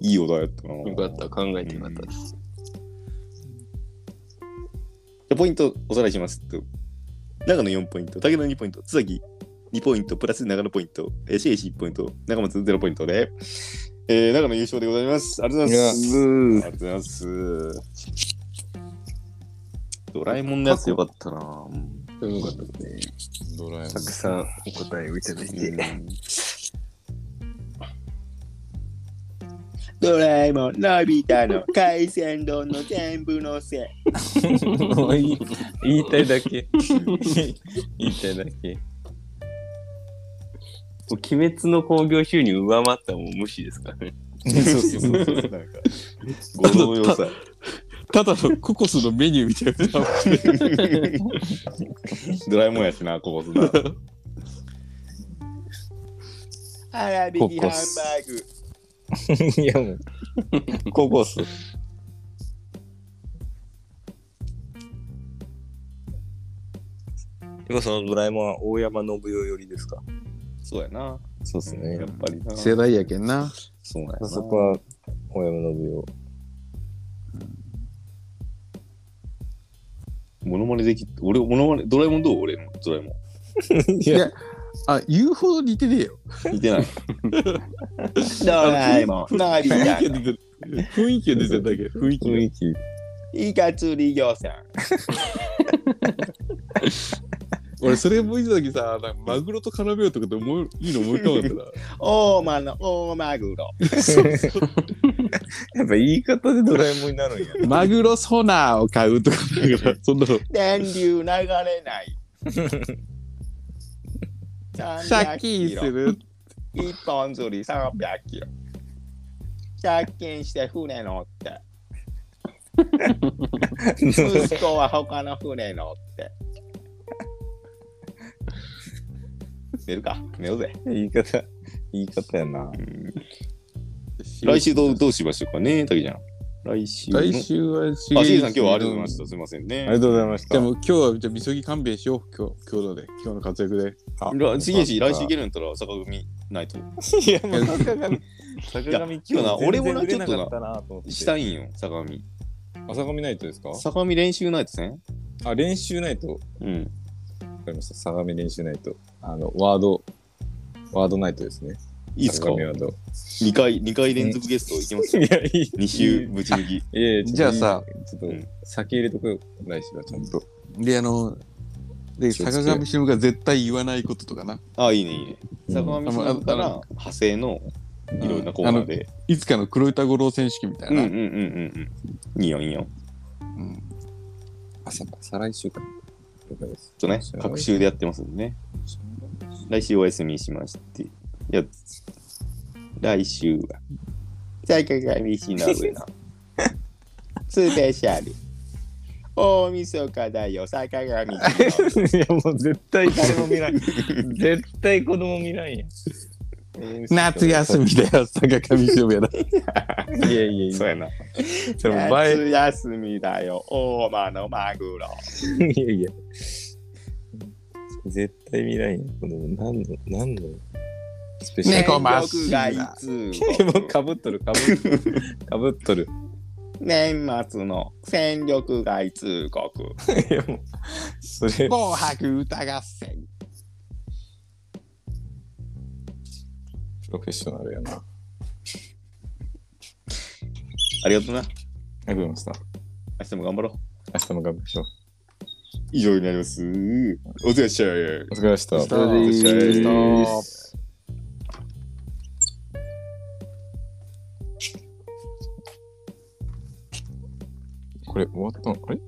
A: いいお題やったな。
D: よかった、考えてよかったです。
A: じゃあポイントおさらいしますと。長野4ポイント、竹野2ポイント、津崎2ポイント、プラス長野ポイント、えー、シェイシ1ポイント、中松0ポイントで、えー、長野優勝でございます。ありがとうございます。ありがとうございます。ドラえもんのやつよかったなうん
D: よかったですね。
F: ドラえもん
D: た。くさんお答えをいただいて。
V: ドラえもん、のび太の海鮮丼の全部のせ。
F: もういい言いたいだけ。言いたいだけ。
D: もう鬼滅の興行収入上回ったらもう無視ですからね。
A: そうそうそうそうなんかご同様さ
B: ただのココスのメニューみたいな。
A: ドラえもんやしな、ここすな。
V: あらびきハンバーグ。
F: いやもう。 ココス。てかそのドラえもんは大山信代寄りですか
A: そうやな。
F: そうですね。やっぱりな
B: 世代やけんな。
A: そうなんやな
F: そこは大山信代。
A: モノマネでき、俺、モノマネ、ドラえもんどう俺のドラえもん。
B: いや、あ、言うほど似てねえよ。
A: 似てない。
V: ドラえもん、のび
B: 雰囲気
V: 太
B: は
V: の
B: 出てる。雰囲気は出てるだけど。雰囲気は。
A: 雰囲気。
V: イカ釣り漁船。
B: 俺、それもいた時さ、なんかマグロと絡めようとかって思ういいの思い浮かばなかっ
V: 大間の大マグロ。
F: やっぱ言い方でドラえもんになる んや。
B: たな。マグロソナーを買うとか、なんかそんなの。
V: 電流流れな い。300キロ。
B: る。
V: 一本釣り300キロ。借金して船乗って。息子は他の船乗って。
A: 寝るか。寝ようぜ。
F: 言い方、言い方やな。
A: 来週どうどうしましょうかね、たけちゃん。来週の。
B: 来週はしげ
A: あ、しげさん、今日はありがとうございました。すみませんね。
F: ありがとうございました
B: でも今日は、じゃあ、みそぎ勘弁しよう。今日、今日ので。今日の活躍で。
A: らしげし、来週いけるんやったら、坂組ないと。
F: いや、もう坂上、坂
A: いや
F: 上、
A: 今日な俺もな
F: 全然売れなかったなと思っ て
A: したいんよ、坂上。
F: 朝霞ナイトですか
A: 坂上練習ないとせん
F: あ、練習ナイト。わか
A: うん。
F: りました。相模練習ナイト。あの、ワード、ワードナイトですね。
A: いいっすか
F: 相模ワード。
A: 二回、二回連続ゲストい きます
F: いや、いい。
A: 二週ぶち抜き。
F: いやいや
B: じゃあさ、
F: ちょっと、酒入れとこよ。来週はちゃんと。
B: で、あの、で、
F: 気をつけ
B: 坂上忍が絶対言わないこととかな。
A: ああ、いいね、いいね。坂上さんから派生のいろんなコーナーで。
B: いつかの黒板五郎選手権みたい
A: うんうんう
B: な。
A: んうんうん。いいよ、いいよ。
F: 朝、再来週か。了解です
A: ちょっとね、各週でやってますんでね。来週お休みしまして。いや、来週は。
V: 坂 上
A: 西の上の。
V: スペシャル。大晦日だよ、坂上。
F: いやもう絶対子供見ない。 絶対子供見 ないやん。
B: 夏休みだよ、坂上忍やな。
F: いやいやい や。
A: そうやな。
F: それも前
V: 夏休みだよ、大間のマグ ロ。
F: いやいや。絶対見ないやん。子供何の、何のスペシャル。
B: 猫まっ
V: 僕
B: し
V: が
B: ら
V: い つ
F: もうかぶっとる、かぶっとる。かぶっとる。
V: 年末の戦力外通告。
F: いやもう、それ、
B: 紅白歌合戦。
F: プロフェッショナルやな。あ
A: ありがとうな。
F: りがとうございました。
A: 明日も頑張ろう。
F: 明日も頑張りましょう。
A: 以上になります。お疲れっしゃい。
F: お疲れ様でした。
A: お疲れっしゃい。
F: これ終わったのあれ